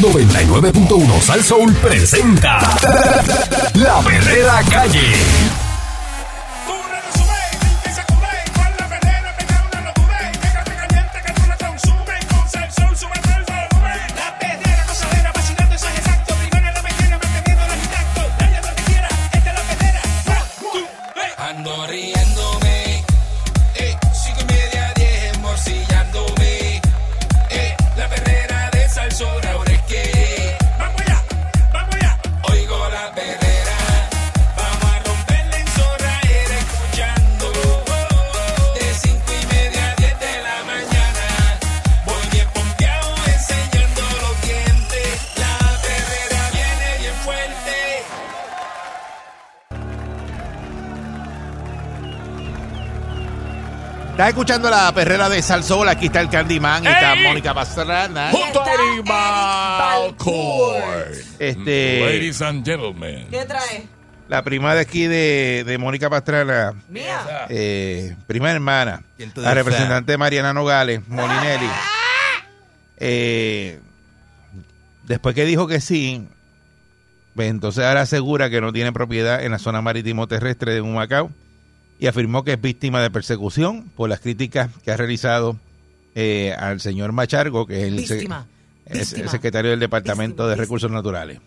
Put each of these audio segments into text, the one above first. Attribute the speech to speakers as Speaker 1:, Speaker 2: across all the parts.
Speaker 1: 99.1 Sal Soul presenta La Verdadera Calle.
Speaker 2: Ando riéndome, eh, cinco y media, diez, morcillándome, eh, la perrera de Salsón, ahora es que, vamos allá, vamos allá, oigo la perrera, vamos a romperla en zorra, era escuchando, de cinco y media a diez de la mañana, voy bien pompeado enseñando los dientes, la perrera viene bien fuerte.
Speaker 3: Estás escuchando la perrera de Salsol. Aquí está el Candyman. Está
Speaker 4: ¡Ey!
Speaker 3: Mónica Pastrana.
Speaker 4: Junto a Eric Balcourt.
Speaker 3: Este,
Speaker 4: Ladies and gentlemen.
Speaker 5: ¿Qué trae?
Speaker 3: la prima de aquí de, de Mónica Pastrana,
Speaker 5: Mía.
Speaker 3: eh, prima hermana,
Speaker 6: ¿Quién te
Speaker 3: la
Speaker 6: dice?
Speaker 3: representante Mariana Nogales, Molinelli.
Speaker 5: Ah.
Speaker 3: eh, después que dijo que sí, pues entonces ahora asegura que no tiene propiedad en la zona marítimo terrestre de Humacao y afirmó que es víctima de persecución por las críticas que ha realizado eh, al señor Machargo, que es el, se-
Speaker 5: Víctima.
Speaker 3: es- el
Speaker 5: Víctima.
Speaker 3: secretario del Departamento
Speaker 5: Víctima,
Speaker 3: de
Speaker 5: víctima.
Speaker 3: Recursos Naturales.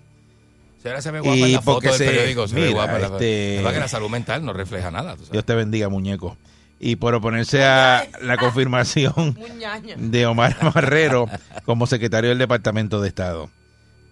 Speaker 6: Si ahora se ve guapa
Speaker 3: Y
Speaker 6: en la foto
Speaker 3: porque
Speaker 6: del
Speaker 3: se-
Speaker 6: periódico, se ve
Speaker 3: mira,
Speaker 6: guapa. la-
Speaker 3: este-
Speaker 6: la verdad que la salud mental no refleja nada. tú sabes.
Speaker 3: Dios te bendiga, muñeco. Y por oponerse a la confirmación
Speaker 5: Muñaña.
Speaker 3: de Omar Marrero como secretario del Departamento de Estado.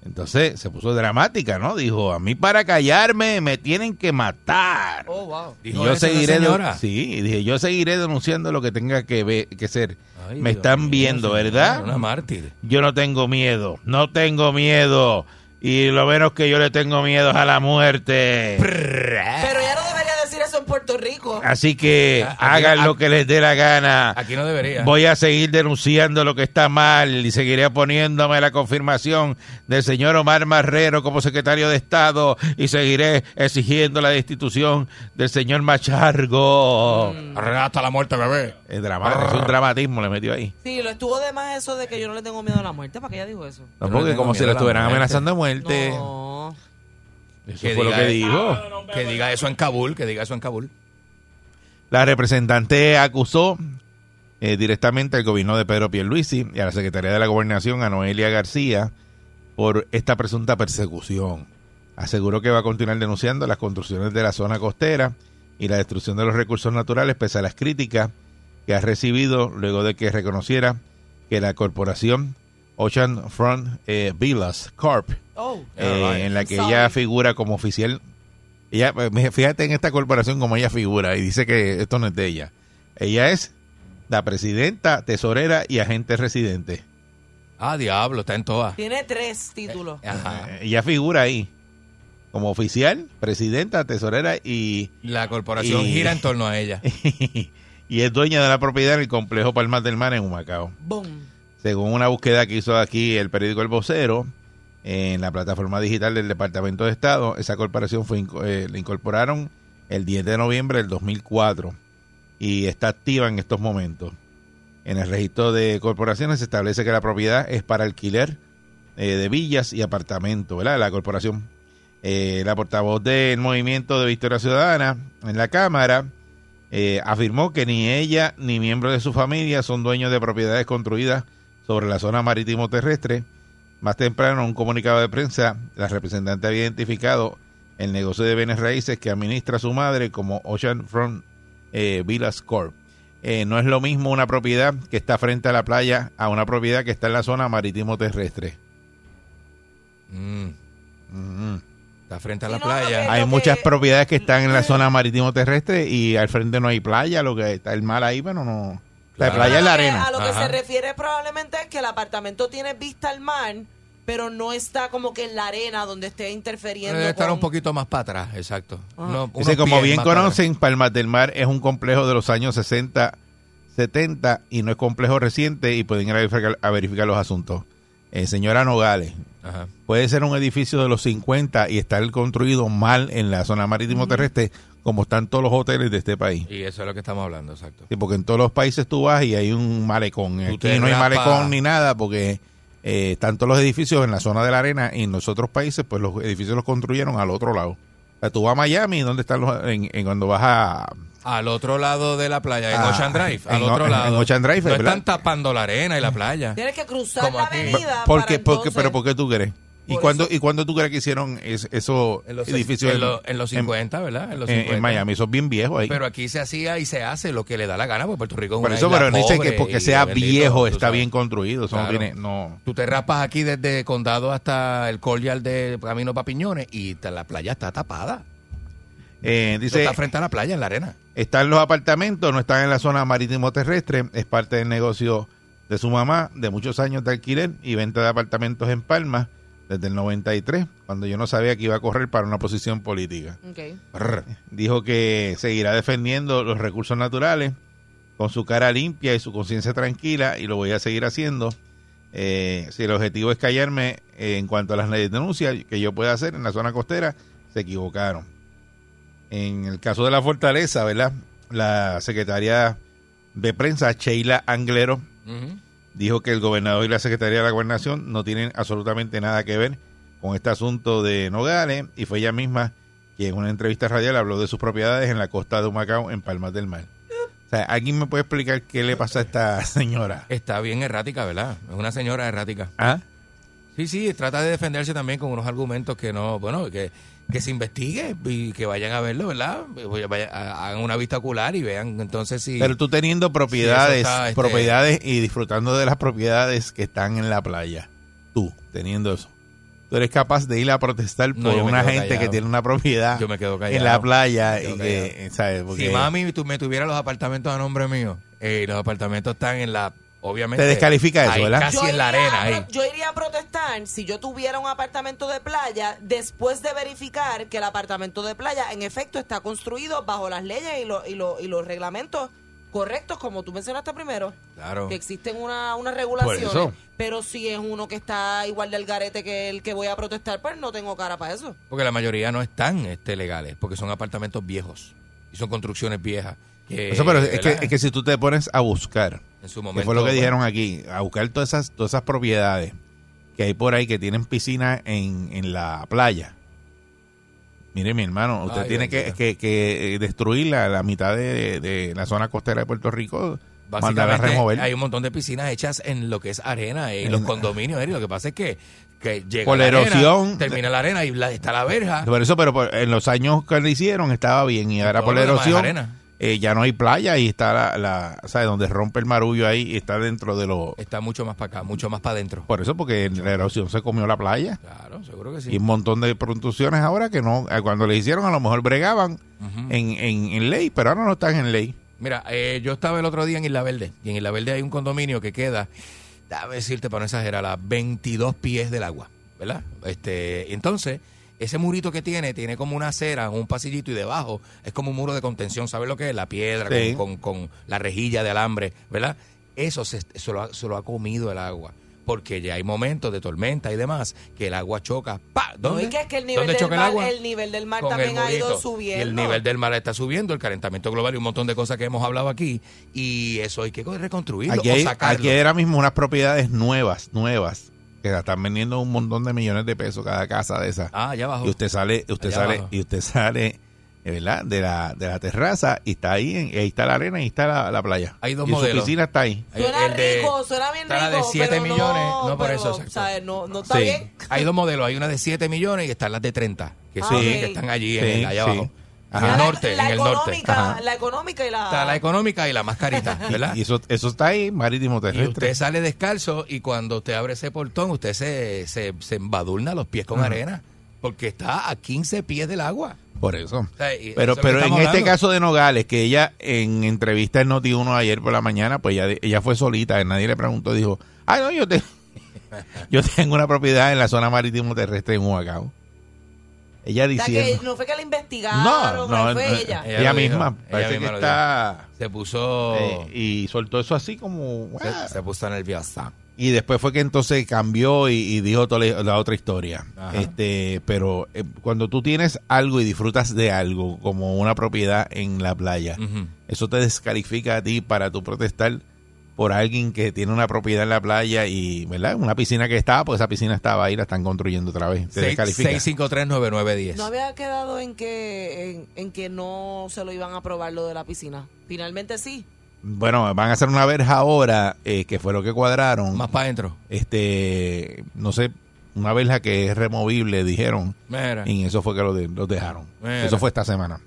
Speaker 3: Entonces se puso dramática, ¿no? Dijo, a mí para callarme me tienen que matar.
Speaker 5: Oh, wow.
Speaker 3: Y
Speaker 6: Dijo
Speaker 3: yo
Speaker 6: eso la
Speaker 3: seguiré de-
Speaker 6: señora.
Speaker 3: sí, y dije, yo seguiré denunciando lo que tenga que, ve- que ser.
Speaker 6: Ay,
Speaker 3: me
Speaker 6: Dios
Speaker 3: están
Speaker 6: mío,
Speaker 3: viendo,
Speaker 6: señora,
Speaker 3: ¿verdad?
Speaker 6: Una mártir.
Speaker 3: Yo no tengo miedo, no tengo miedo. Y lo menos que yo le tengo miedo es a la muerte.
Speaker 5: Pero ya no debería decir eso en Puerto Rico.
Speaker 3: Así que
Speaker 6: Ah, aquí-
Speaker 3: hagan lo
Speaker 6: ah,
Speaker 3: que les dé la gana.
Speaker 6: Aquí no debería.
Speaker 3: Voy a seguir denunciando lo que está mal y seguiré poniéndome la confirmación del señor Omar Marrero como secretario de Estado y seguiré exigiendo la destitución del señor Machargo.
Speaker 6: Mm. Arregla hasta la muerte, bebé. Ah.
Speaker 3: Es, drama- es un dramatismo, le metió ahí.
Speaker 5: Sí, lo estuvo de más eso de que yo no le tengo miedo a la muerte. ¿Para qué ella dijo eso?
Speaker 3: No,
Speaker 6: Yo no
Speaker 3: porque
Speaker 6: tengo
Speaker 3: como si
Speaker 6: miedo
Speaker 3: lo
Speaker 6: a la
Speaker 3: estuvieran
Speaker 6: muerte.
Speaker 3: amenazando a muerte.
Speaker 5: No.
Speaker 3: Eso fue lo
Speaker 6: diga
Speaker 3: que
Speaker 6: eso.
Speaker 3: dijo.
Speaker 6: Ah, Que diga eso en Kabul, que diga eso en Kabul.
Speaker 3: La representante acusó eh, directamente al gobierno de Pedro Pierluisi y a la Secretaría de la Gobernación, a Noelia García, por esta presunta persecución. Aseguró que va a continuar denunciando las construcciones de la zona costera y la destrucción de los recursos naturales, pese a las críticas que ha recibido luego de que reconociera que la corporación Ocean Front eh, Villas Corp,
Speaker 5: Oh.
Speaker 3: eh, en la que
Speaker 5: Sorry.
Speaker 3: ella figura como oficial. Ella, pues, mira, fíjate en esta corporación como ella figura y dice que esto no es de ella. Ella es la presidenta, tesorera y agente residente.
Speaker 6: Ah, diablo, está en todas.
Speaker 5: Tiene tres títulos.
Speaker 6: Eh, Ajá.
Speaker 3: Ella figura ahí como oficial, presidenta, tesorera y,
Speaker 6: La corporación
Speaker 3: Y-
Speaker 6: gira en torno a ella.
Speaker 3: y es dueña de la propiedad del complejo Palmas del Mar en Humacao.
Speaker 5: Boom.
Speaker 3: Según una búsqueda que hizo aquí el periódico El Vocero, en la plataforma digital del Departamento de Estado, esa corporación fue, inco- eh, la incorporaron el 10 de noviembre del 2004 y está activa en estos momentos. En el registro de corporaciones se establece que la propiedad es para alquiler eh, de villas y apartamentos, ¿verdad? La corporación. Eh, la portavoz del Movimiento de Victoria Ciudadana en la Cámara eh, afirmó que ni ella ni miembros de su familia son dueños de propiedades construidas sobre la zona marítimo terrestre. Más temprano, en un comunicado de prensa, la representante había identificado el negocio de bienes raíces que administra su madre como Ocean Front eh, Villas Corp. Eh, no es lo mismo una propiedad que está frente a la playa a una propiedad que está en la zona marítimo terrestre.
Speaker 6: Mm,
Speaker 3: Mm.
Speaker 6: está frente a
Speaker 5: Sí,
Speaker 6: la
Speaker 5: no,
Speaker 6: playa.
Speaker 5: lo
Speaker 3: Hay
Speaker 5: que-
Speaker 3: muchas propiedades que están en la zona marítimo terrestre y al frente no hay playa, lo que está el mar ahí, pero no. La
Speaker 6: Claro.
Speaker 3: playa es la arena.
Speaker 5: Ah, A lo que
Speaker 6: Ajá.
Speaker 5: se refiere probablemente es que el apartamento tiene vista al mar, pero no está como que en la arena donde esté interfiriendo.
Speaker 6: Debe estar
Speaker 5: con-
Speaker 6: un poquito más para atrás, exacto. No, unos
Speaker 3: Dice, como
Speaker 6: pies
Speaker 3: bien
Speaker 6: más para atrás.
Speaker 3: conocen, Palmas del Mar es un complejo de los años 60, 70 y no es complejo reciente y pueden ir a verificar, a verificar los asuntos. Eh, señora Nogales,
Speaker 6: Ajá.
Speaker 3: puede ser un edificio de los 50 y estar construido mal en la zona marítimo terrestre como están todos los hoteles de este país.
Speaker 6: Y eso es lo que estamos hablando, exacto.
Speaker 3: Sí, porque en todos los países tú vas y hay un malecón.
Speaker 6: Tú
Speaker 3: Aquí
Speaker 6: te
Speaker 3: no hay
Speaker 6: rapas.
Speaker 3: malecón ni nada porque eh, están todos los edificios en la zona de la arena y en los otros países, pues los edificios los construyeron al otro lado. O sea, tú vas a Miami, ¿dónde están los, en, en cuando vas a,
Speaker 6: Al otro lado de la playa, en
Speaker 3: Ah,
Speaker 6: Ocean Drive. Al
Speaker 3: en o-
Speaker 6: otro
Speaker 3: en-
Speaker 6: lado.
Speaker 3: en Ocean Drive,
Speaker 6: no
Speaker 3: ¿verdad?
Speaker 6: están tapando la arena y la playa.
Speaker 5: Tienes que cruzar
Speaker 6: Como
Speaker 5: la
Speaker 6: aquí.
Speaker 5: avenida.
Speaker 3: Porque,
Speaker 5: para
Speaker 3: porque,
Speaker 5: entonces-
Speaker 3: pero ¿por qué tú crees? ¿Y
Speaker 5: Por
Speaker 3: cuándo,
Speaker 5: eso-
Speaker 3: ¿Y cuándo tú crees que hicieron es- esos
Speaker 6: En los,
Speaker 3: edificios
Speaker 6: en los- en los 50, ¿verdad? En los
Speaker 3: en-
Speaker 6: 50.
Speaker 3: en Miami? Eso es bien viejo ahí.
Speaker 6: Pero aquí se hacía y se hace lo que le da la gana, porque Puerto Rico es
Speaker 3: Por
Speaker 6: una
Speaker 3: eso,
Speaker 6: isla
Speaker 3: pero no dice
Speaker 6: pobre
Speaker 3: que porque
Speaker 6: y
Speaker 3: sea
Speaker 6: bendito,
Speaker 3: viejo
Speaker 6: tú
Speaker 3: está
Speaker 6: sabes.
Speaker 3: bien construido. Eso
Speaker 6: Claro.
Speaker 3: no tiene. No.
Speaker 6: Tú te rapas aquí desde Condado hasta el Collar de Camino Papiñones y ta- la playa está tapada.
Speaker 3: Eh,
Speaker 6: Eso
Speaker 3: dice:
Speaker 6: está frente a la playa, en la arena.
Speaker 3: están los apartamentos, no están en la zona marítimo terrestre. Es parte del negocio de su mamá de muchos años de alquiler y venta de apartamentos en Palma desde el 93, cuando yo no sabía que iba a correr para una posición política.
Speaker 5: Ok.
Speaker 3: Brr. Dijo que seguirá defendiendo los recursos naturales con su cara limpia y su conciencia tranquila y lo voy a seguir haciendo. Eh, si el objetivo es callarme eh, en cuanto a las denuncias que yo pueda hacer en la zona costera, se equivocaron. En el caso de la fortaleza, ¿verdad? La secretaria de prensa, Sheila Anglero, dijo que el gobernador y la secretaria de la gobernación no tienen absolutamente nada que ver con este asunto de Nogales y fue ella misma que en una entrevista radial habló de sus propiedades en la costa de Humacao, en Palmas del Mar. O sea, ¿alguien me puede explicar qué le pasa a esta señora?
Speaker 6: Está bien errática, ¿verdad? Es una señora errática.
Speaker 3: ¿Ah?
Speaker 6: Sí, sí, trata de defenderse también con unos argumentos que no, bueno, que, que se investigue y que vayan a verlo, ¿verdad? Vaya- ha- hagan una vista ocular y vean entonces si...
Speaker 3: Pero tú teniendo propiedades,
Speaker 6: Sí, eso está, este-
Speaker 3: propiedades y disfrutando de las propiedades que están en la playa, tú teniendo eso, tú eres capaz de ir a protestar
Speaker 6: No,
Speaker 3: por
Speaker 6: yo me
Speaker 3: una
Speaker 6: quedo
Speaker 3: gente que
Speaker 6: callado.
Speaker 3: tiene una propiedad
Speaker 6: Yo me quedo callado.
Speaker 3: en la playa
Speaker 6: Me
Speaker 3: y
Speaker 6: quedo
Speaker 3: que, ¿sabes? Porque
Speaker 6: si mami tu- me tuviera los apartamentos a nombre mío, eh, los apartamentos están en la... Obviamente...
Speaker 3: Te descalifica eso,
Speaker 6: ahí,
Speaker 3: ¿verdad?
Speaker 6: Casi en la
Speaker 5: iría
Speaker 6: arena,
Speaker 5: a pro-
Speaker 6: ahí.
Speaker 5: Yo iría a protestar si yo tuviera un apartamento de playa después de verificar que el apartamento de playa en efecto está construido bajo las leyes y, lo- y lo- y los reglamentos correctos, como tú mencionaste primero,
Speaker 6: Claro.
Speaker 5: que existen una, unas regulaciones.
Speaker 3: eso.
Speaker 5: Pero si es uno que está igual del garete que el que voy a protestar, pues no tengo cara para eso.
Speaker 6: Porque la mayoría no están este, legales, porque son apartamentos viejos y son construcciones viejas. que,
Speaker 3: Eso, pero es que,
Speaker 6: ¿verdad?
Speaker 3: es que si tú te pones a buscar,
Speaker 6: en su
Speaker 3: que
Speaker 6: momento... pues.
Speaker 3: fue lo que
Speaker 6: bueno,
Speaker 3: dijeron aquí, a buscar todas esas, todas esas propiedades que hay por ahí que tienen piscina en, en la playa. Mire, mi hermano, usted
Speaker 6: Ay,
Speaker 3: tiene que,
Speaker 6: bendito.
Speaker 3: que- que eh, destruir la, la mitad de, de la zona costera de Puerto Rico, mandarla a
Speaker 6: Básicamente,
Speaker 3: remover.
Speaker 6: hay un montón de piscinas hechas en lo que es arena eh, y
Speaker 3: En-
Speaker 6: los condominios. eh, y Lo que pasa es que, que llega
Speaker 3: Por la
Speaker 6: arena,
Speaker 3: erosión.
Speaker 6: termina la arena y la- está la verja.
Speaker 3: Por eso, pero por- en los años que le hicieron estaba bien y ahora
Speaker 6: Todo
Speaker 3: por la
Speaker 6: lo demás es
Speaker 3: erosión
Speaker 6: arena.
Speaker 3: eh, ya no hay playa y está la, la- ¿sabes? Donde rompe el marullo ahí y está dentro de los...
Speaker 6: Está mucho más para acá, mucho más para adentro.
Speaker 3: Por eso, porque la erosión se comió la playa.
Speaker 6: Claro, seguro que
Speaker 3: y
Speaker 6: sí.
Speaker 3: un montón de producciones ahora que no, eh, cuando le hicieron a lo mejor bregaban en, en, en ley, pero ahora no están en ley.
Speaker 6: Mira, eh, yo estaba el otro día en Isla Verde y en Isla Verde hay un condominio que queda, déjame decirte para no exagerar, a 22 pies del agua, ¿verdad? Este, entonces, ese murito que tiene, tiene como una acera, un pasillito y debajo es como un muro de contención, ¿sabes lo que es? La piedra
Speaker 3: Sí.
Speaker 6: con, con- con la rejilla de alambre, ¿verdad? Eso se, se lo ha, se lo ha comido el agua. Porque ya hay momentos de tormenta y demás que el agua choca. ¡pa! ¿Dónde?
Speaker 5: No, y que es que el nivel
Speaker 6: ¿Dónde
Speaker 5: del
Speaker 6: choca el
Speaker 5: mar-
Speaker 6: agua?
Speaker 5: el nivel del mar
Speaker 6: con
Speaker 5: Ah,
Speaker 6: el
Speaker 5: también ha ido
Speaker 6: murito.
Speaker 5: subiendo.
Speaker 6: Y el nivel del mar está subiendo, el calentamiento global y un montón de cosas que hemos hablado aquí. Y eso hay que reconstruirlo
Speaker 3: Aquí,
Speaker 6: o
Speaker 3: hay-
Speaker 6: sacarlo.
Speaker 3: aquí hay ahora mismo unas propiedades nuevas, nuevas, que la están vendiendo un montón de millones de pesos cada casa de esas.
Speaker 6: Ah, allá abajo.
Speaker 3: y usted sale, usted
Speaker 6: Allá
Speaker 3: sale,
Speaker 6: abajo.
Speaker 3: y usted sale, eh, ¿verdad? De la, de la terraza y está ahí, en- ahí está la arena y está la, la playa.
Speaker 6: Hay dos
Speaker 3: y su
Speaker 6: modelos.
Speaker 3: piscina está ahí.
Speaker 6: El-
Speaker 5: Suena
Speaker 6: el de-
Speaker 5: rico, suena bien
Speaker 6: está
Speaker 5: rico.
Speaker 6: la de 7
Speaker 5: pero
Speaker 6: millones.
Speaker 5: No,
Speaker 6: No, por
Speaker 5: pero,
Speaker 6: eso, exacto.
Speaker 5: ¿sabes? No, no está
Speaker 3: Sí.
Speaker 5: bien.
Speaker 6: Hay dos modelos, hay una de 7 millones y están las de 30, que,
Speaker 5: Ah,
Speaker 6: son-
Speaker 5: ok.
Speaker 6: que están allí, en
Speaker 3: Sí,
Speaker 6: el- allá
Speaker 3: sí.
Speaker 6: abajo. En
Speaker 3: Ajá.
Speaker 6: el
Speaker 5: La-
Speaker 6: norte,
Speaker 5: la
Speaker 6: en el norte.
Speaker 5: económica,
Speaker 3: Ajá.
Speaker 5: La económica y la...
Speaker 6: Está la económica y la más carita, ¿verdad?
Speaker 3: Y, y eso, eso está ahí, marítimo
Speaker 6: Y
Speaker 3: terrestre.
Speaker 6: usted sale descalzo y cuando usted abre ese portón, usted se, se, se embadurna los pies con arena, porque está a 15 pies del agua.
Speaker 3: Por eso.
Speaker 6: sea,
Speaker 3: Pero,
Speaker 6: y- eso es lo que
Speaker 3: pero en
Speaker 6: estamos
Speaker 3: este
Speaker 6: hablando.
Speaker 3: caso de Nogales, que ella en entrevista en Noti1 ayer por la mañana, pues ella, ella fue solita, nadie le preguntó, dijo, ah, no, yo, te, yo tengo una propiedad en la zona marítimo terrestre en Huacao. Ella
Speaker 5: O sea, que
Speaker 3: diciendo...
Speaker 5: no fue que la investigaron,
Speaker 3: No, no,
Speaker 5: fue
Speaker 3: no, eh,
Speaker 5: ella.
Speaker 3: ella,
Speaker 6: Ella lo dijo,
Speaker 3: misma,
Speaker 6: ella
Speaker 3: parece
Speaker 6: misma
Speaker 3: que
Speaker 6: lo
Speaker 3: está...
Speaker 6: Se puso...
Speaker 3: eh, y soltó eso así como... "Ah".
Speaker 6: se, se puso nerviosa.
Speaker 3: Y después fue que entonces cambió y, y dijo toda la, la otra historia.
Speaker 6: Ajá.
Speaker 3: Este, pero eh, cuando tú tienes algo y disfrutas de algo, como una propiedad en la playa,
Speaker 6: Ujú.
Speaker 3: eso te descalifica a ti para tu protestar por alguien que tiene una propiedad en la playa y, ¿verdad? Una piscina que estaba, pues esa piscina estaba ahí, la están construyendo otra vez. Se descalifica.
Speaker 6: 6539910.
Speaker 5: No había quedado en que, en, en que no se lo iban a aprobar lo de la piscina. Finalmente sí.
Speaker 3: Bueno, van a hacer una verja ahora, eh, que fue lo que cuadraron.
Speaker 6: Más para adentro.
Speaker 3: Este, no sé, una verja que es removible, dijeron.
Speaker 6: Mira.
Speaker 3: Y en eso fue que lo de- los dejaron.
Speaker 6: Mira.
Speaker 3: Eso fue esta semana.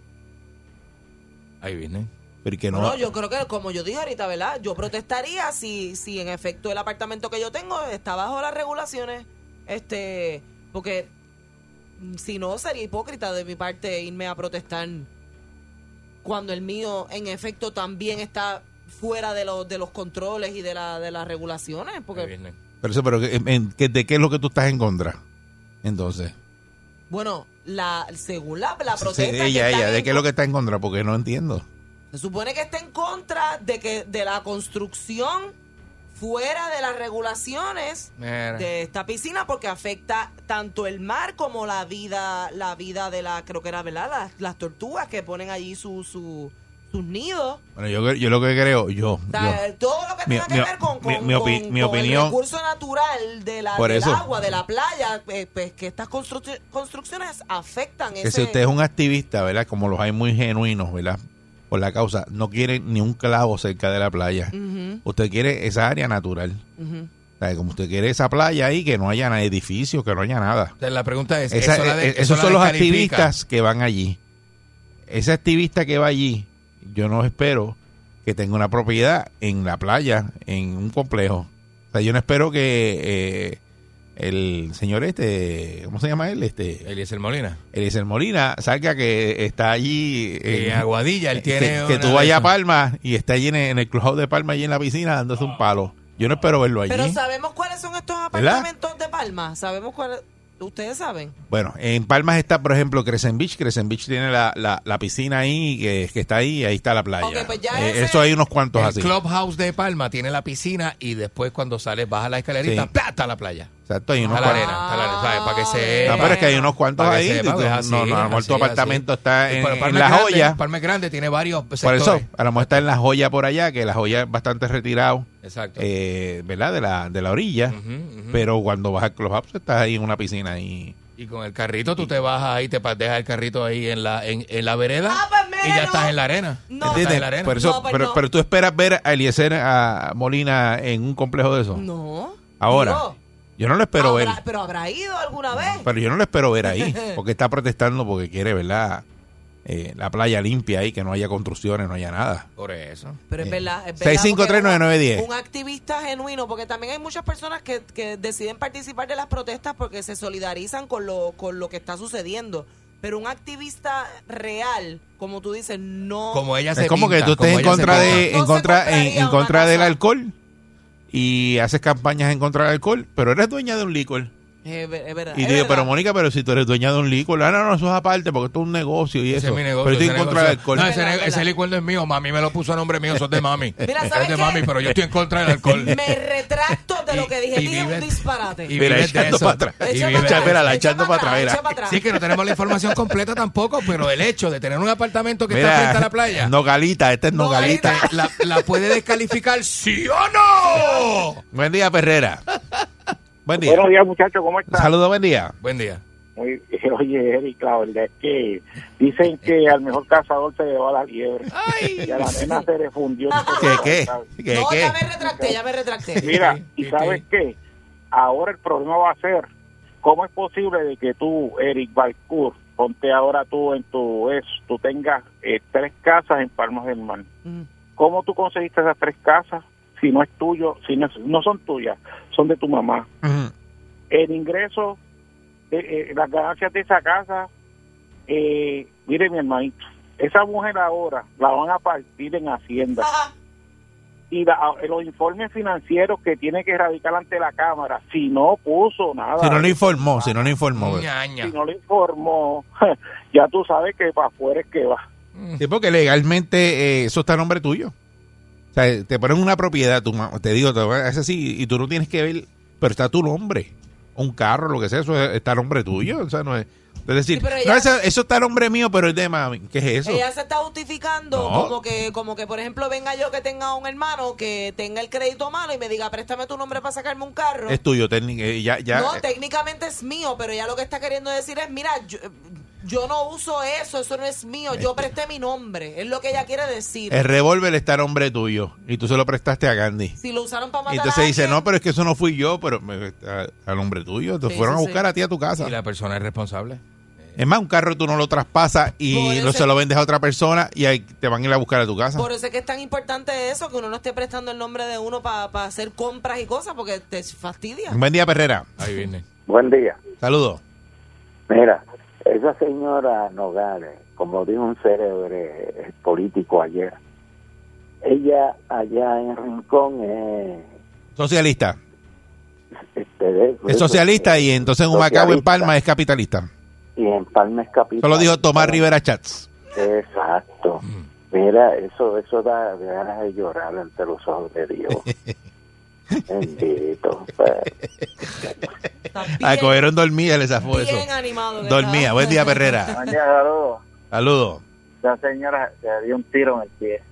Speaker 6: Ahí viene.
Speaker 3: Porque
Speaker 5: No,
Speaker 3: no,
Speaker 5: yo creo que, como yo dije ahorita, ¿verdad? Yo protestaría si, si en efecto el apartamento que yo tengo está bajo las regulaciones. Este, porque mm, si no, sería hipócrita de mi parte irme a protestar cuando el mío, en efecto, también está fuera de los, de los controles y de, la, de las regulaciones.
Speaker 6: Ahí
Speaker 5: Porque,
Speaker 6: viene.
Speaker 3: Pero eso, pero en- en- que- ¿de qué es lo que tú estás en contra? Entonces,
Speaker 5: bueno, la, según la, la
Speaker 3: Sí,
Speaker 5: protesta. que
Speaker 3: ella,
Speaker 5: están
Speaker 3: ella,
Speaker 5: en
Speaker 3: ¿de qué es lo que está en contra? Porque no entiendo.
Speaker 5: Se supone que está en contra de que de la construcción fuera de las regulaciones
Speaker 6: Mira.
Speaker 5: de esta piscina porque afecta tanto el mar como la vida la vida de la creo que era verdad las, las tortugas que ponen allí su, su- sus nidos
Speaker 3: Bueno, yo, yo lo que creo, yo,
Speaker 5: O
Speaker 3: yo-
Speaker 5: sea, todo lo que
Speaker 3: Mi-
Speaker 5: tenga
Speaker 3: mi-
Speaker 5: que ver con, con-
Speaker 3: mi- mi opi-
Speaker 5: con-
Speaker 3: mi
Speaker 5: con
Speaker 3: opinión-
Speaker 5: el recurso natural de la,
Speaker 3: Por
Speaker 5: del
Speaker 3: eso.
Speaker 5: agua de la playa eh, pues que estas construc- construcciones afectan
Speaker 3: que
Speaker 5: ese
Speaker 3: si usted es un activista, ¿verdad? Como los hay muy genuinos, ¿verdad? Por la causa, no quiere ni un clavo cerca de la playa.
Speaker 5: Ujú,
Speaker 3: Usted quiere esa área natural.
Speaker 5: ujú.
Speaker 3: O sea, Como usted quiere esa playa ahí, que no haya nada, edificios, que no haya nada.
Speaker 6: O sea, la pregunta es,
Speaker 3: Esa-
Speaker 6: ¿eso la de-
Speaker 3: eh,
Speaker 6: eso
Speaker 3: esos
Speaker 6: la
Speaker 3: son los
Speaker 6: descalifica?
Speaker 3: activistas que van allí. Ese activista que va allí, yo no espero que tenga una propiedad en la playa, en un complejo. O sea, yo no espero que eh, el señor este, ¿cómo se llama él? Este,
Speaker 6: Eliezer Molina.
Speaker 3: Eliezer Molina, salga que está allí.
Speaker 6: En
Speaker 3: eh,
Speaker 6: Aguadilla, él tiene...
Speaker 3: que, que
Speaker 6: una
Speaker 3: tú
Speaker 6: de
Speaker 3: vayas a
Speaker 6: esas.
Speaker 3: Palma y está allí en el, en el clubhouse de Palma, allí en la piscina, dándose un palo. Yo no espero verlo allí.
Speaker 5: Pero sabemos cuáles son estos apartamentos de Palma. Sabemos cuáles. Ustedes saben.
Speaker 3: Bueno, en Palmas está, por ejemplo, Crescent Beach. Crescent Beach tiene la, la, la piscina ahí, que, que está ahí, ahí está la playa.
Speaker 5: Ok, pues ya
Speaker 3: Eh,
Speaker 5: ese-
Speaker 3: Eso hay unos cuantos
Speaker 6: El
Speaker 3: así.
Speaker 6: clubhouse de Palma tiene la piscina y después cuando sales baja la escalerita,
Speaker 3: Sí.
Speaker 6: ¡plá! está la playa.
Speaker 3: Exacto, hay unos
Speaker 6: Está la
Speaker 3: cuantos.
Speaker 6: arena, está la arena, ¿sabes? Para que se...
Speaker 3: No, pero es que hay unos cuantos
Speaker 6: Para que
Speaker 3: ahí.
Speaker 6: sepa,
Speaker 3: tú-
Speaker 6: pues,
Speaker 3: no,
Speaker 6: así,
Speaker 3: no, a lo mejor tu
Speaker 6: así,
Speaker 3: apartamento
Speaker 6: así.
Speaker 3: está
Speaker 6: Y
Speaker 3: en,
Speaker 6: por
Speaker 3: en
Speaker 6: Palma
Speaker 3: la
Speaker 6: Grande, pues,
Speaker 3: joya.
Speaker 6: Palma Grande tiene varios
Speaker 3: Por
Speaker 6: sectores.
Speaker 3: eso, a lo mejor está en la joya por allá, que la joya es bastante retirado,
Speaker 6: Exacto.
Speaker 3: eh, ¿verdad? De la, de la orilla.
Speaker 6: Ujú, ujú.
Speaker 3: Pero cuando vas al clubhouse, estás ahí en una piscina ahí.
Speaker 6: Y con el carrito tú te bajas ahí, te pa- dejas el carrito ahí en la, en, en la vereda
Speaker 5: Ah, pues mira,
Speaker 6: y ya
Speaker 5: no.
Speaker 6: estás en la arena.
Speaker 5: No.
Speaker 6: Estás
Speaker 3: ¿Entiendes?
Speaker 6: en la arena.
Speaker 3: Por eso-
Speaker 5: No, pues
Speaker 3: pero,
Speaker 5: no.
Speaker 3: pero tú esperas ver a Eliezer a Molina en un complejo de eso.
Speaker 5: No.
Speaker 3: Ahora,
Speaker 5: Digo,
Speaker 3: yo no lo espero ver.
Speaker 5: habrá- pero habrá ido alguna vez.
Speaker 3: Pero yo no lo espero ver ahí, porque está protestando porque quiere, ¿verdad? Eh, la playa limpia ahí, que no haya construcciones, no haya nada.
Speaker 6: Por eso.
Speaker 5: Pero es
Speaker 3: Eh,
Speaker 5: verdad, es verdad.
Speaker 3: 6539910.
Speaker 5: porque Un activista genuino, porque también hay muchas personas que, que deciden participar de las protestas porque se solidarizan con lo, con lo que está sucediendo. Pero un activista real, como tú dices, no.
Speaker 6: Como ella se
Speaker 3: es como que
Speaker 6: pinta,
Speaker 3: tú estés
Speaker 6: como
Speaker 3: en
Speaker 6: ella se
Speaker 3: contra
Speaker 6: pinta.
Speaker 3: de
Speaker 5: No
Speaker 3: en
Speaker 5: se
Speaker 3: contra en- en,
Speaker 5: compraría una
Speaker 3: contra
Speaker 5: casa.
Speaker 3: del alcohol y haces campañas en contra del alcohol, pero eres dueña de un licor.
Speaker 5: Es, ver- es verdad.
Speaker 3: Y
Speaker 5: es
Speaker 3: te digo,
Speaker 5: verdad.
Speaker 3: pero Mónica, pero si tú eres dueña de un licor, ah, no, no, eso es aparte, porque esto es un negocio y eso.
Speaker 6: Ese es mi negocio.
Speaker 3: pero estoy en
Speaker 6: ese
Speaker 3: contra del
Speaker 6: negocio.
Speaker 3: alcohol.
Speaker 6: No, ese,
Speaker 5: Verdad,
Speaker 6: ne-
Speaker 5: verdad.
Speaker 6: ese licor no es mío. Mami me lo puso a nombre mío. Eso es de mami. es
Speaker 5: ¿sabes
Speaker 6: de
Speaker 5: qué?
Speaker 6: mami, pero yo estoy en contra del alcohol.
Speaker 5: Me retracto de lo que dije.
Speaker 6: Y- y
Speaker 5: Dije un
Speaker 6: vive-
Speaker 5: disparate.
Speaker 6: y
Speaker 3: Mira,
Speaker 6: vives de
Speaker 3: echando
Speaker 6: eso.
Speaker 3: para atrás.
Speaker 6: Y
Speaker 5: Echa
Speaker 6: vives
Speaker 5: para
Speaker 6: de
Speaker 5: atrás,
Speaker 3: Espera, la
Speaker 5: echa
Speaker 3: echando
Speaker 5: para
Speaker 3: para atrás,
Speaker 5: atrás,
Speaker 3: mira.
Speaker 5: echa para atrás.
Speaker 6: Sí, que no tenemos la información completa tampoco, pero el hecho de tener un apartamento que está
Speaker 3: Mira,
Speaker 6: frente a la playa,
Speaker 3: Nogalita, este es
Speaker 5: Nogalita.
Speaker 3: Nogalita.
Speaker 6: eh, la, la puede descalificar, ¿sí o no?
Speaker 3: Buen día, Perrera. Buen día.
Speaker 4: Buenos días, muchachos, ¿cómo están?
Speaker 3: Saludos, buen día.
Speaker 6: Buen día.
Speaker 4: Muy- oye, Eric, la verdad es que dicen que al mejor cazador se llevó a la liebre. Y a la nena se le fundió. el
Speaker 3: ¿Qué,
Speaker 4: cerebro,
Speaker 3: qué?
Speaker 4: ¿sabes?
Speaker 3: ¿Qué,
Speaker 5: no,
Speaker 3: qué?
Speaker 5: ya me retracté, ya me retracté.
Speaker 4: Mira,
Speaker 6: Sí,
Speaker 4: ¿y
Speaker 6: sí.
Speaker 4: sabes qué? Ahora el problema va a ser, ¿cómo es posible de que tú, Eric Balcour, ponte ahora tú en tu ex, tú tengas eh, tres casas en Palmas del Mar?
Speaker 5: Mm.
Speaker 4: ¿Cómo tú conseguiste esas tres casas si no es tuyo, si no, es- no son tuyas, son de tu mamá?
Speaker 3: Ujú.
Speaker 4: el ingreso, de, eh, las ganancias de esa casa, eh, mire mi hermanito, esa mujer ahora la van a partir en Hacienda
Speaker 5: Ajá.
Speaker 4: y la- ah, los informes financieros que tiene que erradicar ante la Cámara, si no puso nada,
Speaker 3: Si no lo informó, si no lo informó.
Speaker 6: Ñaña.
Speaker 4: si no le informó, ya tú sabes que para afuera es que va.
Speaker 5: Mm.
Speaker 3: Sí, porque legalmente eh, eso está a nombre tuyo. O sea, te ponen una propiedad, tu ma- te digo, te es así, y tú no tienes que ver, pero está tu nombre. Un carro, lo que sea, eso está a nombre tuyo. O sea, no es, Es decir,
Speaker 5: Sí, pero
Speaker 3: no,
Speaker 5: ella-
Speaker 3: eso, eso está a nombre mío, pero es de mami. ¿Qué es eso?
Speaker 5: Ella se está justificando
Speaker 3: No.
Speaker 5: como que, como que por ejemplo, venga yo que tenga un hermano que tenga el crédito malo y me diga, préstame tu nombre para sacarme un carro.
Speaker 3: Es tuyo, técnico. eh, Ya, ya,
Speaker 5: no,
Speaker 3: eh,
Speaker 5: técnicamente es mío, pero ella lo que está queriendo decir es, mira, yo, eh, yo no uso eso, eso no es mío, yo presté mi nombre, es lo que ella quiere decir.
Speaker 3: Este. el revólver está a nombre tuyo y tú se lo prestaste a Gandhi.
Speaker 5: Si lo usaron para matar
Speaker 3: Entonces
Speaker 5: a
Speaker 3: dice,
Speaker 5: alguien,
Speaker 3: no, pero es que eso no fui yo, pero me- a, a nombre tuyo. Te
Speaker 5: Sí,
Speaker 3: fueron a
Speaker 5: sí,
Speaker 3: buscar
Speaker 5: sí.
Speaker 3: a ti a tu casa.
Speaker 6: Y la persona es responsable.
Speaker 3: Es más, un carro tú no lo traspasas
Speaker 5: Por
Speaker 3: y
Speaker 5: eso
Speaker 3: no
Speaker 5: es-
Speaker 3: se lo vendes a otra persona y ahí te van a ir a buscar a tu casa.
Speaker 5: Por eso es que es tan importante eso, que uno no esté prestando el nombre de uno para hacer compras y cosas, porque te fastidia.
Speaker 3: Buen día, Perrera.
Speaker 6: Ahí viene.
Speaker 7: Buen día.
Speaker 3: Saludos.
Speaker 7: Mira, esa señora Nogales, como dijo un célebre eh, político ayer, ella allá en Rincón es,
Speaker 3: Socialista.
Speaker 7: este, de-
Speaker 3: Es socialista y entonces en Humacao, en
Speaker 7: Socialista.
Speaker 3: Palma, es capitalista.
Speaker 7: y en Palma es capital.
Speaker 3: Eso lo dijo Tomás Rivera Mm. Chats.
Speaker 7: Exacto. Mira, eso eso da ganas de llorar ante los ojos de Dios. Bendito. pues.
Speaker 5: Está
Speaker 3: Ah,
Speaker 5: bien-
Speaker 3: cogieron dormida, les zafó eso.
Speaker 5: bien animado. ¿verdad?
Speaker 3: Dormía. Buen día, Perrera.
Speaker 8: Buen día, saludos.
Speaker 3: Saludos.
Speaker 8: La señora se dio un tiro en el pie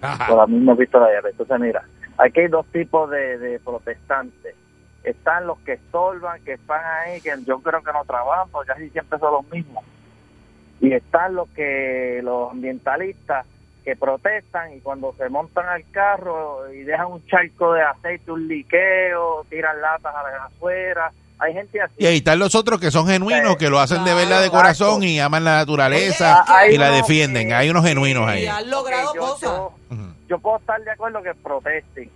Speaker 6: Ajá.
Speaker 8: por la misma pistola de guerra. Entonces, mira, aquí hay dos tipos de, de protestantes. Están los que estorban, que están ahí, que yo creo que no trabajan, porque casi siempre son los mismos. Y están los que los ambientalistas que protestan y cuando se montan al carro y dejan un charco de aceite, un liqueo, tiran latas a la afuera. Hay gente así.
Speaker 3: Y ahí están los otros que son genuinos, que lo hacen de verdad de
Speaker 8: Claro,
Speaker 3: corazón y aman la naturaleza
Speaker 8: Oye, hay
Speaker 3: y la
Speaker 8: unos
Speaker 3: defienden.
Speaker 8: que-
Speaker 3: Hay unos genuinos
Speaker 5: Y
Speaker 3: ahí.
Speaker 5: has logrado
Speaker 8: Ok, yo-
Speaker 5: cosas.
Speaker 8: yo-
Speaker 3: Ujú.
Speaker 8: yo puedo estar de acuerdo que protesten,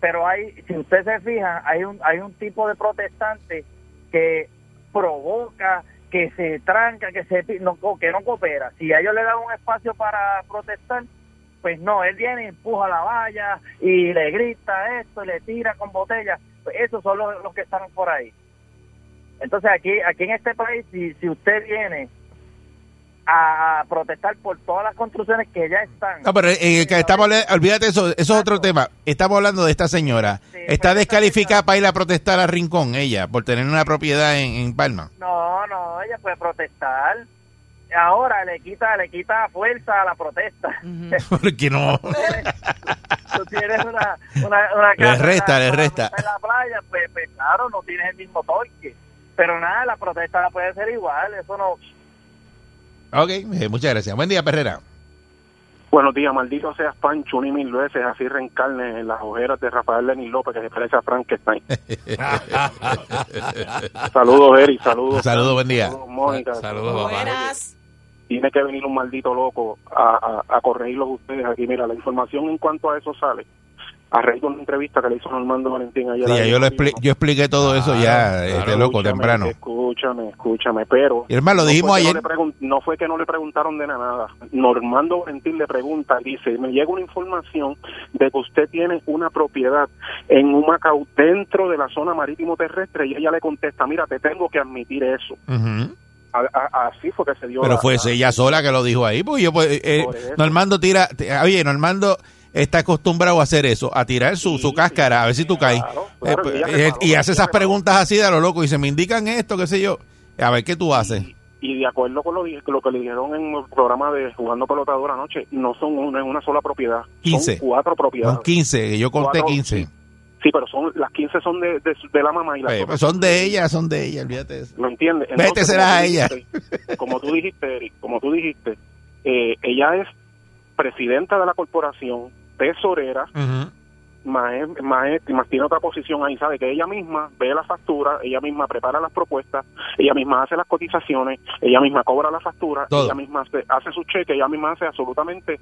Speaker 8: pero hay, si ustedes se fijan, hay un, hay un tipo de protestante que provoca, que se tranca, que se pi- no, co- que no coopera. Si a ellos le dan un espacio para protestar, pues no, él viene y empuja la valla y le grita esto y le tira con botella. Pues esos son los, los que están por ahí. Entonces aquí, aquí en este país, si, si usted viene a protestar por todas las construcciones que ya están.
Speaker 3: No, pero eh, que estamos, habla- olvídate eso, eso es otro tema. Estamos hablando de esta señora.
Speaker 8: Sí,
Speaker 3: Está
Speaker 8: pero esta
Speaker 3: descalificada
Speaker 8: señora-
Speaker 3: para ir a protestar a Rincón, ella, por tener una propiedad en, en Palma.
Speaker 8: No, no, ella puede protestar. Ahora le quita, le quita fuerza a la protesta.
Speaker 5: Ujú.
Speaker 3: Porque no.
Speaker 8: Tú tienes una, una, una
Speaker 3: Le resta,
Speaker 8: para- para
Speaker 3: le resta.
Speaker 8: meter En la playa, pues, pues, claro, no tienes el mismo torque. Pero nada, la protesta la puede ser igual, eso no.
Speaker 3: Ok, eh, muchas gracias. Buen día, Perrera.
Speaker 9: Buenos días, maldito seas Pancho, ni mil veces, así reencarne en las ojeras de Rafael Lenin López, que se parece a Frankenstein. saludos, Eric, saludos.
Speaker 3: Saludos, buen día.
Speaker 9: Saludos, Mónica.
Speaker 6: Saludos, papá.
Speaker 5: Buenas.
Speaker 9: Tiene que venir un maldito loco a, a, a corregirlos ustedes aquí. Mira, la información en cuanto a eso sale. A raíz de una entrevista que le hizo Normando Valentín ayer.
Speaker 3: Sí, ya yo, lo expli- yo expliqué todo eso ya,
Speaker 6: Claro,
Speaker 3: este
Speaker 6: claro,
Speaker 3: loco,
Speaker 9: Escúchame,
Speaker 3: temprano.
Speaker 9: Escúchame, escúchame, pero...
Speaker 3: Y hermano, lo
Speaker 9: No
Speaker 3: dijimos
Speaker 9: fue que
Speaker 3: ayer.
Speaker 9: No, le pregun- no fue que no le preguntaron de nada. Normando Valentín le pregunta, dice, me llega una información de que usted tiene una propiedad en Humacao dentro de la zona marítimo terrestre y ella le contesta, mira, te tengo que admitir eso.
Speaker 3: Ujú.
Speaker 9: A- a- así fue que se dio.
Speaker 3: Pero
Speaker 9: la-
Speaker 3: fue ella sola que lo dijo ahí. Pues yo, pues, eh, eh,
Speaker 9: Por eso.
Speaker 3: Normando tira. te- ah, Oye, Normando está acostumbrado a hacer eso, a tirar su,
Speaker 9: Sí,
Speaker 3: su cáscara, a ver si tú caes.
Speaker 9: claro,
Speaker 3: Eh,
Speaker 9: claro,
Speaker 3: pues,
Speaker 9: ella
Speaker 3: eh,
Speaker 9: reparó,
Speaker 3: y hace
Speaker 9: ella
Speaker 3: esas
Speaker 9: reparó.
Speaker 3: preguntas así de a lo loco. Y se me indican esto, qué sé yo. A ver qué tú haces.
Speaker 9: Y, y de acuerdo con lo, di- lo que le dijeron en el programa de Jugando Pelotador anoche, no son una, una sola propiedad.
Speaker 3: 15.
Speaker 9: Son cuatro propiedades.
Speaker 3: Son 15, que yo conté
Speaker 9: Cuatro,
Speaker 3: 15.
Speaker 9: Sí, pero son las 15 son de, de, su- de la mamá y las
Speaker 3: Oye,
Speaker 9: otras
Speaker 3: pues son de ella, son de ella, olvídate de eso.
Speaker 9: ¿Me entiendes?
Speaker 3: Vete,
Speaker 9: Entonces,
Speaker 3: serás
Speaker 9: como
Speaker 3: a
Speaker 9: tú
Speaker 3: ella.
Speaker 9: dijiste- Como tú dijiste, Eric, como tú dijiste, eh, ella es presidenta de la corporación, tesorera,
Speaker 3: Ujú.
Speaker 9: más, es- más, es- más tiene otra posición ahí, sabe que ella misma ve la factura, ella misma prepara las propuestas, ella misma hace las cotizaciones, ella misma cobra la factura,
Speaker 3: Todo.
Speaker 9: ella misma hace, hace su cheque, ella misma hace absolutamente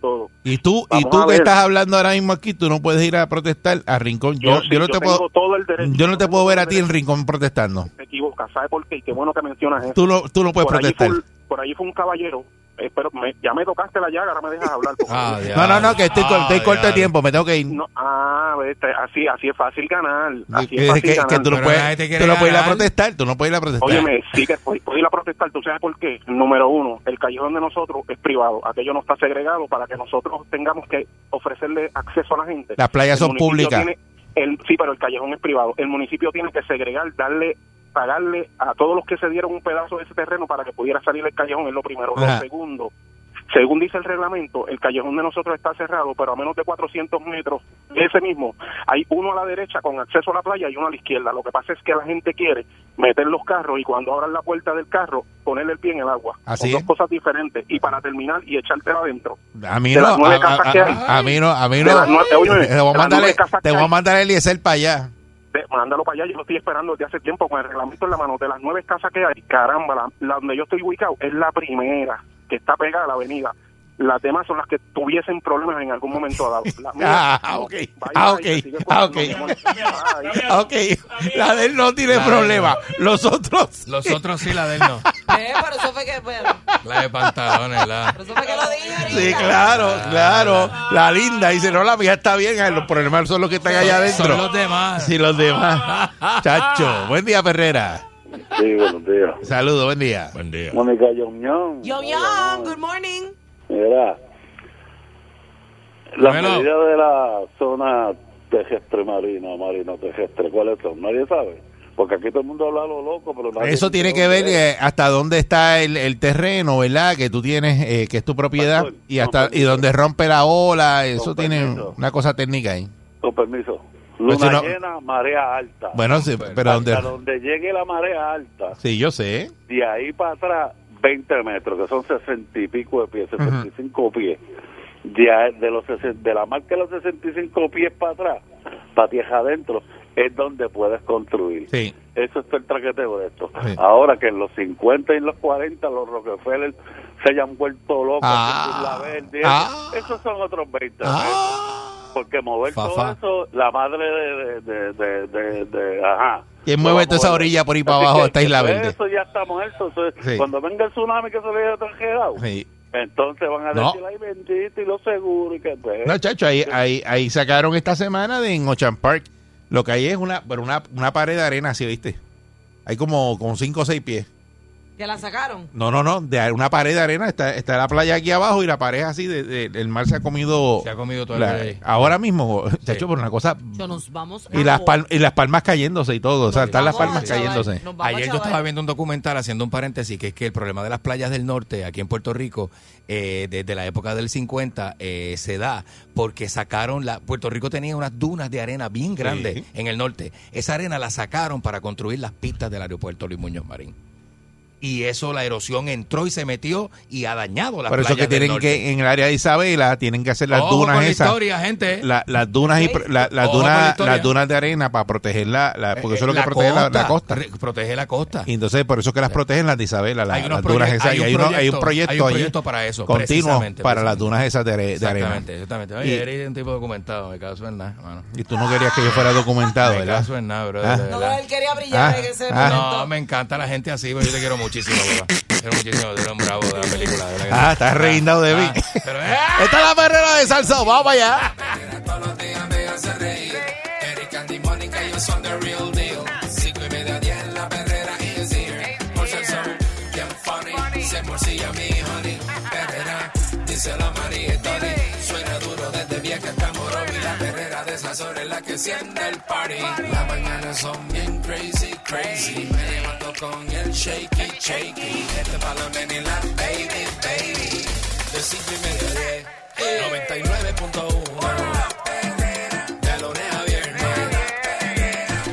Speaker 9: todo.
Speaker 3: Y tú, y
Speaker 9: Vamos
Speaker 3: tú
Speaker 9: a
Speaker 3: que
Speaker 9: ver.
Speaker 3: estás hablando ahora mismo aquí, tú no puedes ir a protestar a Rincón. Yo, yo,
Speaker 9: sí,
Speaker 3: no te
Speaker 9: tengo
Speaker 3: puedo,
Speaker 9: todo el derecho.
Speaker 3: yo no te
Speaker 9: tengo
Speaker 3: puedo
Speaker 9: todo
Speaker 3: ver
Speaker 9: el
Speaker 3: a ti en
Speaker 9: derecho.
Speaker 3: Rincón protestando.
Speaker 9: Te equivocas, ¿sabe por qué? Y qué bueno que mencionas eso.
Speaker 3: Tú no, tú no puedes
Speaker 9: por allí fue
Speaker 3: protestar.
Speaker 9: un- por allí fue un caballero. Eh, pero me- ya me tocaste la llaga, ahora me dejas hablar. por
Speaker 6: Ah,
Speaker 9: favor.
Speaker 3: No, no, no, que estoy, cor-
Speaker 6: Ah,
Speaker 3: estoy corto de
Speaker 6: diablo.
Speaker 3: tiempo, me tengo que ir.
Speaker 9: No, ah, vete, así, así es fácil ganar. Así
Speaker 3: Que-
Speaker 9: es fácil
Speaker 3: que, que
Speaker 9: ganar.
Speaker 3: tú no
Speaker 6: Pero nadie
Speaker 3: puedes,
Speaker 6: te quiere
Speaker 3: tú no puedes ir a
Speaker 6: ganar.
Speaker 3: protestar, tú no puedes ir a protestar.
Speaker 9: Óyeme, sí que puedo puedo ir a protestar, ¿tú sabes por qué? Número uno, el callejón de nosotros es privado, aquello no está segregado para que nosotros tengamos que ofrecerle acceso a la gente.
Speaker 3: Las playas
Speaker 9: El
Speaker 3: son
Speaker 9: municipio
Speaker 3: públicas.
Speaker 9: tiene- el- sí, pero el callejón es privado. El municipio tiene que segregar, darle pagarle a todos los que se dieron un pedazo de ese terreno para que pudiera salir el callejón es lo primero.
Speaker 3: Ajá.
Speaker 9: Lo segundo, según dice el reglamento, el callejón de nosotros está cerrado, pero a menos de 400 metros de ese mismo, hay uno a la derecha con acceso a la playa y uno a la izquierda. Lo que pasa es que la gente quiere meter los carros y cuando abran la puerta del carro, ponerle el pie en el agua.
Speaker 3: Así
Speaker 9: Son dos
Speaker 3: es.
Speaker 9: cosas diferentes. Y para terminar y echártela adentro.
Speaker 3: A mí
Speaker 9: De
Speaker 3: no,
Speaker 9: las nueve
Speaker 3: a, a-
Speaker 9: casas que hay.
Speaker 3: a- a mí no, a mí
Speaker 9: De
Speaker 3: no.
Speaker 9: las nueve- óyeme,
Speaker 3: Te voy
Speaker 9: de
Speaker 3: a
Speaker 9: las
Speaker 3: mandar,
Speaker 9: nueve casas
Speaker 3: te
Speaker 9: que
Speaker 3: voy a
Speaker 9: hay.
Speaker 3: mandar el Eliezer para allá.
Speaker 9: de- mándalo para allá, yo lo estoy esperando desde hace tiempo con el reglamento en la mano, de las nueve casas que hay, caramba, la, la donde yo estoy ubicado es la primera que está pegada a la avenida. Las demás son las que tuviesen problemas en algún momento dado. La mía,
Speaker 3: Ah,
Speaker 9: no.
Speaker 3: ok.
Speaker 9: Vaya,
Speaker 3: Ah,
Speaker 9: vaya,
Speaker 3: ok.
Speaker 9: sigue
Speaker 3: Ah,
Speaker 9: escuchando, mi amor. Ay.
Speaker 3: Ah, Ok, la de él no tiene
Speaker 6: La de él
Speaker 3: problema. Los otros.
Speaker 6: Los otros sí, la de él no.
Speaker 5: Eh, pero eso fue que, bueno,
Speaker 6: La de pantalones, la.
Speaker 5: pero eso fue que lo dije ahorita.
Speaker 3: Sí, claro, claro. La linda dice, no, la mía está bien. ah, Los problemas son los que están allá
Speaker 6: Son los
Speaker 3: adentro.
Speaker 6: demás.
Speaker 3: Sí, los demás. Chacho, buen día, Perrera.
Speaker 7: Sí, buenos días.
Speaker 3: Saludos, buen día.
Speaker 6: Buen día.
Speaker 7: Mónica Yom Yom.
Speaker 5: Yo, yo, good morning.
Speaker 7: Mira, las
Speaker 6: Bueno.
Speaker 7: medidas de la zona terrestre marina, marino terrestre, ¿cuáles son? Nadie sabe. Porque aquí todo el mundo habla a lo loco, pero nadie
Speaker 3: Eso
Speaker 7: sabe
Speaker 3: tiene que ver eh, hasta dónde está el, el terreno, ¿verdad? Que tú tienes, eh, que es tu propiedad,
Speaker 7: Pastor,
Speaker 3: y hasta
Speaker 7: con
Speaker 3: y donde rompe la ola, eso
Speaker 7: Con
Speaker 3: tiene
Speaker 7: permiso.
Speaker 3: una cosa técnica ahí.
Speaker 7: Con permiso.
Speaker 3: Pues
Speaker 7: Luna
Speaker 3: si no-
Speaker 7: llena, marea alta.
Speaker 3: Bueno, sí, pero
Speaker 7: Hasta
Speaker 3: donde...
Speaker 7: llegue la marea alta,
Speaker 3: Sí, yo sé.
Speaker 7: de ahí para atrás, 20 metros, que son 60 y pico de pies, 65 pies. De, ahí- de, los 60 de la marca de los 65 pies para atrás, para tierra adentro, es donde puedes construir.
Speaker 3: Sí.
Speaker 7: Eso está el traqueteo de esto.
Speaker 3: Sí.
Speaker 7: Ahora que en los 50 y en los 40 los Rockefeller se hayan vuelto locos,
Speaker 3: Ah.
Speaker 7: la verde,
Speaker 3: Ah.
Speaker 7: esos son otros 20.
Speaker 3: Ah.
Speaker 7: Porque mover
Speaker 6: Fafá.
Speaker 7: todo eso, la madre de... de, de, de, de- ajá.
Speaker 3: ¿Quién
Speaker 7: No
Speaker 3: mueve
Speaker 7: va a
Speaker 3: toda esa
Speaker 7: mover.
Speaker 3: orilla por ahí para
Speaker 7: Así
Speaker 3: abajo,
Speaker 7: que-
Speaker 3: esta isla
Speaker 7: que
Speaker 3: verde?
Speaker 7: Eso ya está muerto. eso es-
Speaker 3: Sí.
Speaker 7: Cuando venga el tsunami que se le haya exagerado,
Speaker 3: Sí.
Speaker 7: entonces van a
Speaker 3: No.
Speaker 7: decir, ay bendito, y lo seguro, y que... pues,
Speaker 3: No, chacho, ahí, ahí, ahí sacaron esta semana de en Ocean Park. Lo que hay es una, pero una, una pared de arena así, ¿viste? Hay como, como cinco o seis pies.
Speaker 5: Que la sacaron.
Speaker 3: No, no, no. De una pared de arena está, está la playa aquí abajo y la pared así. De, de- el mar se ha comido.
Speaker 6: Se ha comido todo el
Speaker 3: la-
Speaker 6: mundo ahí.
Speaker 3: Ahora mismo, chacho, por una cosa.
Speaker 5: Yo nos vamos
Speaker 3: Y las,
Speaker 5: a-
Speaker 3: pal- y las palmas cayéndose y todo. O sea,
Speaker 5: Nos
Speaker 3: están las
Speaker 5: vamos a
Speaker 3: palmas
Speaker 5: chaval,
Speaker 3: cayéndose.
Speaker 5: nos vamos a
Speaker 6: Ayer yo
Speaker 5: chaval.
Speaker 6: estaba viendo un documental haciendo un paréntesis que es que el problema de las playas del norte aquí en Puerto Rico eh, desde la época del 50 eh, se da porque sacaron la Puerto Rico tenía unas dunas de arena bien grandes
Speaker 3: Sí.
Speaker 6: en el norte esa arena la sacaron para construir las pistas del aeropuerto Luis Muñoz Marín y eso la erosión entró y se metió y ha dañado las
Speaker 3: Por eso
Speaker 6: playas
Speaker 3: que
Speaker 6: del
Speaker 3: tienen
Speaker 6: norte.
Speaker 3: que, en el área de Isabela, tienen que hacer las
Speaker 6: Ojo
Speaker 3: dunas
Speaker 6: con la
Speaker 3: esas.
Speaker 6: historia gente
Speaker 3: la- las dunas y
Speaker 5: Ok.
Speaker 3: pr- la- las
Speaker 6: Eh, Ojo con la
Speaker 3: dunas
Speaker 6: historia. Eh,
Speaker 3: las dunas de arena para proteger la, la- porque eso es lo que
Speaker 6: La
Speaker 3: protege la- la costa
Speaker 6: re- protege la costa
Speaker 3: Y entonces, por eso que las protegen las de Isabela, las,
Speaker 6: Hay unos
Speaker 3: las dunas
Speaker 6: proye-
Speaker 3: esas.
Speaker 6: hay
Speaker 3: y
Speaker 6: un
Speaker 3: hay, uno- hay un
Speaker 6: proyecto-
Speaker 3: proyecto,
Speaker 6: hay un
Speaker 3: ahí
Speaker 6: proyecto para eso,
Speaker 3: Continuo
Speaker 6: precisamente,
Speaker 3: para las
Speaker 6: precisamente.
Speaker 3: dunas esas de, are- de arena.
Speaker 6: Exactamente, exactamente. Oye,
Speaker 3: Y-
Speaker 6: eres un tipo documentado, de caso en nada, mano.
Speaker 3: Y tú no querías que yo fuera documentado,
Speaker 6: De
Speaker 3: ¿verdad?
Speaker 6: Ah, caso en nada, bro.
Speaker 3: Ah.
Speaker 6: de
Speaker 5: No,
Speaker 6: verdad.
Speaker 5: él quería brillar
Speaker 3: Ah,
Speaker 5: en ese
Speaker 3: ah.
Speaker 5: momento.
Speaker 6: No, me encanta la gente así, pero yo te quiero muchísimo, papá. Te quiero muchísimo, te eres un bravo de la película. de verdad que
Speaker 3: Ah,
Speaker 6: sí.
Speaker 3: estás reindado de mí.
Speaker 6: ah, pero, ¡ah!
Speaker 3: Esta es la perrera de Salsón, vamos allá.
Speaker 2: Todos los días me hace reír. Eric, Andy, Mónica, ellos son the real deal. Cinco y media, diez, la perrera is here. Por ser son bien funny, se morcilla mi honey. Perrera, dice la María y Tony. Suena duro desde vieja hasta morón. Y la perrera de esas horas es la que enciende el party. Las mañanas son bien crazy, crazy. Me levanto con el shaky, shaky. Este palo nene, la baby, baby. De cinco y media, diez. 99.1 de lunes a viernes.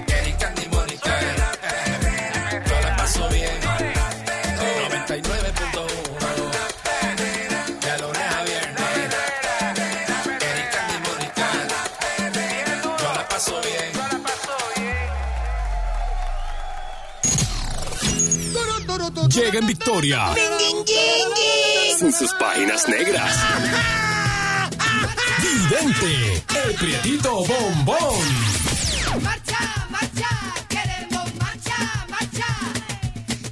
Speaker 2: Eric, Andy, Mónica. Yo la paso bien. 99.1 de lunes a viernes. Eric, Andy, Mónica. Yo la paso bien.
Speaker 1: Llega en victoria. Sin sus páginas negras. Vidente, el prietito bombón.
Speaker 10: Marcha, marcha, queremos marcha, marcha.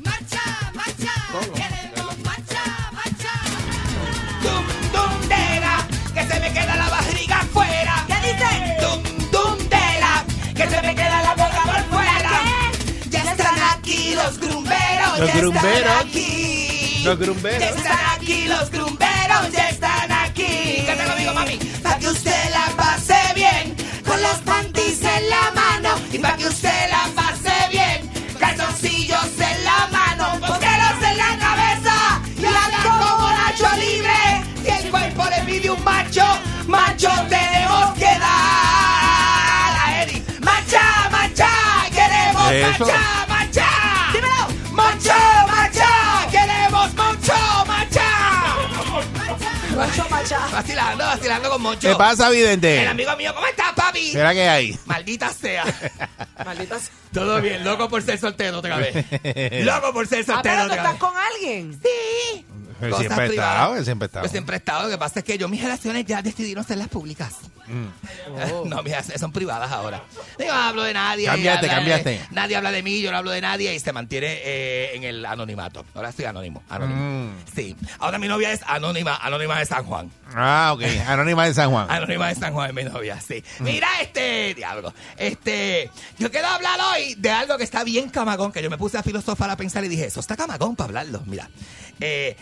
Speaker 10: Marcha, marcha, queremos marcha, marcha.
Speaker 2: Dum, dum, dela, que se me queda la barriga afuera.
Speaker 10: ¿Qué dice?
Speaker 2: Dum, dum, dela, que se me queda la boca por fuera. Ya están aquí los grumberos,
Speaker 3: Los
Speaker 2: ya
Speaker 3: grumberos.
Speaker 2: están aquí.
Speaker 3: Los grumberos.
Speaker 2: Ya están aquí los grumberos, ya están aquí. Cántalo conmigo, mami. Pa' que usted la pase bien, con los panties en la mano. Y pa' que usted la pase bien, calzoncillos
Speaker 6: Vacilando, vacilando con Moncho.
Speaker 3: ¿Qué pasa, vidente?
Speaker 6: El amigo mío, ¿cómo estás, papi?
Speaker 3: ¿Será que hay?
Speaker 6: Maldita sea.
Speaker 5: Maldita sea.
Speaker 6: Todo bien, loco por ser soltero otra vez. Loco por ser
Speaker 5: Ah,
Speaker 6: soltero
Speaker 5: pero tú
Speaker 6: otra
Speaker 5: estás
Speaker 6: vez.
Speaker 5: con alguien.
Speaker 6: Sí.
Speaker 3: Él
Speaker 6: Cosas
Speaker 3: siempre ha
Speaker 6: privadas.
Speaker 3: estado, él siempre ha estado.
Speaker 6: Yo Pues siempre he estado. Lo que pasa es que yo mis relaciones ya decidí no hacerlas públicas. No, mira, son privadas ahora. Digo, no hablo de nadie.
Speaker 3: Cámbiate,
Speaker 6: Habla-
Speaker 3: cámbiate.
Speaker 6: Nadie habla de mí, yo no hablo de nadie y se mantiene eh, en el anonimato. Ahora estoy anónimo.
Speaker 3: Mm.
Speaker 6: anónimo. Sí. Ahora mi novia es anónima, anónima de San Juan.
Speaker 3: Ah, ok. Anónima de San Juan.
Speaker 6: Anónima de San Juan es mi novia, sí.
Speaker 3: Mm.
Speaker 6: Mira este, diablo. Este, yo quiero hablar hoy de algo que está bien camagón, que yo me puse a filosofar a pensar y dije, eso está camagón para hablarlo. Mira, eh,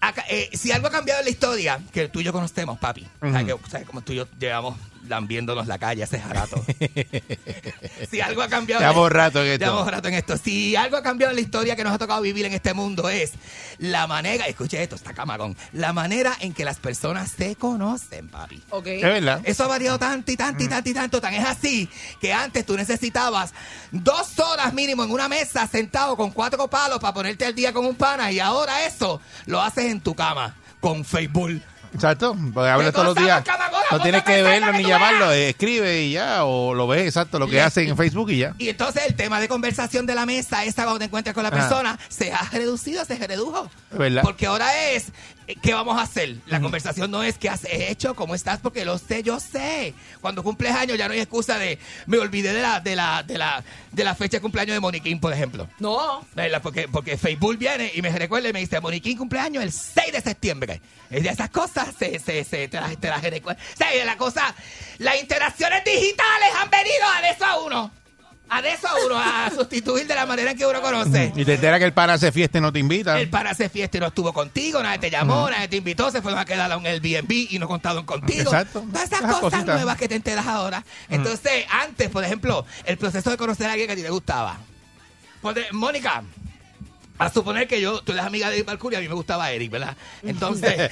Speaker 6: acá- eh, si algo ha cambiado en la historia, que tú y yo conocemos, papi. O sea, que, o sea, como tú y yo llevamos lambiéndonos la calle hace rato. si algo ha cambiado...
Speaker 3: Llevamos rato en esto.
Speaker 6: Llevamos rato en esto. Si algo ha cambiado en la historia que nos ha tocado vivir en este mundo es la manera, escuche esto, está camagón, la manera en que las personas se conocen, papi.
Speaker 5: Ok.
Speaker 3: Es verdad.
Speaker 6: Eso ha variado tanto y tanto y tanto y tanto. Tan es así que antes tú necesitabas dos horas mínimo en una mesa sentado con cuatro palos para ponerte al día con un pana y ahora eso lo haces en tu cama con Facebook.
Speaker 3: Exacto, porque hablas todos los
Speaker 6: cosa
Speaker 3: días.
Speaker 6: más camagona,
Speaker 3: No
Speaker 6: ponte
Speaker 3: tienes
Speaker 6: a
Speaker 3: que
Speaker 6: pensar
Speaker 3: verlo
Speaker 6: lo que
Speaker 3: ni
Speaker 6: tú
Speaker 3: llamarlo,
Speaker 6: veas.
Speaker 3: eh, escribe y ya, o lo ves exacto lo que hacen en Facebook y ya.
Speaker 6: Y entonces el tema de conversación de la mesa, esa cuando te encuentras con la
Speaker 3: Ajá.
Speaker 6: persona, se ha reducido, se redujo.
Speaker 3: Es verdad.
Speaker 6: Porque ahora es, eh, ¿qué vamos a hacer? La conversación no es qué has hecho, cómo estás, porque lo sé, yo sé. Cuando cumples años ya no hay excusa de, me olvidé de la, de la, de la, de la fecha de cumpleaños de Moniquín, por ejemplo.
Speaker 5: No.
Speaker 6: ¿Verdad? Porque, porque Facebook viene y me recuerda y me dice, Moniquín cumpleaños el 6 de septiembre. Es de esas cosas se, se, se, te las, te las recuerda. O sea, y de la cosa, las interacciones digitales han venido a de eso a uno. A de eso a uno, a sustituir de la manera en que uno conoce.
Speaker 3: Y te enteras que el pana hace fiesta y no te invita.
Speaker 6: El para hacer fiesta y no estuvo contigo, nadie te llamó, nadie te invitó, se fueron a quedar a un Airbnb y no contaron contigo.
Speaker 3: Exacto.
Speaker 6: Todas esas
Speaker 3: Esas
Speaker 6: cosas
Speaker 3: cositas.
Speaker 6: nuevas que te enteras ahora. Entonces, antes, por ejemplo, el proceso de conocer a alguien que a ti te gustaba. Porque, Mónica, a suponer que yo, tú eres amiga de Eric Mercurio, a mí me gustaba Eric, ¿verdad? Entonces,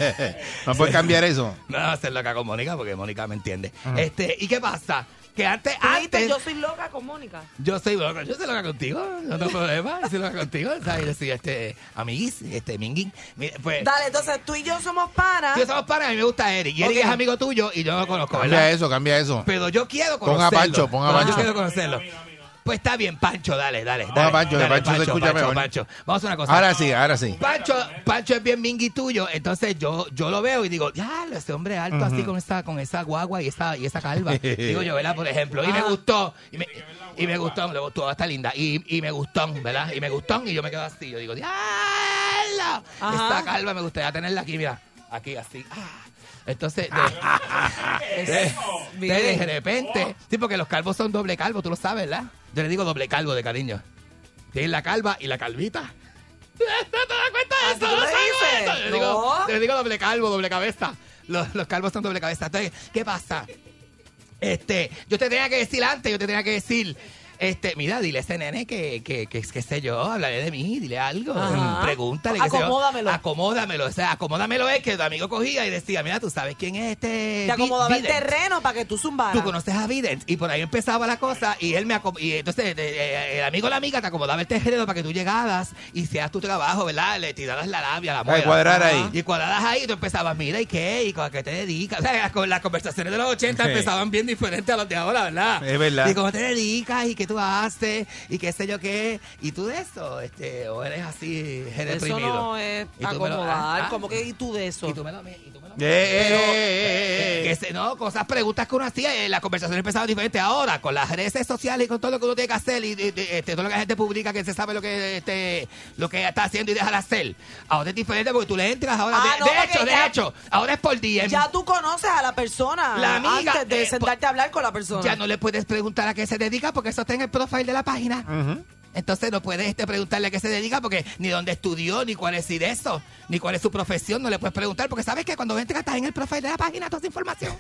Speaker 3: No puedes cambiar eso.
Speaker 6: no voy a hacer loca con Mónica porque Mónica me entiende. Este, ¿y qué pasa? Que antes,
Speaker 5: Tú dijiste,
Speaker 6: antes.
Speaker 5: yo soy loca con Mónica.
Speaker 6: Yo soy loca, yo soy loca contigo, no tengo problema, yo soy loca contigo, ¿sabes? Yo soy este, amiguis, este, minguín. Mira, pues,
Speaker 5: Dale, entonces tú y yo somos panas.
Speaker 6: yo somos panas, a mí me gusta Eric, y Eric
Speaker 5: Ok.
Speaker 6: es amigo tuyo y yo no lo conozco,
Speaker 3: Cambia
Speaker 6: ¿verdad?
Speaker 3: eso, cambia eso.
Speaker 6: Pero yo quiero
Speaker 3: Pon
Speaker 6: conocerlo.
Speaker 3: a Pancho, pon a
Speaker 6: Pero
Speaker 3: Pancho.
Speaker 6: Yo quiero conocerlo. Pues está bien, Pancho, dale, dale.
Speaker 3: Pon a
Speaker 6: dale,
Speaker 3: Pancho, que
Speaker 6: dale,
Speaker 3: Pancho se escucha
Speaker 6: Pancho,
Speaker 3: mejor.
Speaker 6: Pancho. Vamos a hacer una cosa.
Speaker 3: Ahora sí, ahora sí.
Speaker 6: Pancho, Pancho es bien mingui tuyo, entonces yo, yo lo veo y digo, ya, ese este hombre alto así con esa, con esa guagua y esa, y esa calva. digo yo, ¿verdad? Por ejemplo. Y
Speaker 5: Ah.
Speaker 6: me gustó. Y me, y me gustó, me gustó, está linda. Y, y me gustó, ¿verdad? Y me gustó. Y yo me quedo así. Yo digo, ya,
Speaker 5: Ajá.
Speaker 6: esta calva me gustaría tenerla aquí, mira. Aquí, así. Ah. Entonces, de, de- de, de repente, sí, porque los calvos son doble calvo, tú lo sabes, ¿verdad? Yo le digo doble calvo de cariño. Tienes la calva y la calvita. ¿No te das cuenta de
Speaker 5: Ah,
Speaker 6: eso?
Speaker 5: ¿tú
Speaker 6: ¿No
Speaker 5: lo
Speaker 6: sabes
Speaker 5: dices?
Speaker 6: eso? Yo digo,
Speaker 5: No.
Speaker 6: yo digo doble calvo, doble cabeza. Los, los calvos son doble cabeza. Entonces, ¿qué pasa? Este, yo te tenía que decir antes, yo te tenía que decir. Este, mira, dile a ese nene que, que, que, que sé yo, hablaré de mí, dile algo,
Speaker 5: Ajá.
Speaker 6: pregúntale. qué sé yo.
Speaker 5: Acomódamelo.
Speaker 6: Acomódamelo, o sea, acomódamelo es que tu amigo cogía y decía, mira, tú sabes quién es este.
Speaker 5: Te acomodaba el
Speaker 6: Biden?
Speaker 5: terreno para que tú zumbaras.
Speaker 6: Tú conoces a Vident y por ahí empezaba la cosa y él me acom- y entonces eh, eh, el amigo o la amiga te acomodaba el terreno para que tú llegaras y hicieras tu trabajo, ¿verdad? Le tiraras la labia, la muela.
Speaker 3: cuadrar ahí.
Speaker 6: Y cuadradas ahí y tú empezabas, mira, ¿y qué? ¿Y con a qué te dedicas? O sea, las, con- las conversaciones de los 80
Speaker 3: Sí.
Speaker 6: empezaban bien diferentes a las de ahora, ¿verdad?
Speaker 3: Es verdad.
Speaker 6: Y cómo te dedicas y qué tú haces y qué sé yo qué. Y tú de eso, este, o eres así, eres
Speaker 5: Eso
Speaker 6: deprimido.
Speaker 5: no es
Speaker 6: Y tú me lo-
Speaker 5: acomodar.
Speaker 6: ah, ah.
Speaker 5: como que y tú de eso?
Speaker 6: Y tú me lo y tú me lo-
Speaker 3: Eh, eh, eh, eh, eh.
Speaker 6: que se- no, cosas, preguntas que uno hacía, eh, la conversación empezaba diferente ahora, con las redes sociales y con todo lo que uno tiene que hacer y, de- de- este, todo lo que la gente publica, que se sabe lo que este, lo que está haciendo y deja de hacer. Ahora es diferente porque tú le entras ahora.
Speaker 5: Ah,
Speaker 6: de,
Speaker 5: no,
Speaker 6: de
Speaker 5: porque
Speaker 6: hecho,
Speaker 5: ya-
Speaker 6: de hecho, ahora es por DM.
Speaker 5: Ya tú conoces a la persona
Speaker 6: La amiga,
Speaker 5: antes de
Speaker 6: eh,
Speaker 5: sentarte a hablar con la persona.
Speaker 6: Ya no le puedes preguntar a qué se dedica porque eso está en el profile de la página.
Speaker 3: Mm.
Speaker 6: Entonces no puedes este, preguntarle a qué se dedica porque ni dónde estudió, ni cuál es y de eso, ni cuál es su profesión, no le puedes preguntar porque sabes que cuando entras estás en el profile de la página toda esa información.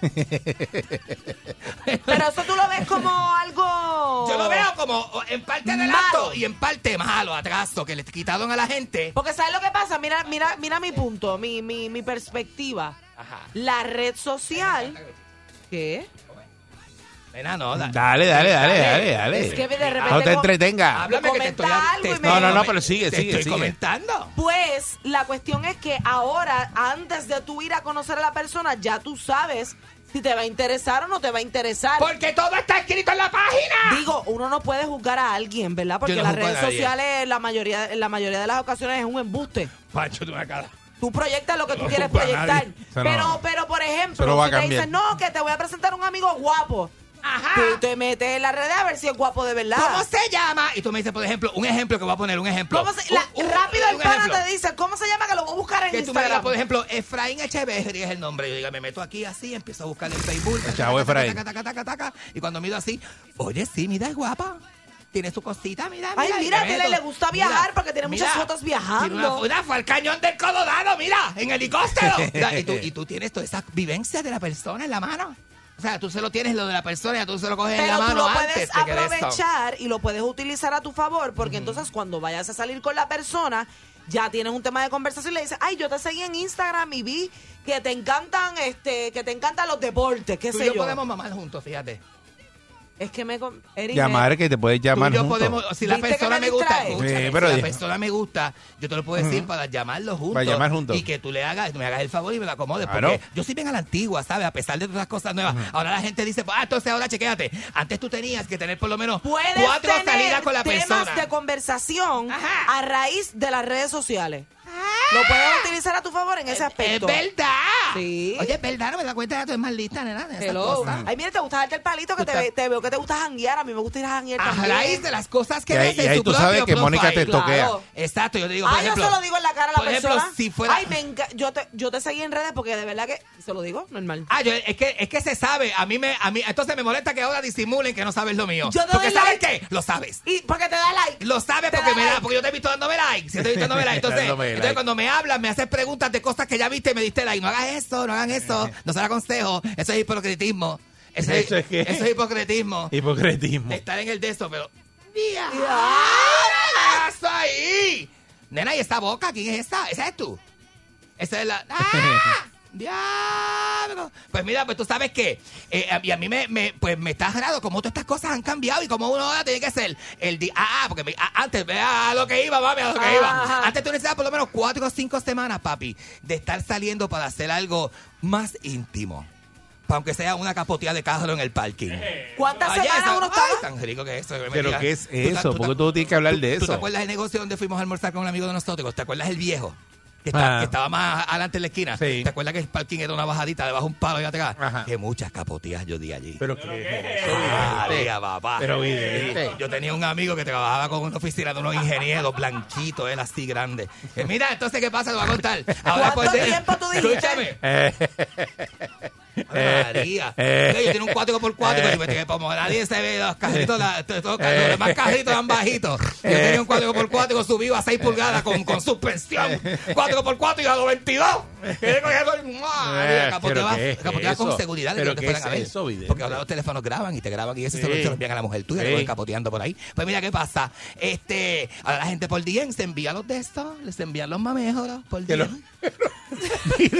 Speaker 5: Pero eso tú lo ves como algo...
Speaker 6: Yo lo veo como en parte
Speaker 5: Malo.
Speaker 6: relato y en parte malo, atraso, que le quitaron a la gente.
Speaker 5: Porque ¿sabes lo que pasa? Mira, mira, mira mi punto, mi, mi, mi perspectiva.
Speaker 6: Ajá.
Speaker 5: La red social... ¿Qué?
Speaker 6: Nena, no, da-
Speaker 3: Dale, dale, dale, dale, dale.
Speaker 5: Es que de repente
Speaker 3: no te
Speaker 5: como-
Speaker 3: entretengas.
Speaker 6: Háblame que te estoy
Speaker 5: Comenta algo y me-
Speaker 3: No, no, no, pero sigue,
Speaker 6: te
Speaker 3: sigue,
Speaker 6: estoy
Speaker 3: sigue.
Speaker 6: comentando.
Speaker 5: Pues la cuestión es que ahora, antes de tú ir a conocer a la persona, ya tú sabes si te va a interesar o no te va a interesar.
Speaker 6: Porque todo está escrito en la página.
Speaker 5: Digo, uno no puede juzgar a alguien, ¿verdad? Porque
Speaker 6: Yo no
Speaker 5: las
Speaker 6: juzgo a
Speaker 5: redes
Speaker 6: nadie.
Speaker 5: sociales, la mayoría, en la mayoría de las ocasiones es un embuste.
Speaker 6: Pancho, tú me acabas.
Speaker 5: Tú proyectas lo que tú
Speaker 6: No
Speaker 5: quieres
Speaker 6: juzgo a
Speaker 5: proyectar.
Speaker 6: nadie.
Speaker 3: Eso no-
Speaker 5: Pero, pero, por ejemplo,
Speaker 3: eso no va
Speaker 5: si
Speaker 3: a
Speaker 5: te dicen,
Speaker 3: cambiar.
Speaker 5: no, que te voy a presentar un amigo guapo. Ajá. Tú te metes en la red a ver si es guapo de verdad.
Speaker 6: ¿Cómo se llama? Y tú me dices, por ejemplo, un ejemplo que voy a poner, un ejemplo.
Speaker 5: ¿Cómo se- la-
Speaker 6: Un- un-
Speaker 5: rápido el
Speaker 6: un
Speaker 5: pana
Speaker 6: ejemplo.
Speaker 5: te dice, ¿cómo se llama? Que lo voy a buscar en
Speaker 6: Que tú me digas,
Speaker 5: Instagram.
Speaker 6: por ejemplo, Efraín Echeverri es el nombre. Yo diga, me meto aquí así, empiezo a buscar en Facebook. taca,
Speaker 3: Chavo
Speaker 6: taca,
Speaker 3: Efraín.
Speaker 6: taca, taca, taca, taca, y cuando miro así, oye, sí, mira, es guapa. Tiene su cosita, mira, mira.
Speaker 5: Ay,
Speaker 6: y
Speaker 5: mira,
Speaker 6: me
Speaker 5: que
Speaker 6: meto.
Speaker 5: le- le gusta viajar porque tiene muchas fotos viajando.
Speaker 6: Tiene una, una fue al cañón del Colorado, mira, en helicóptero. Mira, y, tú, y tú tienes todas esas vivencias de la persona en la mano. O sea, tú se lo tienes lo de la persona, ya tú se lo coges en la
Speaker 5: Pero
Speaker 6: mano
Speaker 5: tú lo
Speaker 6: antes
Speaker 5: puedes
Speaker 6: de que de esto.
Speaker 5: aprovechar y lo puedes utilizar a tu favor, porque entonces cuando vayas a salir con la persona, ya tienes un tema de conversación y le dices, ay, yo te seguí en Instagram y vi que te encantan, este, que te encantan los deportes, qué
Speaker 6: Tú
Speaker 5: sé
Speaker 6: y
Speaker 5: yo.
Speaker 6: yo podemos mamar juntos, fíjate.
Speaker 5: Es que me con- Eric,
Speaker 3: Llamar, que te puedes llamar.
Speaker 6: tú y yo
Speaker 3: juntos.
Speaker 6: podemos, si la
Speaker 5: ¿Viste que
Speaker 6: persona
Speaker 5: me
Speaker 6: me gusta,
Speaker 5: distrae?
Speaker 6: escúchame,
Speaker 3: Sí, pero
Speaker 6: si
Speaker 3: di-
Speaker 6: la persona me gusta, yo te lo puedo decir para llamarlo juntos.
Speaker 3: Para llamar juntos.
Speaker 6: Y que tú le hagas, me hagas el favor y me lo acomodes.
Speaker 3: Claro.
Speaker 6: Porque yo soy bien a la antigua, ¿sabes? A pesar de todas las cosas nuevas. Ahora la gente dice, ah, entonces ahora chequéate. Antes tú tenías que tener por lo menos
Speaker 5: Puedes
Speaker 6: cuatro
Speaker 5: tener
Speaker 6: salidas con la
Speaker 5: temas
Speaker 6: persona.
Speaker 5: de conversación
Speaker 6: Ajá. Ah.
Speaker 5: a raíz de las redes sociales. Lo puedes utilizar a tu favor en ese
Speaker 6: Es
Speaker 5: aspecto.
Speaker 6: verdad.
Speaker 5: Sí.
Speaker 6: Oye, es verdad, no me da cuenta, ya tú eres más lista, nena. de esas
Speaker 5: Hello.
Speaker 6: cosas.
Speaker 5: Ay, mira, te gusta darte el palito que
Speaker 6: Tú
Speaker 5: te,
Speaker 6: estás-
Speaker 5: te veo que te gusta janguear. A mí me gusta ir a janguear
Speaker 6: A
Speaker 5: también.
Speaker 6: raíz de las cosas que
Speaker 3: Y ahí-
Speaker 6: ves en
Speaker 3: y ahí
Speaker 6: tu
Speaker 3: tú sabes
Speaker 6: propio
Speaker 3: que Mónica
Speaker 6: profile.
Speaker 3: te toquea.
Speaker 5: Claro.
Speaker 6: Exacto, yo te digo, por
Speaker 5: Ah,
Speaker 6: ejemplo.
Speaker 5: yo se lo digo en la cara a la
Speaker 6: por
Speaker 5: persona.
Speaker 6: ejemplo, si fuera-
Speaker 5: Ay, me enca- yo, te, yo te seguí en redes porque de verdad que se lo digo normal.
Speaker 6: Ah, yo, es que es que se sabe, a mí me a mí entonces me molesta que ahora disimulen que no sabes lo mío.
Speaker 5: Yo te
Speaker 6: porque
Speaker 5: doy
Speaker 6: ¿sabes
Speaker 5: like.
Speaker 6: qué? Lo sabes.
Speaker 5: Y porque te da like.
Speaker 6: Lo sabes
Speaker 5: Te
Speaker 6: porque
Speaker 5: da
Speaker 6: me da,
Speaker 5: like.
Speaker 6: porque yo te he visto dándome like. Si yo te he visto dándome like, entonces,
Speaker 3: Dándome
Speaker 6: entonces
Speaker 3: like.
Speaker 6: cuando me hablas, me haces preguntas de cosas que ya viste y me diste like. No hagas eso, no hagan eso, no se haga consejo. Eso es hipocretismo. Eso,
Speaker 3: ¿Eso es qué?
Speaker 6: eso es hipocretismo.
Speaker 3: Hipocretismo.
Speaker 6: De estar en el de eso, pero. ¡Día! ¡Ah, ¿qué pasó ahí! Nena, ¿y esta boca? ¿Quién es esa? ¿Esa es tú? Esa es la. ¡Ah! ¡Diablo! Pues mira, pues tú sabes qué. Eh, a- y a mí me, me- pues me está raro cómo todas estas cosas han cambiado y cómo uno ahora tiene que ser el di- ah, ah, porque me- ah, antes, vea a lo que iba, mami, a lo que
Speaker 5: Ajá.
Speaker 6: iba. Antes tú necesitabas por lo menos cuatro o cinco semanas, papi, de estar saliendo para hacer algo más íntimo. Pa' Aunque sea una capotilla de carro en el parking.
Speaker 5: ¿Cuántas
Speaker 6: Oye,
Speaker 5: semanas
Speaker 6: eso-
Speaker 5: uno
Speaker 6: ay,
Speaker 5: estaba?
Speaker 6: tan rico que es eso. que me
Speaker 3: Pero
Speaker 6: digas.
Speaker 3: ¿qué es
Speaker 6: ¿Tú te-
Speaker 3: eso?
Speaker 6: tú
Speaker 3: Porque
Speaker 6: te-
Speaker 3: tú tienes que hablar
Speaker 6: tú-
Speaker 3: de
Speaker 6: ¿Tú te
Speaker 3: eso.
Speaker 6: acuerdas del negocio donde fuimos a almorzar con un amigo de nosotros? ¿Te acuerdas el viejo? Que,
Speaker 3: Ah.
Speaker 6: está- que estaba más adelante en la esquina.
Speaker 3: Sí.
Speaker 6: ¿Te acuerdas que el parking era una bajadita debajo de un palo y atrás?
Speaker 3: Ajá.
Speaker 6: Que muchas capotillas yo di allí.
Speaker 3: Pero qué es
Speaker 6: María, papá.
Speaker 3: Pero vidente.
Speaker 6: Yo tenía un amigo que trabajaba con una oficina de unos ingenieros, blanquito, él así grande. Eh, mira, entonces, ¿qué pasa? Te voy a contar.
Speaker 5: ¿Cuánto
Speaker 6: pues, de-
Speaker 5: tiempo tú dijiste?
Speaker 6: Escúchame. Ave María.
Speaker 3: Eh.
Speaker 6: Yo tengo un 4x4 que yo me tengo que poner. Nadie se ve los carritos, la-
Speaker 3: Eh.
Speaker 6: to- to- los demás carritos tan bajitos. Yo tenía un 4x4 subido a 6 pulgadas con, con suspensión.
Speaker 3: Eh.
Speaker 6: 4x4 y a 92. Y yo cogía todo y
Speaker 3: Eh,
Speaker 6: ¡mua! Ah, Mira, capoteaba-
Speaker 3: pero ¿qué es
Speaker 6: capoteaba con
Speaker 3: eso?
Speaker 6: seguridad de que
Speaker 3: ¿Pero
Speaker 6: no te
Speaker 3: qué
Speaker 6: fueran
Speaker 3: es
Speaker 6: a ver.
Speaker 3: eso, vidente?
Speaker 6: Porque ahora los teléfonos graban y te graban y eso se lo
Speaker 3: Sí.
Speaker 6: se lo envían a la mujer tuya,
Speaker 3: Sí.
Speaker 6: te van capoteando por ahí. Pues mira qué pasa. Este, ahora la gente por DM se envía los de estos, les envían los mamejoros por
Speaker 3: Que lo-
Speaker 6: DM.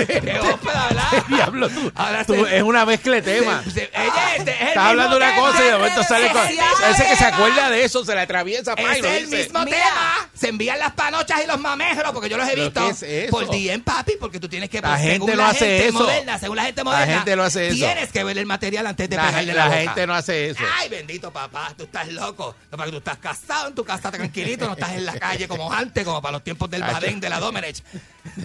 Speaker 6: Qué ópera, ¿verdad?
Speaker 3: Diablo, tú.
Speaker 6: Ahora
Speaker 3: tú-
Speaker 6: se-
Speaker 3: es una mezcla de temas.
Speaker 6: se- se- ella, este, es el
Speaker 3: Estás Este hablando
Speaker 6: mismo
Speaker 3: una
Speaker 6: tema.
Speaker 3: cosa y de momento sale con.
Speaker 5: sociales.
Speaker 3: Ese que se acuerda de eso se le atraviesa. pa, y
Speaker 6: Es
Speaker 3: lo
Speaker 6: el
Speaker 3: dice.
Speaker 6: mismo
Speaker 5: Mira.
Speaker 6: tema. Se envían las panochas y los mamejeros, porque yo los he
Speaker 3: ¿Pero
Speaker 6: visto
Speaker 3: qué es eso?
Speaker 6: por DM, papi, porque tú tienes que pues,
Speaker 3: La
Speaker 6: según
Speaker 3: gente no
Speaker 6: la
Speaker 3: hace
Speaker 6: gente
Speaker 3: eso.
Speaker 6: Moderna, según la gente moderna,
Speaker 3: gente no hace eso.
Speaker 6: Tienes que ver el material antes de
Speaker 3: La,
Speaker 6: pegarle
Speaker 3: gente-
Speaker 6: la,
Speaker 3: la
Speaker 6: boca.
Speaker 3: gente no hace eso.
Speaker 6: Ay, bendito papá, tú estás loco. No, porque tú estás casado en tu casa tranquilito, no estás en la calle como antes, como para los tiempos del Badén de la Domenech.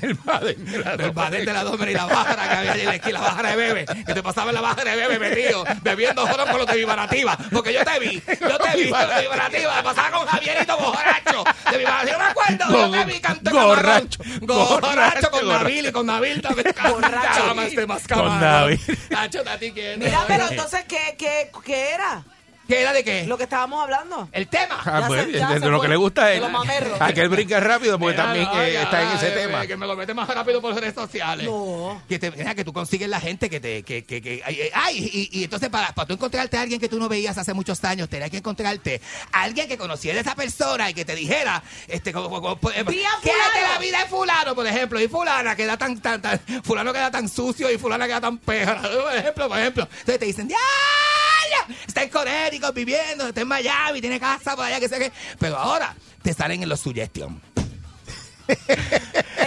Speaker 3: El padre, mira,
Speaker 6: El Badén de la Domenech y la barra que había allí en la esquina, la barra de bebé, que te pasaba en la barra de bebé metido, bebiendo jorón con los de Vibarativa. Porque yo te vi, yo te vi con los de Vibarativa, me pasaba con Javierito borracho. De Vibarativa, no me acuerdo, yo te vi cantando.
Speaker 3: Gorracho,
Speaker 6: Gorracho,
Speaker 3: gorracho,
Speaker 6: con
Speaker 3: gorracho.
Speaker 6: Nabil y con Nabil también.
Speaker 5: Borracho.
Speaker 6: Camas, te más
Speaker 3: Con
Speaker 6: camarón.
Speaker 3: Nabil.
Speaker 6: Tacho, tati, ¿quién es?
Speaker 5: Mira, pero entonces, ¿qué, qué, qué era
Speaker 6: ¿Qué era de qué?
Speaker 5: lo que estábamos hablando?
Speaker 6: El tema.
Speaker 3: Ah,
Speaker 5: Ya
Speaker 3: pues,
Speaker 5: se-
Speaker 3: de,
Speaker 5: ya
Speaker 3: de
Speaker 5: se
Speaker 3: lo
Speaker 5: fue.
Speaker 3: que le gusta Ah,
Speaker 5: De
Speaker 3: es
Speaker 5: los mamerros.
Speaker 3: aquel brinca rápido porque
Speaker 6: Mira,
Speaker 3: también
Speaker 6: no,
Speaker 3: eh,
Speaker 6: ya,
Speaker 3: está en ese
Speaker 6: ay,
Speaker 3: tema.
Speaker 6: Que me lo mete más rápido por redes sociales.
Speaker 5: No.
Speaker 6: Que, te, mira, que tú consigues la gente que te... Que, que, que- ay, eh, ay, y, y entonces para, para tú encontrarte a alguien que tú no veías hace muchos años, tenías que encontrarte a alguien que conociera a esa persona y que te dijera... Este, como, como- como-
Speaker 5: Vi a
Speaker 6: quédate
Speaker 5: fulano.
Speaker 6: la vida de fulano, por ejemplo. Y fulana queda tan, tan, tan... Fulano queda tan sucio y fulana queda tan perra. Por ejemplo, por ejemplo. Entonces te dicen... ¡Ay! está en Connecticut viviendo, está en Miami, tiene casa por allá, que sé qué. Pero ahora te salen en los suggestions.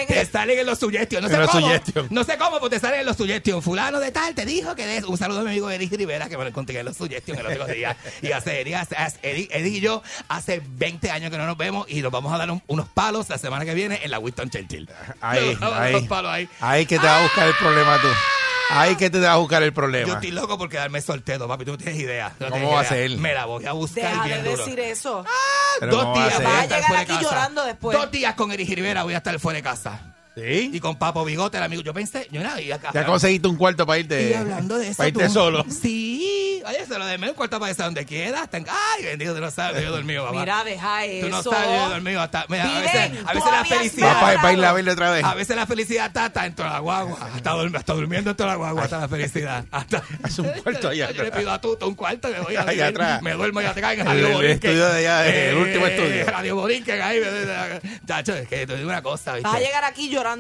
Speaker 6: te salen en los suggestions. No
Speaker 3: En
Speaker 6: sé
Speaker 3: los
Speaker 6: cómo.
Speaker 3: suggestions.
Speaker 6: No sé cómo, pero te salen en los suggestions. Fulano de tal te dijo que de- Un saludo a mi amigo Eric Rivera, que me lo encontré en los suggestions el otro día. Y hace, Eric, hace- hace- Eric- Eric y yo hace 20 años que no nos vemos y nos vamos a dar un- unos palos la semana que viene en la Winston Churchill.
Speaker 3: Ahí,
Speaker 6: Nos vamos a dar
Speaker 3: ahí.
Speaker 6: unos palos ahí. Ah.
Speaker 3: Ahí que te va a buscar el problema tú. Ahí que te va a buscar el
Speaker 6: Yo
Speaker 3: problema.
Speaker 6: estoy loco por quedarme soltero, papi. Tú no tienes idea. No
Speaker 3: ¿Cómo
Speaker 6: tienes
Speaker 3: va a
Speaker 6: idea.
Speaker 3: ser?
Speaker 6: Me la voy a buscar
Speaker 5: Deja de
Speaker 6: bien duro.
Speaker 5: decir eso.
Speaker 3: Pero
Speaker 6: Ah, Dos
Speaker 3: ¿cómo va a
Speaker 6: días
Speaker 3: ser?
Speaker 6: voy a
Speaker 5: Va a
Speaker 6: estar
Speaker 5: llegar
Speaker 6: fuera de
Speaker 5: aquí
Speaker 6: casa.
Speaker 5: llorando después.
Speaker 6: Dos días con Eric Rivera voy a estar fuera de casa.
Speaker 3: Pues- Sí.
Speaker 6: Y con Papo Bigote, el amigo. Yo pensé, yo nada, y acá.
Speaker 3: Ya conseguiste un cuarto para irte.
Speaker 6: Y hablando de eso.
Speaker 3: Para irte
Speaker 6: tú-
Speaker 3: solo.
Speaker 6: Sí. Oye, se lo de menos, cuarto para irse a donde quiera. hasta en- Ay, bendito, tú no sabes, yo he dormido, papá.
Speaker 5: Mira, deja eso.
Speaker 6: tú no sabes, yo he dormido. Hasta, mira, a veces,
Speaker 5: Miren,
Speaker 6: a
Speaker 5: tú
Speaker 6: veces la
Speaker 5: habías
Speaker 6: felicidad.
Speaker 3: Va para, para irla a verle otra vez.
Speaker 6: A veces la felicidad está, está dentro de la guagua. Está, durmi- está durmiendo dentro de la guagua, está la felicidad. Hasta,
Speaker 3: Haz un cuarto allá
Speaker 6: Yo le
Speaker 3: atrás.
Speaker 6: pido a Tuto un cuarto, me voy a
Speaker 3: Allá
Speaker 6: dormir,
Speaker 3: atrás.
Speaker 6: Me duermo allá atrás en
Speaker 3: El-
Speaker 6: Radio
Speaker 3: el
Speaker 6: Borinquen.
Speaker 3: estudio de allá,
Speaker 6: Eh,
Speaker 3: el último estudio.
Speaker 6: Radio Borinquen, ahí. me- Chacho, es que te digo una cosa, ¿viste?
Speaker 5: Vas a llegar aquí llorando.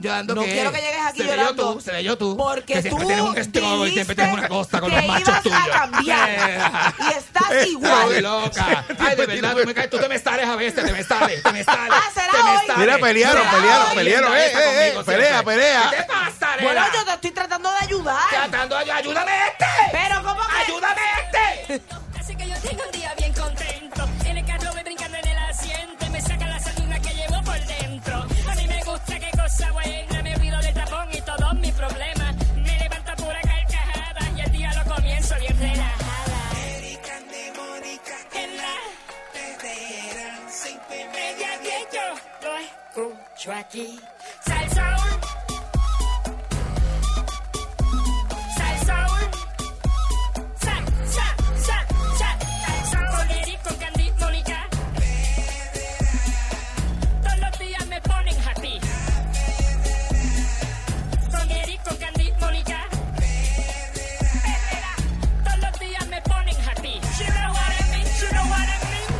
Speaker 6: Llorando
Speaker 5: no
Speaker 6: que-
Speaker 5: quiero que llegues aquí
Speaker 6: se
Speaker 5: llorando.
Speaker 6: Ve yo tú, se ve yo tú.
Speaker 5: Porque
Speaker 6: que
Speaker 5: tú
Speaker 6: siempre tienes un estómago y siempre tienes una
Speaker 5: dijiste
Speaker 6: cosa con
Speaker 5: que
Speaker 6: los machos
Speaker 5: ibas
Speaker 6: tuyos.
Speaker 5: a cambiar. y estás
Speaker 6: Ay,
Speaker 5: igual.
Speaker 6: loca. Ay,
Speaker 3: pues,
Speaker 6: de verdad, tú me, caes- tú te me sales a veces, te me sales, te me sales.
Speaker 5: Ah, será
Speaker 6: te me
Speaker 5: hoy.
Speaker 6: sales.
Speaker 3: Mira, pelearon,
Speaker 6: Será
Speaker 3: pelearon,
Speaker 6: hoy,
Speaker 3: pelearon.
Speaker 6: anda
Speaker 3: Eh,
Speaker 6: esa
Speaker 3: eh, eh,
Speaker 6: conmigo
Speaker 3: pelea,
Speaker 6: siempre.
Speaker 3: pelea.
Speaker 6: ¿Qué te pasa,
Speaker 5: Bueno,
Speaker 6: nena?
Speaker 5: yo te estoy tratando de ayudar.
Speaker 6: Tratando de ayúdame este.
Speaker 5: Pero ¿cómo que?
Speaker 6: Ayúdame este.
Speaker 10: Así que yo tengo un día bien contento. En el carro voy brincando en el asiento. y Me saca la sardina que llevo por dentro. A mí me gusta qué cosa buena. Me olvido del tapón y todos mis problemas. Me levanta pura carcajada. Y el día lo comienzo bien relajada. en la Media diez yo lo escucho aquí. Salsaul. Salsaul. Sa, sa, sa, sa. Salsa con Eric, con Candy, Mónica. Todos los días me ponen happy. Con Eric, con Candy, Mónica. Perrera. Todos los días me ponen happy. You know what I mean, you know what I mean.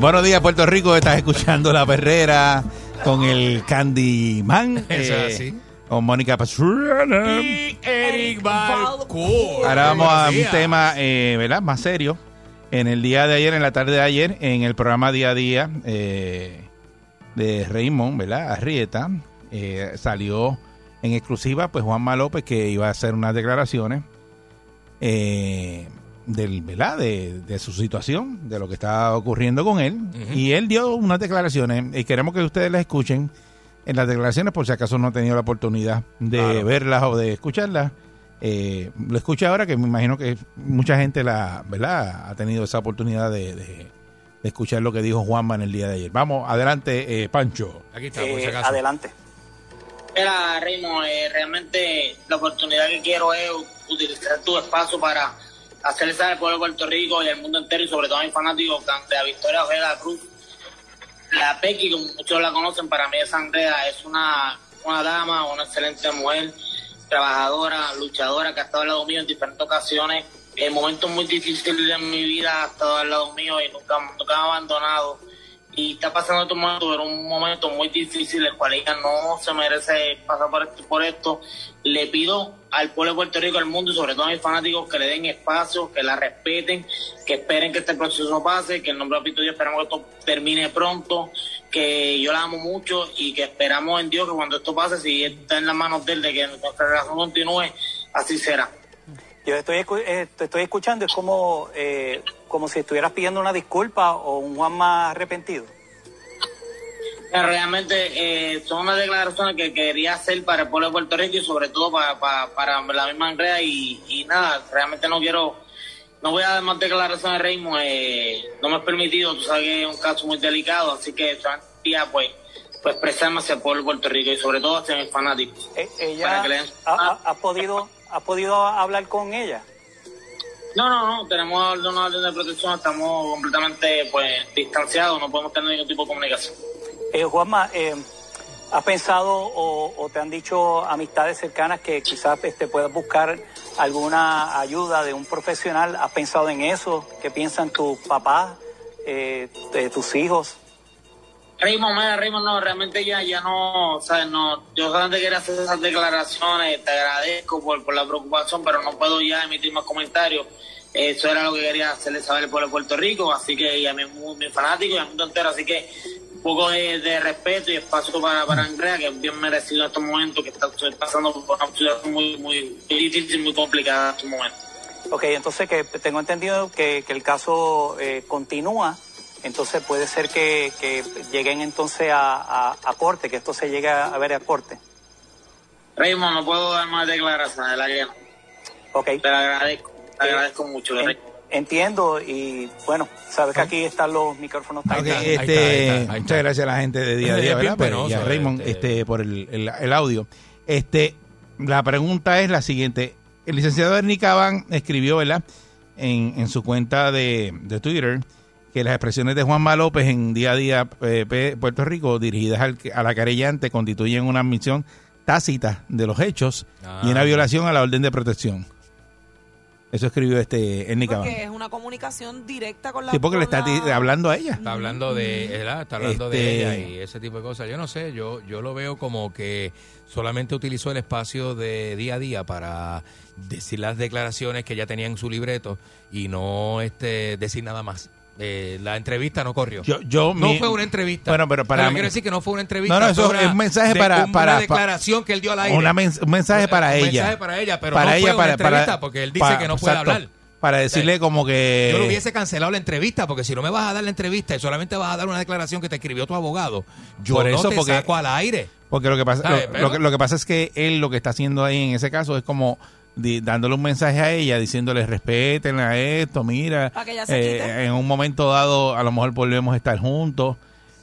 Speaker 3: Buenos días, Puerto Rico. Estás escuchando La Perrera con el Candyman. eh,
Speaker 6: Eso es así.
Speaker 3: Con Mónica Pastrana.
Speaker 6: Y Eric
Speaker 5: Balcour.
Speaker 3: Ahora vamos a un
Speaker 6: Buenos días.
Speaker 3: tema, eh, ¿verdad? Más serio. En el día de ayer, en la tarde de ayer, en el programa Día a Día eh, de Raymond, ¿verdad? Arrieta, eh, salió en exclusiva, pues Juanma López, que iba a hacer unas declaraciones eh, del, ¿verdad? De, de su situación, de lo que estaba ocurriendo con él. Y él dio unas declaraciones, y queremos que ustedes las escuchen. En las declaraciones, por si acaso no ha tenido la oportunidad de
Speaker 6: Claro.
Speaker 3: verlas o de escucharlas. Eh, lo escucha ahora que me imagino que mucha gente la, ¿verdad? ha tenido esa oportunidad de, de- de escuchar lo que dijo Juanma en el día de ayer. Vamos, adelante, eh, Pancho.
Speaker 6: Aquí está, por si acaso.
Speaker 11: adelante. Mira, Rimo, eh, realmente la oportunidad que quiero es u- utilizar tu espacio para hacer saber al pueblo de Puerto Rico y al mundo entero y sobre todo a mis fanáticos que ante la victoria de la Cruz, la Pequi, como muchos la conocen, para mí es Andrea, es una, una dama, una excelente mujer, trabajadora, luchadora, que ha estado al lado mío en diferentes ocasiones, en momentos muy difíciles de mi vida ha estado al lado mío y nunca, nunca me ha abandonado. Y está pasando estos momentos, pero un momento muy difícil, el cual ella no se merece pasar por esto, por esto. Le pido al pueblo de Puerto Rico, al mundo y sobre todo a mis fanáticos que le den espacio, que la respeten, que esperen que este proceso pase, que el nombre de Pito Dios esperamos que esto termine pronto, que yo la amo mucho y que esperamos en Dios que cuando esto pase, si está en las manos de él, de que nuestra relación continúe, así será.
Speaker 12: Yo estoy, escu- eh, te estoy escuchando, es como, eh, como si estuvieras pidiendo una disculpa o un Juan más arrepentido.
Speaker 11: Pero realmente eh, son unas declaraciones que quería hacer para el pueblo de Puerto Rico y sobre todo para, para, para la misma Andrea y, y nada, realmente no quiero, no voy a dar más declaraciones, Reimo, eh, no me es permitido, tú sabes que es un caso muy delicado, así que día pues, pues expresarme hacia el pueblo de Puerto Rico y sobre todo hacia mis fanáticos.
Speaker 12: Eh, ella,
Speaker 11: Para que le den-
Speaker 12: ha- ha- ¿Has podido, has podido hablar con ella?
Speaker 11: No, no, no, tenemos una orden de protección, estamos completamente pues distanciados, no podemos tener ningún tipo de comunicación.
Speaker 12: Eh, Juanma, eh, ¿has pensado o, o te han dicho amistades cercanas que quizás este, puedas buscar alguna ayuda de un profesional? ¿Has pensado en eso? ¿Qué piensan tus papás, eh, de tus hijos?
Speaker 11: Raymond, mira, Raymond, no, realmente ya, ya no, o sea, no, yo solamente quería hacer esas declaraciones, te agradezco por, por la preocupación, pero no puedo ya emitir más comentarios. Eso era lo que quería hacerle saber al pueblo de Puerto Rico, así que, y a mi, mi fanático y al mundo entero, así que un poco de, de respeto y espacio para, para Andrea, que es bien merecido en estos momentos, que está pasando por una situación muy, muy difícil, muy complicada en estos momentos.
Speaker 12: Ok, entonces que tengo entendido que, que el caso eh, continúa, entonces puede ser que, que lleguen entonces a, a- a corte, que esto se llegue a, a ver a corte.
Speaker 11: Raymond, no puedo dar más declaraciones de la que no.
Speaker 12: Okay.
Speaker 11: Te lo agradezco, te agradezco mucho, Raymond.
Speaker 12: Entiendo y bueno, sabes que aquí están los micrófonos. tan
Speaker 3: Este, Muchas gracias a la gente de día a
Speaker 6: Es
Speaker 3: día, ¿verdad?
Speaker 6: bien penoso,
Speaker 3: Pero, y a Raymond este, por el, el- el audio. Este, la pregunta es la siguiente. El licenciado Ernie Caban escribió, ¿verdad? En, en su cuenta de, de Twitter que las expresiones de Juanma López en Día a Día eh, P- Puerto Rico dirigidas al- a la querellante constituyen una admisión tácita de los hechos y una
Speaker 6: Ah.
Speaker 3: violación a la orden de protección. Eso escribió este Ernie Caban.
Speaker 5: Porque es una comunicación directa con la
Speaker 3: Sí, porque le está ti- hablando a ella.
Speaker 6: Está hablando de, ¿verdad? Está hablando
Speaker 3: Este-
Speaker 6: de ella y ese tipo de cosas. Yo no sé, yo, yo lo veo como que solamente utilizó el espacio de día a día para decir las declaraciones que ya tenía en su libreto y no este decir nada más. Eh, la entrevista no corrió.
Speaker 3: Yo- yo
Speaker 6: no
Speaker 3: mi-
Speaker 6: fue una entrevista.
Speaker 3: Bueno, pero para
Speaker 6: Pero
Speaker 3: mí-
Speaker 6: quiero decir que no fue una entrevista.
Speaker 3: No, no, eso
Speaker 6: fue una-
Speaker 3: es un mensaje
Speaker 6: de-
Speaker 3: para-
Speaker 6: un-
Speaker 3: para-
Speaker 6: Una
Speaker 3: pa-
Speaker 6: declaración que él dio al aire.
Speaker 3: Una mens- un mensaje para
Speaker 6: Un
Speaker 3: ella.
Speaker 6: mensaje para ella, pero no fue una entrevista, porque él dice que no puede hablar.
Speaker 3: Para decirle como que.
Speaker 6: Yo lo hubiese cancelado la entrevista, porque si no me vas a dar la entrevista y solamente vas a dar una declaración que te escribió tu abogado, yo
Speaker 3: Por
Speaker 6: no
Speaker 3: eso,
Speaker 6: te
Speaker 3: porque-
Speaker 6: saco al aire.
Speaker 3: Porque lo que, pasa,
Speaker 6: ¿Sabes?
Speaker 3: lo,
Speaker 6: Pero-
Speaker 3: lo que, lo que pasa es que él lo que está haciendo ahí en ese caso es como di- dándole un mensaje a ella, diciéndole respeten a esto, mira, eh,
Speaker 5: Para que ella se quite.
Speaker 3: en un momento dado a lo mejor volvemos a estar juntos.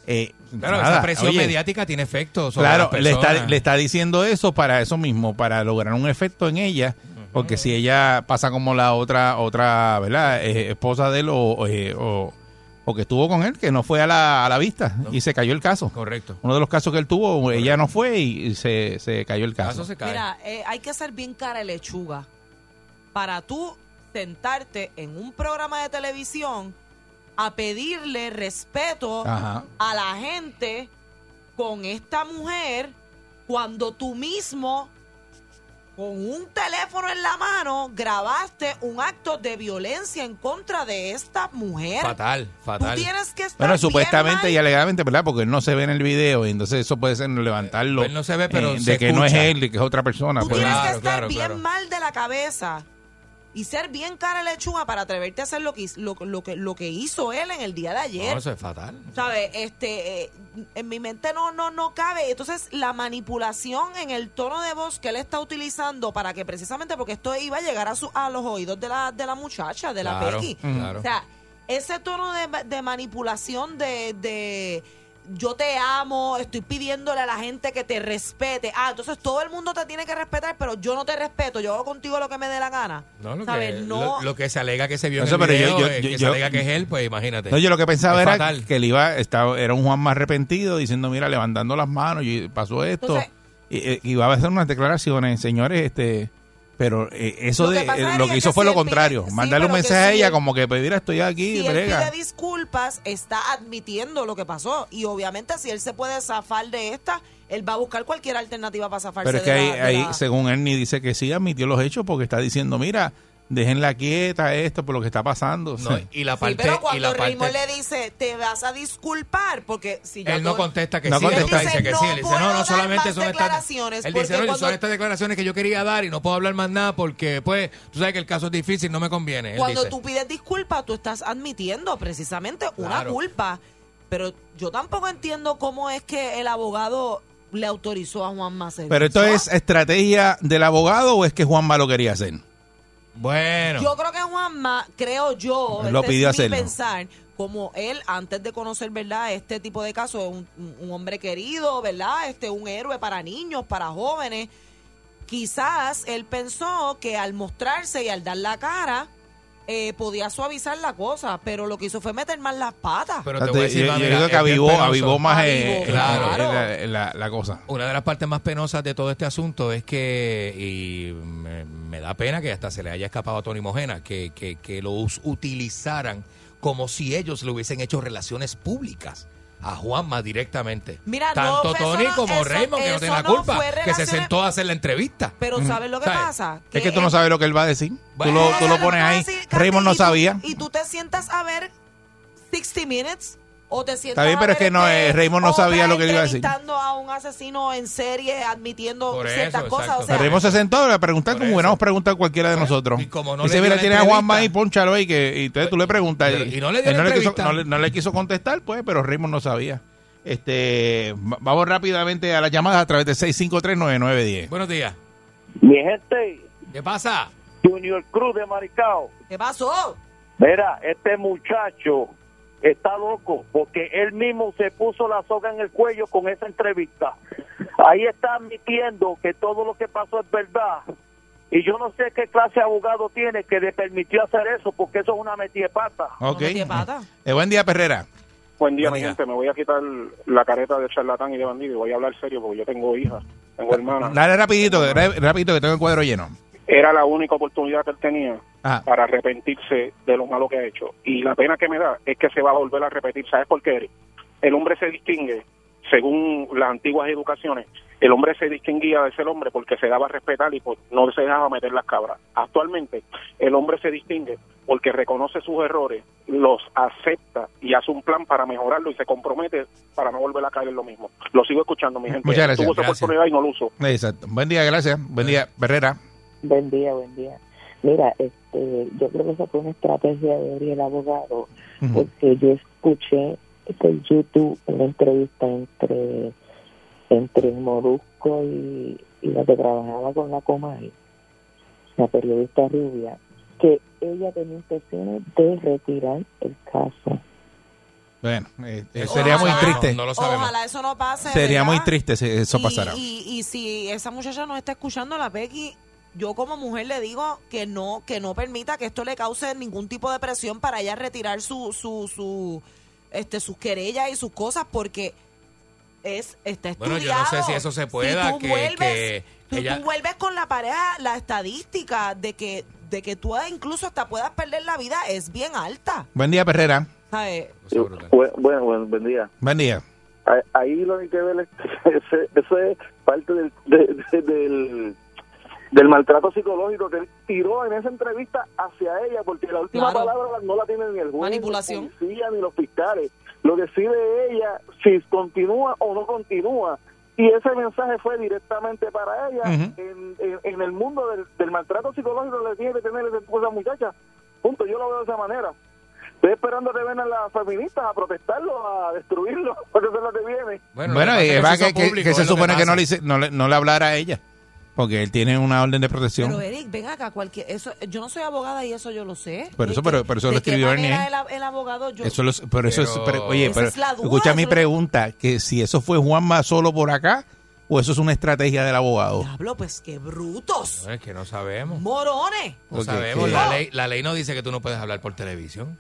Speaker 3: Eh,
Speaker 6: Claro,
Speaker 3: nada,
Speaker 6: esa presión
Speaker 3: oye,
Speaker 6: mediática tiene efecto sobre
Speaker 3: Claro,
Speaker 6: las
Speaker 3: le está,
Speaker 6: personas.
Speaker 3: le está diciendo eso para eso mismo, para lograr un efecto en ella, porque si ella pasa como la otra, otra, ¿verdad? Eh, esposa de él o, o, eh, o- o que estuvo con él, que no fue a la, a la vista y se cayó el caso.
Speaker 6: Correcto.
Speaker 3: Uno de los casos que él tuvo, eh, ella no fue y, y se, se cayó el caso.
Speaker 5: Mira, eh, hay que ser bien cara de lechuga para tú sentarte en un programa de televisión a pedirle respeto
Speaker 3: Ajá.
Speaker 5: a la gente con esta mujer cuando tú mismo con un teléfono en la mano grabaste un acto de violencia en contra de esta mujer.
Speaker 6: Fatal, fatal.
Speaker 5: Tú tienes que estar
Speaker 3: Bueno,
Speaker 5: bien
Speaker 3: supuestamente
Speaker 5: mal.
Speaker 3: y alegadamente, ¿verdad? Porque él no se ve en el video y entonces eso puede ser levantarlo.
Speaker 6: Él no se ve, pero
Speaker 3: eh, de
Speaker 6: se
Speaker 3: que no es
Speaker 6: escucha.
Speaker 3: él, de que es otra persona.
Speaker 5: Tú
Speaker 3: pues.
Speaker 5: tienes que estar bien mal de la cabeza y ser bien cara de lechuga para atreverte a hacer lo que, hiz- lo, lo que, lo que hizo él en el día de ayer.
Speaker 6: No, eso es fatal.
Speaker 5: ¿Sabes? Este, eh, en mi mente no, no, no cabe. Entonces, la manipulación en el tono de voz que él está utilizando para que precisamente, porque esto iba a llegar a, su, a los oídos de la, de la muchacha, de la
Speaker 6: Claro,
Speaker 5: Becky.
Speaker 6: claro.
Speaker 5: O sea, ese tono de, de manipulación de, de yo te amo, estoy pidiéndole a la gente que te respete. Ah, entonces todo el mundo te tiene que respetar, pero yo no te respeto, yo hago contigo lo que me dé la gana.
Speaker 6: No, lo,
Speaker 5: ¿Sabes?
Speaker 6: que,
Speaker 5: No-
Speaker 6: lo, lo que se alega que se vio
Speaker 3: Eso,
Speaker 6: en el
Speaker 3: pero yo-
Speaker 6: video,
Speaker 3: yo-
Speaker 6: eh,
Speaker 3: yo-
Speaker 6: que se
Speaker 3: yo-
Speaker 6: alega que es él, pues imagínate.
Speaker 3: No, yo lo que pensaba
Speaker 6: Es
Speaker 3: era
Speaker 6: fatal.
Speaker 3: que él iba, estaba, era un Juan más arrepentido diciendo, mira, levantando las manos y pasó esto.
Speaker 5: Entonces-
Speaker 3: y, eh, y iba a hacer unas declaraciones, señores, este pero eh, eso
Speaker 5: Lo que
Speaker 3: de
Speaker 5: pasa
Speaker 3: eh,
Speaker 5: es
Speaker 3: lo que
Speaker 5: que
Speaker 3: hizo
Speaker 5: si
Speaker 3: fue lo
Speaker 5: él pide-
Speaker 3: contrario,
Speaker 5: sí,
Speaker 3: mandarle un
Speaker 5: pero que
Speaker 3: mensaje a
Speaker 5: si
Speaker 3: ella
Speaker 5: él-
Speaker 3: como que pues, mira, estoy aquí,
Speaker 5: si él
Speaker 3: brega.
Speaker 5: pide disculpas, está admitiendo lo que pasó. Y obviamente, si él se puede zafar de esta, él va a buscar cualquier alternativa para zafarse
Speaker 3: Pero es
Speaker 5: de
Speaker 3: que ahí,
Speaker 5: la- de
Speaker 3: ahí,
Speaker 5: la-
Speaker 3: según Ernie, dice que sí admitió los hechos porque está diciendo, mira, déjenla quieta esto por lo que está pasando.
Speaker 6: No, y la
Speaker 5: Sí,
Speaker 6: parte.
Speaker 5: pero
Speaker 6: y
Speaker 5: cuando
Speaker 6: la parte
Speaker 5: Raymond le dice, te vas a disculpar, porque si ya
Speaker 6: él no
Speaker 5: tú-
Speaker 6: contesta que
Speaker 3: No
Speaker 6: sí, él
Speaker 3: contesta.
Speaker 6: dice que
Speaker 5: Dice,
Speaker 6: sí,
Speaker 5: "No
Speaker 6: él dice,
Speaker 5: puedo
Speaker 6: no, no,
Speaker 5: dar
Speaker 6: solamente
Speaker 5: más
Speaker 6: son
Speaker 5: declaraciones,
Speaker 6: estas. Él dice,
Speaker 5: porque
Speaker 6: no,
Speaker 5: cuando-
Speaker 6: son estas declaraciones que yo quería dar y no puedo hablar más nada porque, pues, tú sabes que el caso es difícil, no me conviene. Él
Speaker 5: Cuando
Speaker 6: dice.
Speaker 5: tú pides disculpas, tú estás admitiendo precisamente una
Speaker 6: Claro.
Speaker 5: culpa. Pero yo tampoco entiendo cómo es que el abogado le autorizó a Juan Macedo.
Speaker 3: Pero esto es estrategia del abogado o es que Juanma lo quería hacer?
Speaker 6: Bueno.
Speaker 5: Yo creo que Juanma, creo yo,
Speaker 3: Él lo
Speaker 5: este es
Speaker 3: pidió
Speaker 5: mi
Speaker 3: hacerlo.
Speaker 5: pensar, como él, antes de conocer, ¿verdad? Este tipo de casos, un, un- un hombre querido, ¿verdad? Este, un héroe para niños, para jóvenes. Quizás él pensó que al mostrarse y al dar la cara, eh, podía suavizar la cosa, pero lo que hizo fue meter más las patas.
Speaker 6: Pero
Speaker 3: Yo,
Speaker 6: te voy a decir,
Speaker 3: yo
Speaker 6: más, mira,
Speaker 3: creo que
Speaker 6: es bien
Speaker 3: avivó,
Speaker 6: penoso.
Speaker 3: avivó más eh,
Speaker 5: Avivó,
Speaker 3: eh,
Speaker 6: claro.
Speaker 3: eh, la- la- la cosa.
Speaker 6: Una de las partes más penosas de todo este asunto es que, y me, me da pena que hasta se le haya escapado a Tony Mojena, que, que, que los utilizaran como si ellos le hubiesen hecho relaciones públicas. a Juanma directamente.
Speaker 5: Mira, no,
Speaker 6: Tanto
Speaker 5: eso
Speaker 6: Tony
Speaker 5: no-
Speaker 6: como
Speaker 5: eso-
Speaker 6: Raymond, que no
Speaker 5: eso
Speaker 6: tiene la
Speaker 5: no
Speaker 6: culpa,
Speaker 5: fue
Speaker 6: que se
Speaker 5: relaciones-
Speaker 6: sentó a hacer la entrevista.
Speaker 5: Pero ¿sabes lo que pasa?
Speaker 3: Es que tú no sabes lo que él va a decir. Tú lo, tú lo pones ahí. Raymond no sabía.
Speaker 5: Y tú te sientas a ver 60 Minutes o te sientas
Speaker 3: Está bien,
Speaker 5: a
Speaker 3: pero es
Speaker 5: ver
Speaker 3: que no,
Speaker 5: este,
Speaker 3: eh, Raymond no
Speaker 5: otra
Speaker 3: sabía lo que él iba a decir.
Speaker 5: entrevistando a un asesino en serie admitiendo
Speaker 6: Por eso,
Speaker 5: ciertas cosas.
Speaker 6: exacto.
Speaker 5: O sea,
Speaker 3: Raymond se sentó a preguntar como hubiéramos preguntado a cualquiera de nosotros. Y
Speaker 6: como no
Speaker 3: Dice,
Speaker 6: le dio
Speaker 3: mira,
Speaker 6: la
Speaker 3: tienes a
Speaker 6: entrevista".
Speaker 3: Juanma ahí, ponchalo ahí. Que, y entonces tú le preguntas.
Speaker 6: y no le dio
Speaker 3: él
Speaker 6: la
Speaker 3: quiso,
Speaker 6: entrevista.
Speaker 3: no le- no le quiso contestar, pues, pero Raymond no sabía. Este, va- Vamos rápidamente a las llamadas a través de 6539910.
Speaker 6: Buenos días.
Speaker 13: Mi gente.
Speaker 6: ¿Qué pasa?
Speaker 13: Junior Cruz de Maricao.
Speaker 5: ¿Qué pasó?
Speaker 13: Mira, este muchacho está loco porque él mismo se puso la soga en el cuello con esa entrevista. Ahí está admitiendo que todo lo que pasó es verdad. Y yo no sé qué clase de abogado tiene que le permitió hacer eso porque eso es una metida de pata.
Speaker 3: Ok. Eh, buen día, Perrera.
Speaker 9: Buen día,
Speaker 3: Buen
Speaker 9: mi
Speaker 3: día.
Speaker 9: gente. Me voy a quitar la careta de charlatán y de bandido y voy a hablar serio porque yo tengo hija, tengo hermana.
Speaker 3: Dale rapidito, que- ra- rapidito que tengo el cuadro lleno.
Speaker 9: Era la única oportunidad que él tenía
Speaker 3: Ajá.
Speaker 9: para arrepentirse de lo malo que ha hecho. Y la pena que me da es que se va a volver a repetir. ¿Sabes por qué? Eric? El hombre se distingue, según las antiguas educaciones, el hombre se distinguía de ser hombre porque se daba a respetar y por- no se dejaba meter las cabras. Actualmente, el hombre se distingue porque reconoce sus errores, los acepta y hace un plan para mejorarlo y se compromete para no volver a caer en lo mismo. Lo sigo escuchando, mi gente.
Speaker 3: Muchas gracias.
Speaker 9: Tuvo esa
Speaker 3: Gracias.
Speaker 9: oportunidad y no lo usó.
Speaker 3: Exacto. Buen día, gracias. Buen día, Perrera.
Speaker 14: Buen día, buen día. Mira, este, yo creo que eso fue una estrategia de él y el abogado, porque yo escuché
Speaker 15: Pues,
Speaker 14: por YouTube una entrevista entre, entre el Molusco y, y la que trabajaba con la Comay, la periodista rubia, que ella tenía intenciones de retirar el caso.
Speaker 3: Bueno, eh, eh,
Speaker 6: Eso
Speaker 3: sería
Speaker 6: no
Speaker 3: muy
Speaker 6: lo sabemos,
Speaker 3: triste.
Speaker 6: no lo sabemos.
Speaker 5: Ojalá eso no pase.
Speaker 3: Sería
Speaker 5: ¿verdad?
Speaker 3: muy triste si eso
Speaker 5: Y-
Speaker 3: pasara.
Speaker 5: Y, y si esa muchacha no está escuchando la Becky, yo como mujer le digo que no, que no permita que esto le cause ningún tipo de presión para ella retirar su, su, su, este, sus querellas y sus cosas, porque es, está estudiado.
Speaker 6: Bueno, yo no sé si eso se pueda,
Speaker 5: Si tú
Speaker 6: que-
Speaker 5: vuelves,
Speaker 6: que
Speaker 5: si
Speaker 6: ella-
Speaker 5: tú vuelves con la pareja, la estadística de que, de que tú incluso hasta puedas perder la vida es bien alta.
Speaker 3: Buen día, Perrera.
Speaker 5: ¿sabes?
Speaker 13: Bueno, bueno, buen día.
Speaker 3: Buen día.
Speaker 13: Ahí- ahí lo que hay que ver es ese- eso es parte del, de- de- del del maltrato psicológico que él tiró en esa entrevista hacia ella porque la última
Speaker 5: Claro.
Speaker 13: palabra no la tiene ni el juez
Speaker 5: Manipulación.
Speaker 13: ni la policía ni los fiscales lo que decide ella si continúa o no continúa y ese mensaje fue directamente para ella en, en- en el mundo del, del maltrato psicológico le tiene que tener esa esa muchacha punto yo lo veo de esa manera Estoy esperando que vengan las feministas a protestarlo, a destruirlo, porque eso es lo que viene.
Speaker 3: Bueno,
Speaker 6: lo que
Speaker 3: y
Speaker 6: pasa
Speaker 3: va que,
Speaker 6: es que se hizo
Speaker 3: que- que
Speaker 6: público,
Speaker 3: se
Speaker 6: es lo que
Speaker 3: supone que, no,
Speaker 6: pasa.
Speaker 3: le hice- no, le, no le hablara a ella, porque él tiene una orden de protección.
Speaker 5: Pero
Speaker 3: Pero,
Speaker 5: Eric, ven acá, cualquier, eso, yo no soy abogada y eso yo lo sé.
Speaker 3: eso, pero, pero eso lo
Speaker 5: ¿De qué
Speaker 3: escribió Ernie.
Speaker 5: manera
Speaker 3: ¿eh?
Speaker 5: el, ab- el abogado? Yo,
Speaker 3: Eso lo- pero eso es, pero- oye,
Speaker 5: Esa
Speaker 3: pero
Speaker 5: es la duda,
Speaker 3: escucha mi
Speaker 5: eso es-
Speaker 3: pregunta, que si eso fue Juanma solo por acá o eso es una estrategia del abogado.
Speaker 5: Pablo, pues qué brutos,
Speaker 6: No, es que no sabemos.
Speaker 5: morones.
Speaker 6: No
Speaker 3: Porque-
Speaker 6: sabemos.
Speaker 3: que-
Speaker 6: La ley, la ley no dice que tú no puedes hablar por televisión.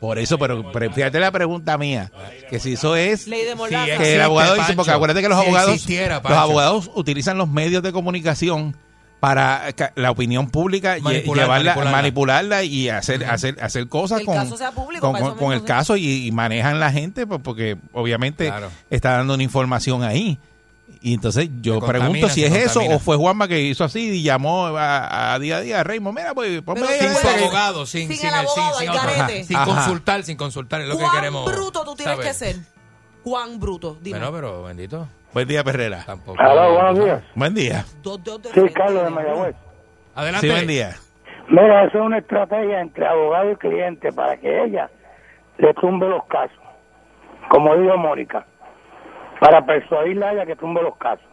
Speaker 3: Por eso, pero, pero fíjate la pregunta mía, que si eso es
Speaker 5: Ley de
Speaker 3: que
Speaker 5: Mordaza.
Speaker 3: el abogado dice,
Speaker 6: este Pancho.
Speaker 3: porque acuérdate que los
Speaker 6: Si
Speaker 3: abogados
Speaker 6: existiera,
Speaker 3: los
Speaker 6: Pancho.
Speaker 3: abogados utilizan los medios de comunicación para eh, ca- la opinión pública lle-
Speaker 6: Manipular,
Speaker 3: llevarla,
Speaker 6: manipularla.
Speaker 3: manipularla. y hacer hacer hacer cosas
Speaker 5: Que el
Speaker 3: con
Speaker 5: caso sea público,
Speaker 3: con,
Speaker 5: para eso
Speaker 3: con el
Speaker 5: mismo,
Speaker 3: caso y, y manejan la gente pues, porque obviamente
Speaker 6: Claro.
Speaker 3: está dando una información ahí. Y entonces yo
Speaker 6: Se
Speaker 3: pregunto
Speaker 6: contamina,
Speaker 3: si
Speaker 6: se
Speaker 3: es eso
Speaker 6: contamina.
Speaker 3: o fue Juanma que hizo así y llamó a, a día a día a Raymond, mira pues ponme
Speaker 6: Pero
Speaker 3: ahí
Speaker 6: sin
Speaker 3: a
Speaker 6: su
Speaker 3: ese-
Speaker 6: abogado, sin,
Speaker 5: Sin
Speaker 6: sin,
Speaker 5: el
Speaker 6: el- sin-
Speaker 5: abogado,
Speaker 6: sin
Speaker 5: al
Speaker 6: otro-
Speaker 5: garete.
Speaker 6: sin
Speaker 3: Ajá.
Speaker 6: consultar, sin consultar, es lo que
Speaker 5: ¿Cuán
Speaker 6: queremos.
Speaker 5: bruto tú tienes
Speaker 6: saber.
Speaker 5: que ser? ¿Cuán bruto? Dime.
Speaker 6: Bueno, pero bendito.
Speaker 3: Buen día, Perrera.
Speaker 8: Aló, buenos días.
Speaker 3: Buen día.
Speaker 8: Sí, Carlos de Mayagüez.
Speaker 3: Sí, buen día.
Speaker 8: Mira, eso es una estrategia entre abogado y cliente para que ella le tumbe los casos. Como dijo Mónica, para persuadirla a ella que tumbe los casos.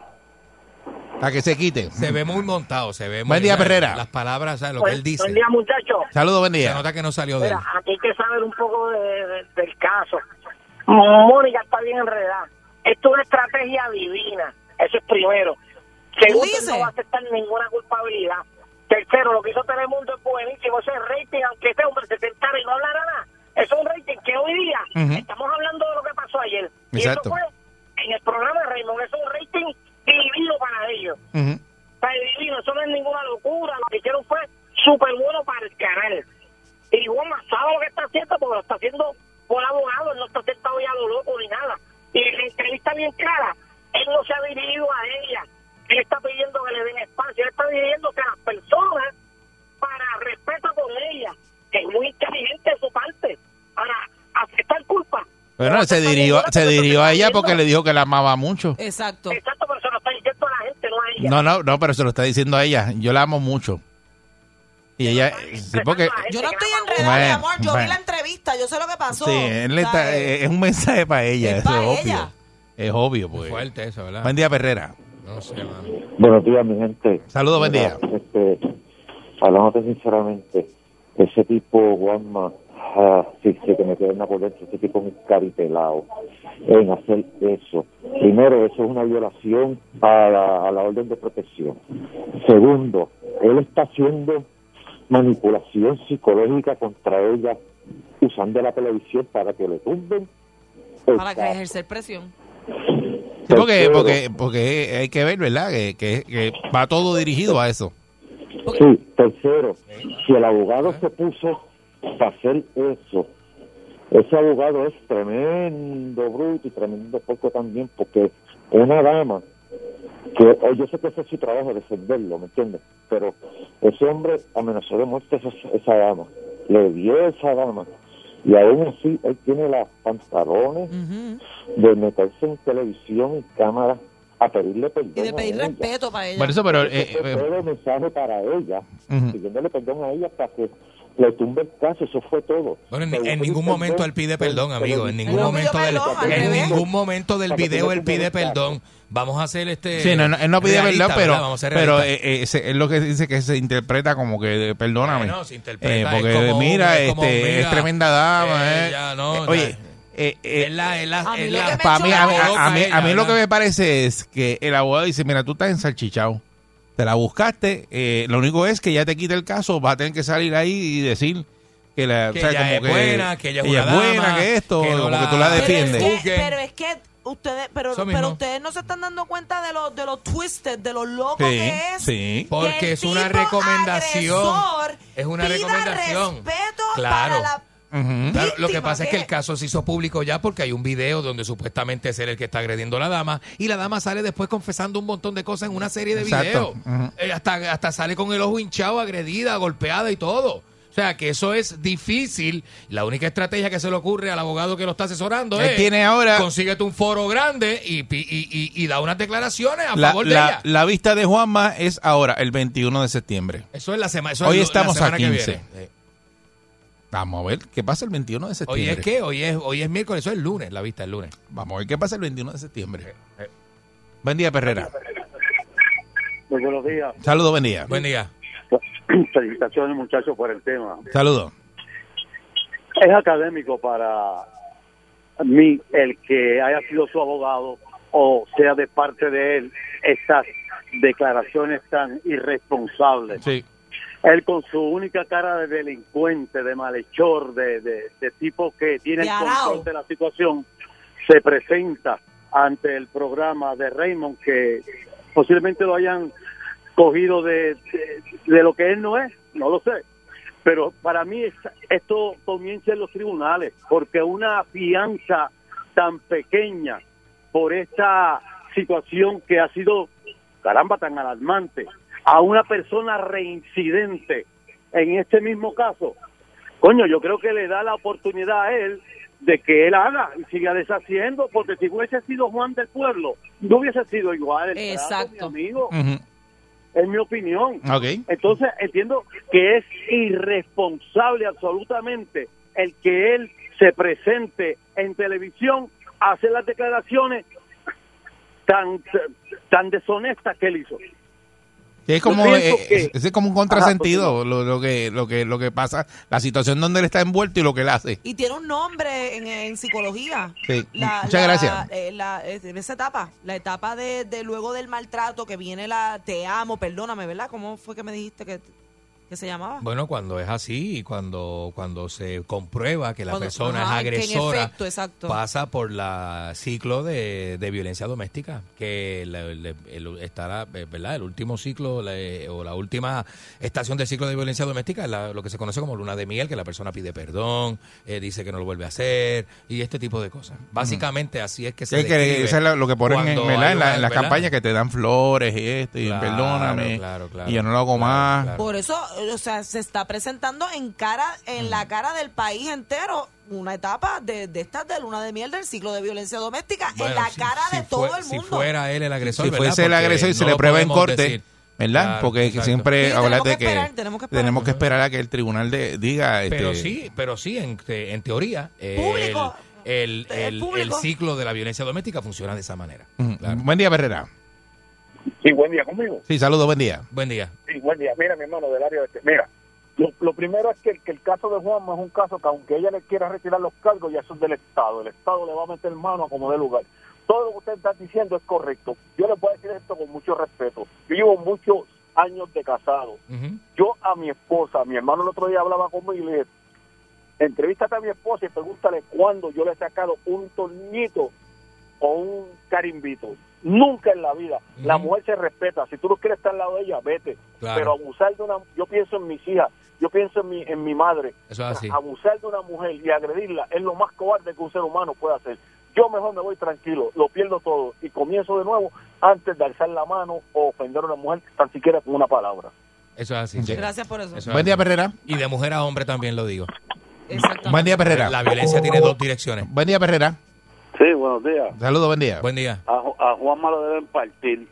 Speaker 3: Para que se quite.
Speaker 6: Se ve muy montado, se ve muy.
Speaker 3: Buen día,
Speaker 6: ¿sabes?
Speaker 3: Perrera.
Speaker 6: Las palabras, ¿sabes? Lo que él dice.
Speaker 16: Buen día, muchachos.
Speaker 3: Saludos, buen
Speaker 6: Se
Speaker 3: día.
Speaker 6: nota que no salió de él.
Speaker 16: Mira, aquí hay que saber un poco de- de- del caso. Mónica está bien enredada. Esto es una estrategia divina. Eso es primero. Segundo, él no va a aceptar ninguna culpabilidad. Tercero, lo que hizo Telemundo es buenísimo. Ese rating, aunque este hombre se sentara y no hablara nada, eso es un rating que hoy día
Speaker 2: Ujú.
Speaker 16: estamos hablando de lo que pasó ayer.
Speaker 2: Exacto.
Speaker 16: Y eso fue en el programa de Raymond. Eso es un rating divino para ellos. Está divino, eso no es ninguna locura. Lo que hicieron fue súper bueno para el canal. Y Goma sabe lo que está haciendo porque lo está haciendo por abogado, él no está sentado ya a lo loco ni nada.
Speaker 3: Bueno, se dirigió, se dirigió a ella porque le dijo que la amaba mucho.
Speaker 5: Exacto.
Speaker 16: Exacto, pero se lo está diciendo a la gente, no a ella.
Speaker 3: No, no, no, pero se lo está diciendo a ella. Yo la amo mucho. Y ella, sí, porque...
Speaker 5: Yo no estoy enredada, mi
Speaker 3: Bueno,
Speaker 5: amor. Yo vi
Speaker 3: bueno.
Speaker 5: la entrevista, yo sé lo que pasó.
Speaker 3: Sí, él le está-
Speaker 5: ¿Sabes?
Speaker 3: eh, es un mensaje para ella, eso
Speaker 5: para
Speaker 3: es
Speaker 5: ella.
Speaker 3: obvio. Es obvio, pues.
Speaker 6: Fuerte eso, ¿verdad?
Speaker 3: Buen día, Perrera.
Speaker 6: No sé, mano.
Speaker 15: Buenos días, mi gente.
Speaker 3: Saludos, buen
Speaker 15: Mira, Este, hablándote sinceramente, ese tipo, Juanma, ah, sí, sí, que me quedan por dentro, ese tipo es un caripelado en hacer eso. Primero, eso es una violación a la, a la orden de protección. Segundo, él está haciendo manipulación psicológica contra ella, usando la televisión para que le tumben. el
Speaker 5: Para que
Speaker 15: caso.
Speaker 5: ejercer presión.
Speaker 3: Sí, porque, porque, porque hay que ver, ¿verdad? Que, que, que va todo dirigido a eso.
Speaker 15: Sí, tercero, si el abogado se puso para hacer eso, ese abogado es tremendo bruto y tremendo poco también, porque una dama, que o yo sé que ese es su trabajo defenderlo, ¿me entiendes? Pero ese hombre amenazó de muerte a esa, esa dama, le dio a esa dama, y aún así él tiene los pantalones de meterse en televisión y cámara a pedirle perdón.
Speaker 5: Y de pedir
Speaker 15: a ella.
Speaker 5: respeto para ella.
Speaker 3: Por eso, pero, eh,
Speaker 15: Ese fue
Speaker 3: eh,
Speaker 15: todo el mensaje para ella,
Speaker 3: Ujú.
Speaker 15: pidiéndole perdón a ella para que le tumbe el caso, eso fue todo.
Speaker 6: Bueno, en,
Speaker 15: Pero
Speaker 6: en
Speaker 15: yo
Speaker 6: ningún
Speaker 15: pedí
Speaker 6: momento
Speaker 15: perdón,
Speaker 6: él pide
Speaker 15: pero-
Speaker 6: perdón,
Speaker 15: pero-
Speaker 6: amigo. En
Speaker 15: pero-
Speaker 6: ningún momento del,
Speaker 15: al
Speaker 6: en
Speaker 15: revés.
Speaker 6: ningún momento del
Speaker 15: Para que
Speaker 6: video
Speaker 15: tú
Speaker 6: él
Speaker 15: te
Speaker 6: pide
Speaker 15: entiendas.
Speaker 6: perdón. Vamos a hacer este.
Speaker 3: Sí, no, no, él no pide
Speaker 6: realista,
Speaker 3: perdón,
Speaker 6: ¿verdad? Vamos
Speaker 3: pero,
Speaker 6: a ser
Speaker 3: pero
Speaker 6: realistas.
Speaker 3: eh, eh, se- es lo que dice que se interpreta como que eh, perdóname.
Speaker 6: Bueno, se interpreta,
Speaker 3: Eh, porque
Speaker 6: es como
Speaker 3: mira,
Speaker 6: un- es como
Speaker 3: este,
Speaker 6: un, mira,
Speaker 3: es tremenda dama.
Speaker 6: eh,
Speaker 3: eh.
Speaker 6: ya, no,
Speaker 3: Eh,
Speaker 6: ya.
Speaker 3: oye,
Speaker 6: Es la- es la- es la-
Speaker 3: para mí, a, mí- a mí, a mí lo que
Speaker 6: Ella,
Speaker 3: me parece es que el abogado dice, mira, tú estás ensalchichado, te la buscaste, eh, lo único es que ya te quita el caso, vas a tener que salir ahí y decir que la
Speaker 6: Que
Speaker 3: o sea,
Speaker 6: ella
Speaker 3: como
Speaker 6: es buena, que ella es una
Speaker 3: buena,
Speaker 6: dama,
Speaker 3: que esto,
Speaker 6: que no
Speaker 3: como
Speaker 6: la-
Speaker 3: que tú la
Speaker 6: Pero es
Speaker 3: defiendes.
Speaker 6: que- Juzguen.
Speaker 5: Pero es que ustedes, pero,
Speaker 6: Eso
Speaker 5: pero
Speaker 6: mismo.
Speaker 5: ustedes no se están dando cuenta de los de los twisted, de los locos
Speaker 6: Sí,
Speaker 5: que es.
Speaker 3: sí.
Speaker 6: Porque
Speaker 5: que el
Speaker 6: es una
Speaker 5: tipo
Speaker 6: recomendación.
Speaker 5: agresor
Speaker 6: Es una
Speaker 5: pida
Speaker 6: recomendación.
Speaker 5: respeto
Speaker 6: Claro.
Speaker 5: para la
Speaker 6: Claro, lo que pasa es que el caso se hizo público ya porque hay un video donde supuestamente es él el que está agrediendo a la dama y la dama sale después confesando un montón de cosas en una serie de
Speaker 3: Exacto.
Speaker 6: videos. Eh, hasta, hasta sale con el ojo hinchado, agredida, golpeada y todo. O sea, que eso es difícil. La única estrategia que se le ocurre al abogado que lo está asesorando
Speaker 3: Él
Speaker 6: es...
Speaker 3: tiene ahora-
Speaker 6: Consíguete un foro grande y, pi- y- y- y da unas declaraciones a
Speaker 3: La,
Speaker 6: favor de
Speaker 3: la,
Speaker 6: ella.
Speaker 3: la vista de Juanma es ahora, el 21 de septiembre.
Speaker 6: Eso es la semana...
Speaker 3: Hoy estamos a 15.
Speaker 6: Eh,
Speaker 3: Vamos a ver qué pasa el 21 de
Speaker 6: Hoy
Speaker 3: septiembre.
Speaker 6: es que hoy es, hoy es miércoles, eso es lunes, la vista el lunes. Eh,
Speaker 3: Vamos a ver qué pasa el 21 de septiembre. Buen día, Perrera.
Speaker 13: Muy buenos días.
Speaker 3: Saludos, buen día.
Speaker 6: Buen día.
Speaker 13: Felicitaciones, muchachos, por el tema.
Speaker 3: Saludos.
Speaker 13: Es académico para mí el que haya sido su abogado o sea de parte de él estas declaraciones tan irresponsables.
Speaker 3: Sí.
Speaker 13: Él con su única cara de delincuente, de malhechor, de, de- de tipo que tiene
Speaker 17: De
Speaker 13: el
Speaker 17: arao.
Speaker 13: control de la situación, se presenta ante el programa de Raymond que posiblemente lo hayan cogido de, de- de lo que él no es, no lo sé. Pero para mí es- esto comienza en los tribunales, porque una fianza tan pequeña por esta situación que ha sido, caramba, tan alarmante, a una persona reincidente en este mismo caso, coño, yo creo que le da la oportunidad a él de que él haga y siga deshaciendo, porque si hubiese sido Juan del Pueblo, no hubiese sido igual. el trato,
Speaker 5: Exacto.
Speaker 13: mi amigo es mi opinión.
Speaker 3: Ok.
Speaker 13: Entonces entiendo que es irresponsable absolutamente el que él se presente en televisión a hacer las declaraciones tan tan deshonestas que él hizo.
Speaker 3: Sí, es como
Speaker 13: Yo pienso
Speaker 3: eh,
Speaker 13: que-
Speaker 3: es, es como un
Speaker 13: Ajá,
Speaker 3: contrasentido lo, lo que lo que lo que pasa, la situación donde él está envuelto y lo que él hace.
Speaker 5: y tiene un nombre en, en psicología.
Speaker 3: Sí.
Speaker 5: La-
Speaker 3: Muchas
Speaker 5: la-
Speaker 3: gracias.
Speaker 5: eh, la- eh, en esa etapa, la etapa de, de luego del maltrato que viene la te amo, perdóname, ¿verdad? ¿Cómo fue que me dijiste que, que se llamaba?
Speaker 6: Bueno, cuando es así y cuando, cuando se comprueba que la
Speaker 5: Cuando-
Speaker 6: persona es
Speaker 5: ajá, que en
Speaker 6: agresora,
Speaker 5: efecto, exacto.
Speaker 6: pasa por la ciclo de, de violencia doméstica, que le- le- el- estará, eh, ¿verdad? El último ciclo la- eh, o la última estación del ciclo de violencia doméstica es la- lo que se conoce como luna de miel, que la persona pide perdón, eh, dice que no lo vuelve a hacer y este tipo de cosas. Básicamente así es que se
Speaker 3: Sí, que
Speaker 6: describe
Speaker 3: eso es lo- lo que ponen en,
Speaker 6: cuando
Speaker 3: ¿verdad?
Speaker 6: hay
Speaker 3: en, la-
Speaker 6: una-
Speaker 3: en las
Speaker 6: ¿verdad?
Speaker 3: campañas que te dan flores y esto y
Speaker 6: Claro,
Speaker 3: perdóname
Speaker 6: claro, claro.
Speaker 3: y yo no lo hago más.
Speaker 5: Por eso, eh, o sea, se está presentando en cara, en la cara del país entero una etapa de, de estas de luna de miel del ciclo de violencia doméstica
Speaker 6: Bueno,
Speaker 5: en la
Speaker 6: si-
Speaker 5: cara
Speaker 6: si
Speaker 5: de todo
Speaker 6: fue-
Speaker 5: el mundo.
Speaker 6: Si fuera él el agresor,
Speaker 3: si
Speaker 6: ¿verdad?
Speaker 3: fuese el
Speaker 6: Porque
Speaker 3: agresor y se
Speaker 6: no
Speaker 3: le
Speaker 6: lo
Speaker 3: prueba en
Speaker 6: podemos
Speaker 3: corte,
Speaker 6: decir.
Speaker 3: ¿verdad?
Speaker 6: Claro,
Speaker 3: Porque
Speaker 6: exacto.
Speaker 3: siempre hablas de que,
Speaker 5: tenemos que
Speaker 3: esperar, a que el tribunal de- diga. Este,
Speaker 6: Pero sí, pero sí, en, te- en teoría, el,
Speaker 3: Público.
Speaker 6: el-
Speaker 5: Eh,
Speaker 6: el- el
Speaker 3: público.
Speaker 6: ciclo de la violencia doméstica funciona de esa manera.
Speaker 3: Ujú. Buen día, Herrera.
Speaker 13: Sí, buen día conmigo.
Speaker 3: Sí, saludos, buen día.
Speaker 6: Buen día.
Speaker 13: Sí, buen día. Mira, mi hermano, del área este. Mira, lo, lo primero es que, que el caso de Juanma es un caso que aunque ella le quiera retirar los cargos, ya eso es del Estado. El Estado le va a meter mano a como dé lugar. Todo lo que usted está diciendo es correcto. Yo le puedo decir esto con mucho respeto. Yo llevo muchos años de casado. Yo a mi esposa, mi hermano el otro día hablaba conmigo y le dije, entrevístate a mi esposa y pregúntale cuándo yo le he sacado un tornito o un carimbito. Nunca en la vida. La mujer se respeta. Si tú no quieres estar al lado de ella, vete.
Speaker 6: Claro.
Speaker 13: Pero abusar de una... Yo pienso en mis hijas, yo pienso en mi, en mi madre.
Speaker 6: Eso es así.
Speaker 13: Abusar de una mujer y agredirla es lo más cobarde que un ser humano puede hacer. Yo mejor me voy tranquilo, lo pierdo todo y comienzo de nuevo antes de alzar la mano o ofender a una mujer tan siquiera con una palabra.
Speaker 6: Eso es así. sí.
Speaker 5: Gracias por eso.
Speaker 6: Eso es
Speaker 3: Buen día,
Speaker 6: así.
Speaker 3: Herrera.
Speaker 6: Y de mujer a hombre también lo digo.
Speaker 3: Buen día, Herrera.
Speaker 6: La violencia tiene dos direcciones.
Speaker 3: Buen día, Herrera.
Speaker 7: Sí, buenos días.
Speaker 3: Saludos, buen día.
Speaker 6: Buen día.
Speaker 7: A, Ju- a Juanma lo deben partir.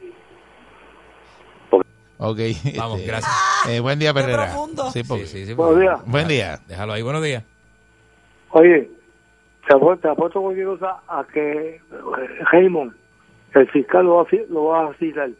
Speaker 3: Ok.
Speaker 6: Vamos,
Speaker 3: este,
Speaker 6: gracias.
Speaker 3: eh, buen día, Herrera. Sí, porque-
Speaker 6: Sí, sí, sí,
Speaker 3: Buenos
Speaker 6: porque-
Speaker 3: días. Buen día.
Speaker 6: Déjalo ahí, buenos días.
Speaker 8: Oye, te apuesto, te apuesto cualquier cosa a que eh, Raymond, el fiscal lo va a, fi- lo va a citar.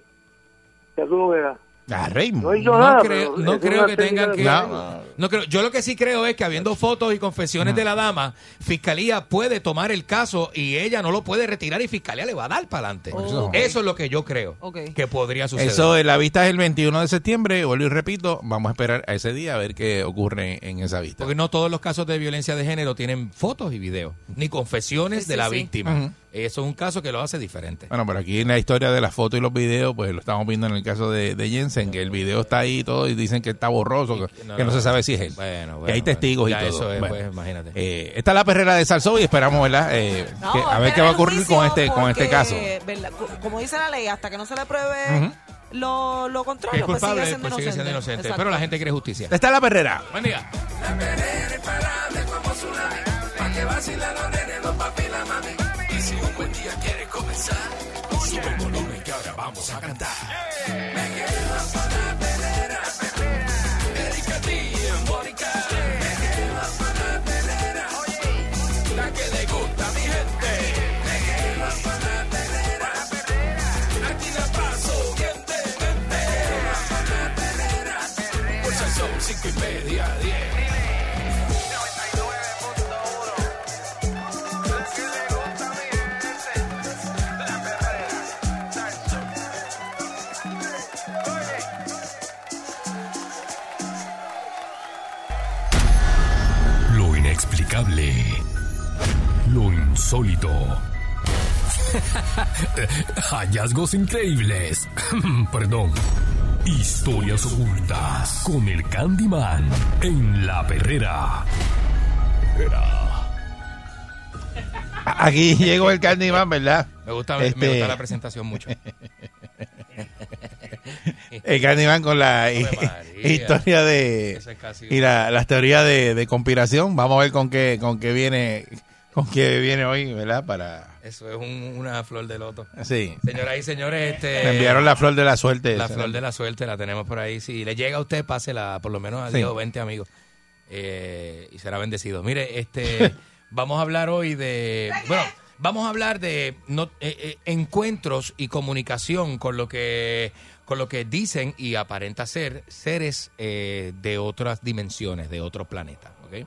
Speaker 8: Ya tú lo verás.
Speaker 3: Ah, Raymond.
Speaker 8: No hizo
Speaker 6: No
Speaker 8: nada.
Speaker 6: creo,
Speaker 8: pero
Speaker 6: no
Speaker 8: es
Speaker 6: creo
Speaker 8: una
Speaker 6: que tengan
Speaker 8: técnica
Speaker 6: que.
Speaker 8: de-
Speaker 6: No. creo. Yo lo que sí creo es que habiendo fotos y confesiones de la dama, fiscalía puede tomar el caso y ella no lo puede retirar y fiscalía le va a dar para adelante.
Speaker 3: eso.
Speaker 6: Eso es lo que yo creo que podría suceder.
Speaker 3: Eso, eh, la vista es el 21 de septiembre. Vuelvo y repito, vamos a esperar a ese día a ver qué ocurre en esa vista.
Speaker 6: Porque no todos los casos de violencia de género tienen fotos y videos, ni confesiones
Speaker 3: Sí,
Speaker 6: de
Speaker 3: sí,
Speaker 6: la
Speaker 3: sí.
Speaker 6: víctima.
Speaker 3: Ujú.
Speaker 6: Eso es un caso que lo hace diferente.
Speaker 3: Bueno, pero aquí en la historia de las fotos y los videos, pues lo estamos viendo en el caso de, de Jensen, que el video está ahí y todo, y dicen que está borroso, que que no,
Speaker 6: no,
Speaker 3: se
Speaker 6: no.
Speaker 3: sabe si es él.
Speaker 6: Bueno,
Speaker 3: que
Speaker 6: bueno,
Speaker 3: hay testigos
Speaker 6: ya
Speaker 3: y todo.
Speaker 6: eso es,
Speaker 3: Bueno,
Speaker 6: pues, imagínate.
Speaker 3: eh, esta es la perrera de Salsó y esperamos, ¿verdad? Eh,
Speaker 5: No,
Speaker 3: que- a ver
Speaker 5: espera
Speaker 3: qué va a
Speaker 5: el
Speaker 3: ocurrir
Speaker 5: juicio
Speaker 3: con este, con este
Speaker 5: porque,
Speaker 3: caso.
Speaker 5: ¿verdad? Co- Como dice la ley, hasta que no se le pruebe
Speaker 3: Ujú.
Speaker 5: lo, lo
Speaker 6: Que es
Speaker 5: contrario, pues
Speaker 6: culpable,
Speaker 5: sigue siendo
Speaker 6: pues sigue siendo
Speaker 5: inocente.
Speaker 6: inocente.
Speaker 5: Exacto.
Speaker 6: Pero la gente quiere justicia.
Speaker 3: Esta es la perrera.
Speaker 6: Buen día.
Speaker 2: como tsunami. Pa' que vacilan los nenes, los papi y la mami. Y si un buen día quieres comenzar, sube el volumen que ahora vamos a cantar. Me quedo con la perrera. Erika T en Boricua. Me quedo con la perrera. La que le gusta a mi gente. Me quedo con la perrera. Aquí la paso bien de mente. Por son Pues cinco y media, diez.
Speaker 1: Lo inexplicable. Lo insólito. Hallazgos increíbles. Perdón. Historias ocultas con el Candyman en la perrera.
Speaker 3: Aquí llegó el Candyman, ¿verdad?
Speaker 6: Me gusta, me-
Speaker 3: Este,
Speaker 6: me gusta la presentación mucho.
Speaker 3: El Candyman con la
Speaker 6: Ave María.
Speaker 3: historia de
Speaker 6: Ese es casi-
Speaker 3: y la, las teorías de, de conspiración. Vamos a ver con qué con qué viene con qué viene hoy, ¿verdad? Para
Speaker 6: Eso es un- una flor de loto.
Speaker 3: Sí.
Speaker 6: Señoras y señores, este.
Speaker 3: me enviaron la flor de la suerte.
Speaker 6: La
Speaker 3: esa,
Speaker 6: flor
Speaker 3: ¿no?
Speaker 6: de la suerte la tenemos por ahí. Si le llega a usted, pásela por lo menos a
Speaker 3: Sí.
Speaker 6: 10 o 20 amigos. Eh, y será bendecido. Mire, este vamos a hablar hoy de. Bueno, vamos a hablar de no- eh, eh, encuentros y comunicación con lo que con lo que dicen y aparenta ser seres eh, de otras dimensiones, de otro planeta. ¿ok?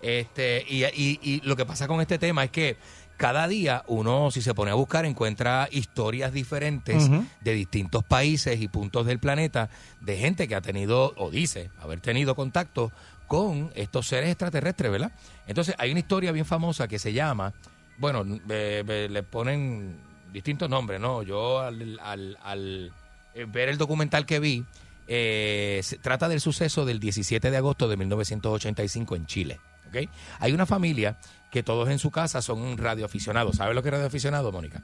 Speaker 6: Este, y, y- y lo que pasa con este tema es que cada día uno, si se pone a buscar, encuentra historias diferentes
Speaker 3: Ujú.
Speaker 6: de distintos países y puntos del planeta de gente que ha tenido o dice haber tenido contacto con estos seres extraterrestres, ¿verdad? Entonces hay una historia bien famosa que se llama, bueno, eh, eh, le ponen distintos nombres, ¿no? Yo al, al- al, eh, ver el documental que vi, eh, se trata del suceso del 17 de agosto de 1985 en Chile. ¿ok? Hay una familia que todos en su casa son radioaficionados. ¿Sabes lo que es radioaficionado, Mónica?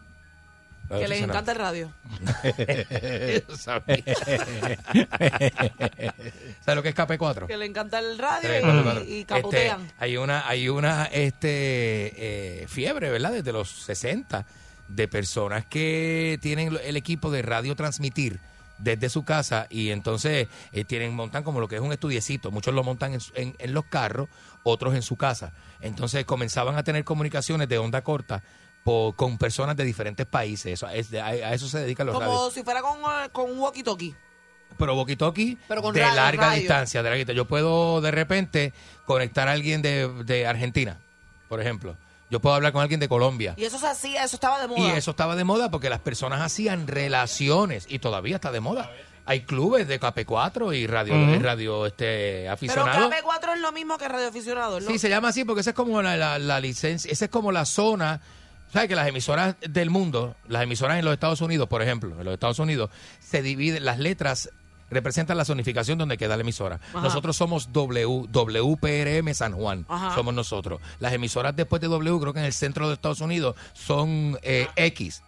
Speaker 6: La
Speaker 5: eh, Que les
Speaker 6: aficionada.
Speaker 5: encanta el radio.
Speaker 6: Yo sabía. ¿Sabes lo que es KP4?
Speaker 5: Que le encanta el radio
Speaker 6: Tres,
Speaker 5: y-
Speaker 6: cuatro, cuatro.
Speaker 5: y,
Speaker 6: Este,
Speaker 5: capotean.
Speaker 6: hay una, hay una este, eh, fiebre, ¿verdad? Desde los 60, de personas que tienen lo- el equipo de radio transmitir desde su casa y entonces eh, tienen montan como lo que es un estudiecito. Muchos lo montan en, su- en- en los carros, otros en su casa. Entonces comenzaban a tener comunicaciones de onda corta po- con personas de diferentes países. Eso, es de- a, a eso se dedican los
Speaker 5: Como
Speaker 6: radios.
Speaker 5: si fuera con, eh, con un walkie-talkie.
Speaker 6: Pero walkie-talkie
Speaker 5: Pero con
Speaker 6: de
Speaker 5: radio,
Speaker 6: larga
Speaker 5: radio.
Speaker 6: distancia, de larga distancia. Yo puedo de repente conectar a alguien de, de Argentina, por ejemplo. Yo puedo hablar con alguien de Colombia.
Speaker 5: Y eso se hacía, eso estaba de
Speaker 6: Y
Speaker 5: moda.
Speaker 6: eso estaba de moda porque las personas hacían relaciones y todavía está de moda. Hay clubes de KP4 y radio,
Speaker 5: Ujú.
Speaker 6: eh, radio este,
Speaker 5: Pero
Speaker 6: aficionados.
Speaker 5: KP4 es lo mismo que Radio Aficionado, ¿no?
Speaker 6: Sí, se llama así porque esa es como la, la- la licencia, esa es como la zona. ¿Sabes que las emisoras del mundo, las emisoras en los Estados Unidos, por ejemplo, en los Estados Unidos, se dividen, las letras representan la zonificación donde queda la emisora.
Speaker 4: Ajá.
Speaker 6: Nosotros somos W, WPRM San Juan,
Speaker 4: Ajá.
Speaker 6: somos nosotros. Las emisoras después de W, creo que en el centro de Estados Unidos, son eh, X,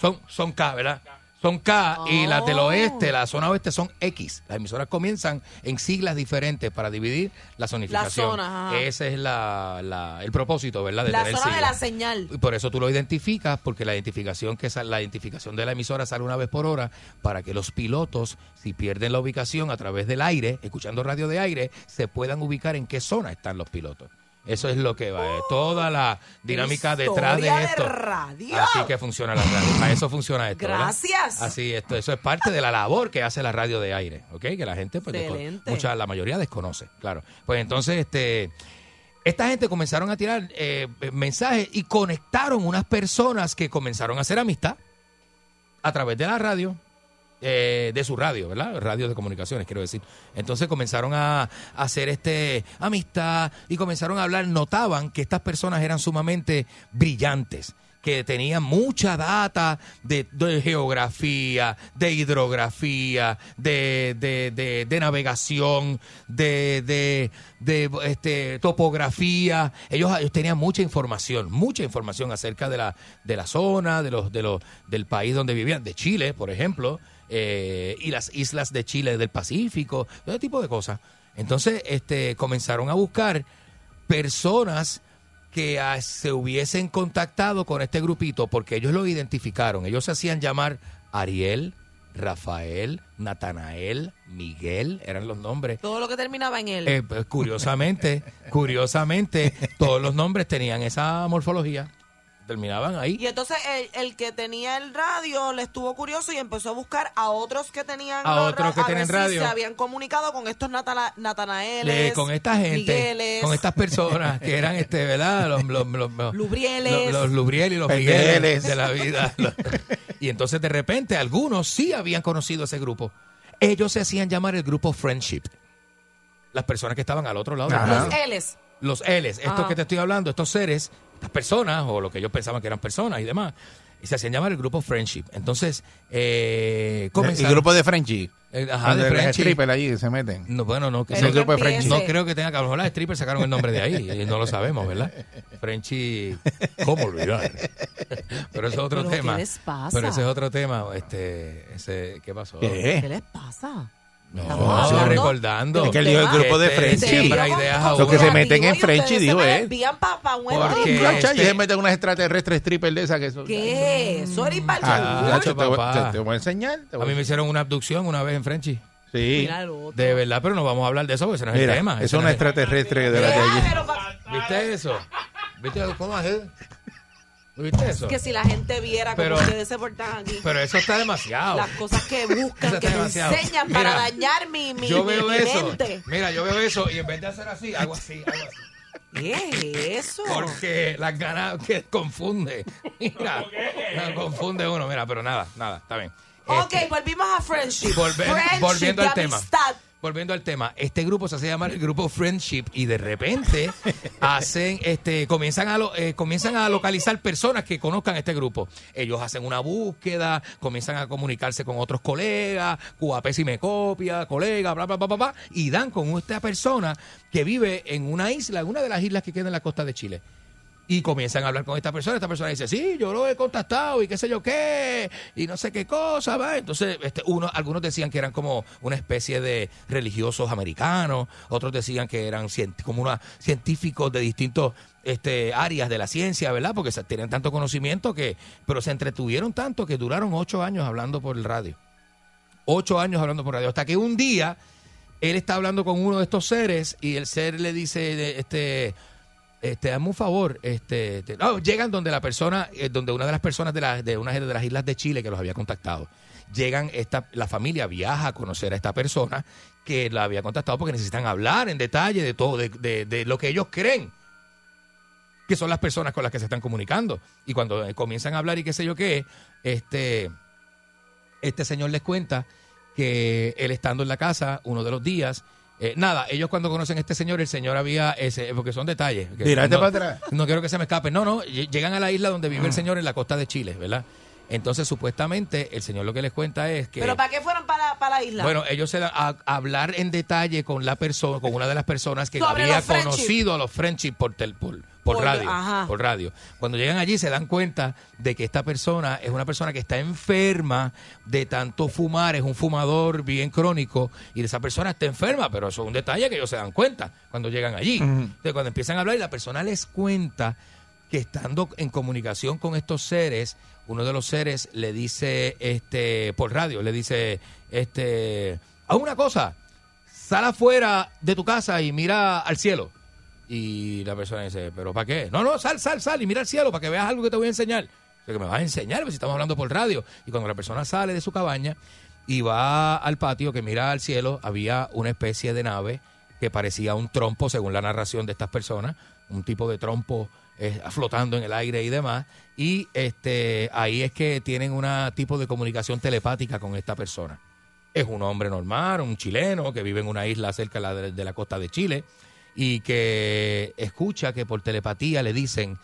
Speaker 6: son, son K, ¿verdad? Son K y las
Speaker 4: Oh.
Speaker 6: del oeste, la zona oeste son X. Las emisoras comienzan en siglas diferentes para dividir la zonificación.
Speaker 5: zona, ajá.
Speaker 6: Ese es la, la- el propósito, ¿verdad?
Speaker 5: la
Speaker 6: tener
Speaker 5: zona de la
Speaker 6: siglas.
Speaker 5: señal.
Speaker 6: Y por eso tú lo identificas, porque la identificación que sal- la identificación de la emisora sale una vez por hora para que los pilotos, si pierden la ubicación a través del aire, escuchando radio de aire, se puedan ubicar en qué zona están los pilotos. Eso es lo que va, es toda la dinámica detrás de
Speaker 5: historia de
Speaker 6: esto. Ah.
Speaker 5: radio.
Speaker 6: Así que funciona la radio. Para eso funciona esto. ¿verdad?
Speaker 5: Gracias.
Speaker 6: Así, esto, eso es parte de la labor que hace la radio de aire, ¿ok? Que la gente, pues, desco-
Speaker 5: Excelente.
Speaker 6: mucha, la mayoría desconoce, claro. Pues entonces, este, esta gente comenzaron a tirar eh, mensajes y conectaron unas personas que comenzaron a hacer amistad a través de la radio. eh, de su radio, ¿verdad? Radio de comunicaciones, quiero decir. Entonces comenzaron a, a hacer este amistad y comenzaron a hablar. Notaban que estas personas eran sumamente brillantes, que tenían mucha data de, de geografía, de hidrografía, de, de- de- de navegación, de, de- de, este, topografía. Ellos, ellos tenían mucha información, mucha información acerca de la, de la zona, de los, de los, del país donde vivían, de Chile, por ejemplo, eh, y las islas de Chile, del Pacífico, todo tipo de cosas. Entonces, este, comenzaron a buscar personas que ah, se hubiesen contactado con este grupito porque ellos lo identificaron. Ellos se hacían llamar Ariel, Rafael, Natanael, Miguel, eran los nombres.
Speaker 5: Todo lo que terminaba en él.
Speaker 6: Eh, pues, curiosamente, curiosamente, todos los nombres tenían esa morfología. Terminaban ahí.
Speaker 5: y entonces el, el que tenía el radio le estuvo curioso y empezó a buscar a otros que tenían
Speaker 6: A
Speaker 5: los
Speaker 6: otros
Speaker 5: ra-
Speaker 6: que
Speaker 5: a
Speaker 6: tienen
Speaker 5: ver si
Speaker 6: radio.
Speaker 5: se habían comunicado con estos Natana- Natanaeles,
Speaker 6: Le- con esta gente,
Speaker 5: Migueles,
Speaker 6: con estas personas que eran, este, ¿verdad? Los, los, los- los- Los,
Speaker 5: Lubrieles.
Speaker 6: los Lubriel y los
Speaker 3: Pendeles.
Speaker 6: Migueles de la vida. Los- y entonces, de repente, algunos sí habían conocido ese grupo. Ellos se hacían llamar el grupo Friendship. Las personas que estaban al otro lado. del mundo.
Speaker 5: los L's.
Speaker 6: los L's, estos
Speaker 5: Ajá.
Speaker 6: que te estoy hablando, estos seres, estas personas, o lo que ellos pensaban que eran personas y demás, y se hacían llamar el grupo Friendship. Entonces, eh,
Speaker 3: El
Speaker 6: comenzaron-
Speaker 3: grupo de Ah, Frenchy.
Speaker 6: Eh, ajá, de
Speaker 3: Donde los
Speaker 6: Frenchy.
Speaker 3: strippers allí que se meten.
Speaker 6: No, bueno, no, que
Speaker 3: Es el grupo de Frenchy.
Speaker 6: No creo que tenga que a lo mejor las strippers sacaron el nombre de ahí, y no lo sabemos, ¿verdad? Frenchy, ¿cómo olvidar? Pero ese es otro
Speaker 5: ¿Pero qué
Speaker 6: tema.
Speaker 5: les pasa?
Speaker 6: Pero ese es otro tema, este, ese, ¿qué pasó?
Speaker 5: ¿Qué les pasa? Este,
Speaker 6: No, estoy recordando.
Speaker 3: Es que él dijo el grupo de
Speaker 6: Que te
Speaker 3: Frenchy.
Speaker 6: siembra ideas a
Speaker 3: Los que
Speaker 6: uno.
Speaker 3: se meten en Frenchy, dijo él.
Speaker 5: Bien papá, bueno.
Speaker 3: Porque plancha,
Speaker 6: este-
Speaker 3: y se meten unas extraterrestres strippers de esas que son.
Speaker 5: ¿Qué? Sorry,
Speaker 3: Ah,
Speaker 5: Parcha.
Speaker 3: Nacho, te voy- te- te voy a enseñar. te voy
Speaker 6: A mí me hicieron una abducción una vez en Frenchy.
Speaker 3: Sí.
Speaker 5: Mira lo otro.
Speaker 6: De verdad, pero no vamos a hablar de eso porque ese no es
Speaker 3: Mira,
Speaker 6: el tema.
Speaker 3: Es
Speaker 6: Ese no
Speaker 3: una
Speaker 6: el-
Speaker 3: extraterrestre de la calle.
Speaker 6: ¿Viste eso? ¿Viste cómo es? él? ¿Viste eso?
Speaker 5: Que si la gente viera
Speaker 6: Pero-
Speaker 5: cómo ustedes se portan aquí.
Speaker 6: Pero eso está demasiado.
Speaker 5: las cosas que buscan, que me
Speaker 6: demasiado.
Speaker 5: enseñan
Speaker 6: Mira,
Speaker 5: para dañar mi, mi,
Speaker 6: yo veo
Speaker 5: mi
Speaker 6: eso.
Speaker 5: mente.
Speaker 6: Mira, yo veo eso y en vez de hacer así, hago así, hago así.
Speaker 5: ¿Qué es eso?
Speaker 6: Porque las ganas que confunde. Mira, no, confunde uno. Mira, pero nada, nada, está bien.
Speaker 5: Ok, volvimos a friendship.
Speaker 6: Este, Volve-
Speaker 5: Friendship,
Speaker 6: volviendo
Speaker 5: de
Speaker 6: al tema.
Speaker 5: amistad.
Speaker 6: Volviendo al tema, este grupo se hace llamar el grupo Friendship y de repente hacen, este, comienzan a lo- eh, comienzan a localizar personas que conozcan este grupo. Ellos hacen una búsqueda, comienzan a comunicarse con otros colegas, Cuapé si me copia, colega, bla bla bla bla, bla, y dan con esta persona que vive en una isla, en una de las islas que queda en la costa de Chile. Y comienzan a hablar con esta persona. Esta persona dice, sí, yo lo he contactado y qué sé yo qué, y no sé qué cosa, va. Entonces, este, uno, algunos decían que eran como una especie de religiosos americanos, otros decían que eran cien- como una, científicos de distintos este, áreas de la ciencia, ¿verdad? Porque se- tenían tanto conocimiento que, pero se entretuvieron tanto que duraron ocho años hablando por el radio ocho años hablando por radio. Hasta que un día él está hablando con uno de estos seres y el ser le dice, de- este, este, dame un favor, este, te- no, llegan donde la persona, eh, donde una de las personas de, la- de una de las islas de Chile que los había contactado. Llegan, esta, la familia viaja a conocer a esta persona que la había contactado porque necesitan hablar en detalle de todo, de- de- de lo que ellos creen que son las personas con las que se están comunicando. Y cuando eh, comienzan a hablar y qué sé yo qué, este, este señor les cuenta que él estando en la casa uno de los días, eh, nada, ellos cuando conocen a este señor, el señor había, ese, porque son detalles. que
Speaker 3: Tírate
Speaker 6: no-
Speaker 3: para atrás.
Speaker 6: No quiero que se me escape. No, no, ll- llegan a la isla donde vive el señor en la costa de Chile, ¿verdad? Entonces, supuestamente, el señor lo que les cuenta es que...
Speaker 5: ¿Pero para qué fueron para, para la isla?
Speaker 6: Bueno, ellos se dan a, a hablar en detalle con la persona, con una de las personas que
Speaker 5: Sobre
Speaker 6: había
Speaker 5: los friendship.
Speaker 6: conocido a los Friendship por, tel- por, por
Speaker 5: Por-
Speaker 6: radio.
Speaker 5: ajá.
Speaker 6: Por radio. Cuando llegan allí se dan cuenta de que esta persona es una persona que está enferma de tanto fumar, es un fumador bien crónico y esa persona está enferma, pero eso es un detalle que ellos se dan cuenta cuando llegan allí.
Speaker 3: Ujú.
Speaker 6: Entonces cuando empiezan a hablar y la persona les cuenta que estando en comunicación con estos seres, uno de los seres le dice, este, por radio, le dice, este, haz una cosa, sal afuera de tu casa y mira al cielo. Y la persona dice, ¿pero para qué? No, no, sal, sal, sal y mira al cielo para que veas algo que te voy a enseñar. O sea, que me vas a enseñar, pues si estamos hablando por radio. Y cuando la persona sale de su cabaña y va al patio que mira al cielo, había una especie de nave que parecía un trompo, según la narración de estas personas, un tipo de trompo eh, flotando en el aire y demás. Y este ahí es que tienen un tipo de comunicación telepática con esta persona. Es un hombre normal, un chileno que vive en una isla cerca de la, de la costa de Chile y que escucha que por telepatía le dicen,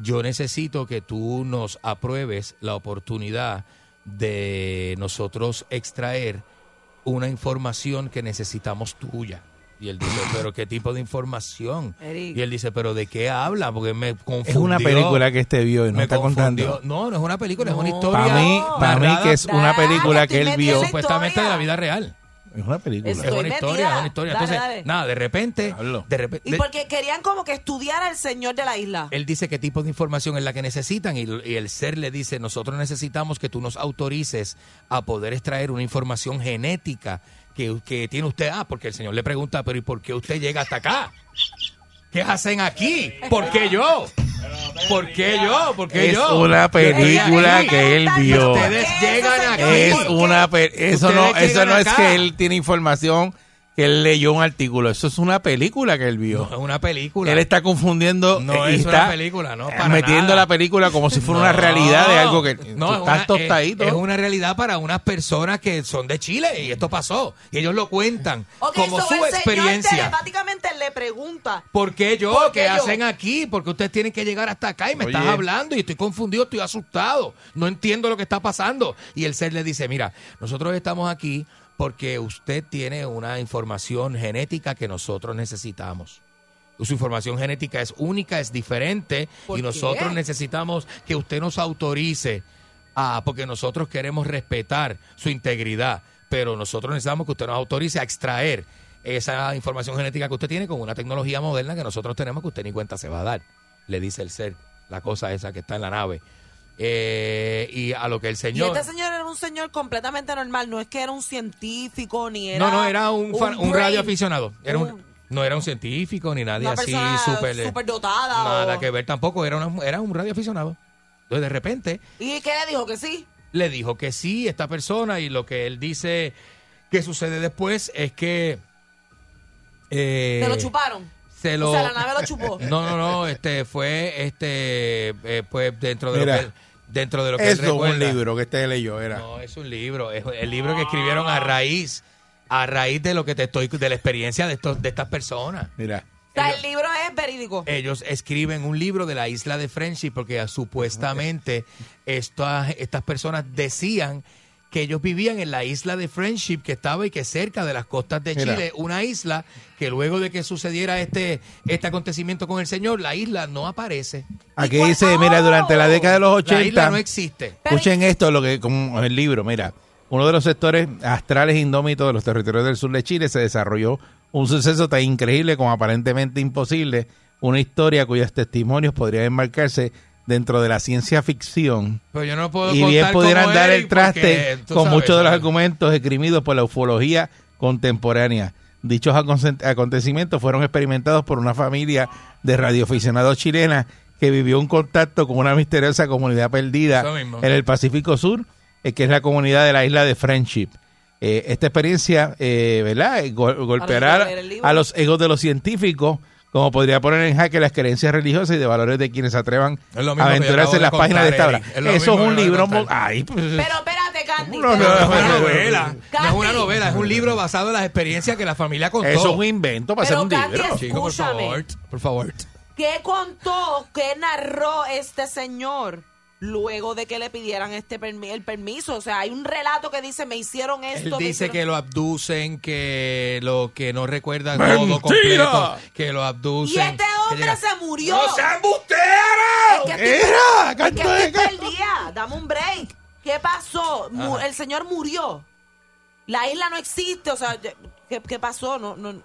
Speaker 6: yo necesito que tú nos apruebes la oportunidad de nosotros extraer una información que necesitamos tuya. Y él dice, pero ¿qué tipo de información?
Speaker 5: Eric.
Speaker 6: Y él dice, pero ¿de qué habla? Porque me confundió.
Speaker 3: Es una película que este vio y no
Speaker 6: Me
Speaker 3: está
Speaker 6: confundió.
Speaker 3: contando.
Speaker 6: No, no es una película, es una historia.
Speaker 3: Para mí, para mí
Speaker 6: narrada
Speaker 3: que es una película que él vio.
Speaker 6: Supuestamente de la vida real.
Speaker 3: Es una película.
Speaker 6: es una historia,
Speaker 5: metida.
Speaker 6: es una historia.
Speaker 5: Dale,
Speaker 6: Entonces,
Speaker 5: dale.
Speaker 6: nada, de repente, de repente,
Speaker 5: Y porque querían como que estudiar al señor de la isla.
Speaker 6: él dice qué tipo de información es la que necesitan y, y el ser le dice, nosotros necesitamos que tú nos autorices a poder extraer una información genética que, que tiene usted. Ah, porque el señor le pregunta, pero ¿y por qué usted llega hasta acá? ¿Qué hacen aquí? ¿Por qué yo? ¿Por qué yo? ¿Por qué
Speaker 3: Es
Speaker 6: yo?
Speaker 3: una película que él vio.
Speaker 6: Ustedes llegan aquí.
Speaker 3: Es una pe- eso no,
Speaker 6: Ustedes
Speaker 3: eso no
Speaker 6: llegan
Speaker 3: es
Speaker 6: acá.
Speaker 3: que él tiene información que él leyó un artículo. Eso es una película que él vio.
Speaker 6: Es una película.
Speaker 3: Él está confundiendo.
Speaker 6: No
Speaker 3: eh, y
Speaker 6: es
Speaker 3: está
Speaker 6: una película, no, para
Speaker 3: metiendo la película como si fuera una realidad de algo que tú
Speaker 6: es
Speaker 3: estás
Speaker 6: una- es-
Speaker 3: tostadito.
Speaker 6: Es, una realidad para unas personas que son de Chile y esto pasó. Y ellos lo cuentan
Speaker 5: Ok,
Speaker 6: como
Speaker 5: so
Speaker 6: su
Speaker 5: el Señor
Speaker 6: experiencia.
Speaker 5: telepáticamente le pregunta.
Speaker 6: ¿Por qué yo?
Speaker 5: ¿Por qué
Speaker 6: ¿Qué
Speaker 5: yo?
Speaker 6: hacen aquí? Porque ustedes tienen que llegar hasta acá y me
Speaker 3: Oye.
Speaker 6: estás hablando y estoy confundido, estoy asustado. No entiendo lo que está pasando. Y el ser le dice, mira, nosotros estamos aquí porque usted tiene una información genética que nosotros necesitamos. Su información genética es única, es diferente
Speaker 3: ¿Por
Speaker 6: y
Speaker 3: qué?
Speaker 6: nosotros necesitamos que usted nos autorice a, porque nosotros queremos respetar su integridad, pero nosotros necesitamos que usted nos autorice a extraer esa información genética que usted tiene con una tecnología moderna que nosotros tenemos que usted ni cuenta se va a dar, le dice el ser, la cosa esa que está en la nave. Eh, y a lo que el
Speaker 5: Y
Speaker 6: señor...
Speaker 5: este señor era un señor completamente normal, no es que era un científico ni era.
Speaker 6: no, no, era un, fan- un
Speaker 5: brain,
Speaker 6: radio aficionado. Era un- no era un científico ni nadie
Speaker 5: Una
Speaker 6: así
Speaker 5: persona
Speaker 6: súper... eh,
Speaker 5: superdotada
Speaker 6: Nada
Speaker 5: o-
Speaker 6: que ver tampoco, era, una- era un radio aficionado. Entonces de repente
Speaker 5: ¿Y qué le dijo? Que sí.
Speaker 6: le dijo que sí esta persona y lo que él dice que sucede después es que eh,
Speaker 5: Te lo chuparon.
Speaker 6: se
Speaker 5: O
Speaker 6: lo-
Speaker 5: sea, la nave lo chupó.
Speaker 6: no no no este fue este eh, pues dentro de
Speaker 3: Mira,
Speaker 6: lo que él- dentro de lo que él
Speaker 3: Eso es un
Speaker 6: recuerda.
Speaker 3: libro que este leyó. Era.
Speaker 6: no es un libro es el libro que escribieron a raíz a raíz de lo que te estoy de la experiencia de estos de estas personas
Speaker 3: mira
Speaker 5: O sea, el libro es verídico.
Speaker 6: ellos escriben un libro de la isla de Friendship porque ah, supuestamente estas, estas personas decían que ellos vivían en la isla de Friendship que estaba y que cerca de las costas de
Speaker 3: Mira.
Speaker 6: Chile, una isla que luego de que sucediera este, este acontecimiento con el señor, la isla no aparece.
Speaker 3: Aquí dice, mira, durante la década de los 80...
Speaker 6: La isla no existe.
Speaker 3: Escuchen esto, lo que como el libro, mira. Uno de los sectores astrales indómitos de los territorios del sur de Chile se desarrolló un suceso tan increíble como aparentemente imposible, una historia cuyos testimonios podrían enmarcarse dentro de la ciencia ficción
Speaker 6: Pero yo no puedo
Speaker 3: y
Speaker 6: contar
Speaker 3: bien
Speaker 6: cómo
Speaker 3: pudieran dar
Speaker 6: Eric
Speaker 3: el traste
Speaker 6: porque tú
Speaker 3: con
Speaker 6: sabes,
Speaker 3: muchos de los
Speaker 6: ¿sabes?
Speaker 3: argumentos esgrimidos por la ufología contemporánea. Dichos acon- acontecimientos fueron experimentados por una familia de radioaficionados chilenas que vivió un contacto con una misteriosa comunidad perdida
Speaker 6: Eso mismo.
Speaker 3: en el Pacífico Sur, eh, que es la comunidad de la isla de Friendship. Eh, esta experiencia, eh, ¿verdad?, Eh, gol- golpeará
Speaker 6: leer el libro.
Speaker 3: a los egos de los científicos, como podría poner en jaque las creencias religiosas y de valores de quienes se atrevan
Speaker 6: Es lo mismo que yo
Speaker 3: a aventurarse
Speaker 6: acabo
Speaker 3: en
Speaker 6: de
Speaker 3: las páginas de esta
Speaker 6: contar,
Speaker 3: obra.
Speaker 6: Eric. Es lo
Speaker 3: Eso
Speaker 6: mismo
Speaker 3: es
Speaker 6: que
Speaker 3: un
Speaker 6: acabo de
Speaker 3: libro...
Speaker 6: contar.
Speaker 3: mo- Ay, pues,
Speaker 5: Pero espérate, Candy.
Speaker 3: No, no,
Speaker 5: espérate.
Speaker 6: No es una
Speaker 3: no, no,
Speaker 6: novela, no es una
Speaker 5: Candy.
Speaker 6: novela, es un libro basado en las experiencias que la familia contó.
Speaker 3: Eso es un invento para
Speaker 5: Pero,
Speaker 3: hacer un
Speaker 5: Candy,
Speaker 3: libro.
Speaker 6: Chico, por
Speaker 5: escúchame.
Speaker 6: favor, por favor.
Speaker 5: ¿Qué contó, qué narró este señor luego de que le pidieran este permi- el permiso? O sea, hay un relato que dice, me hicieron
Speaker 6: Él
Speaker 5: esto. me
Speaker 6: dice
Speaker 5: hicieron-
Speaker 6: que lo abducen, que lo que no recuerda
Speaker 2: ¡Mentira!
Speaker 6: todo completo, que lo abducen.
Speaker 5: Y este
Speaker 6: que
Speaker 5: hombre
Speaker 6: llega-
Speaker 5: se murió.
Speaker 6: ¡No sea
Speaker 5: embustera!
Speaker 6: Era,
Speaker 5: ¿Qué
Speaker 6: canto de
Speaker 5: día? Dame un break. ¿Qué pasó? Mu-
Speaker 6: Ajá.
Speaker 5: el señor murió. La isla no existe. O sea, ¿qué, qué pasó? No, no.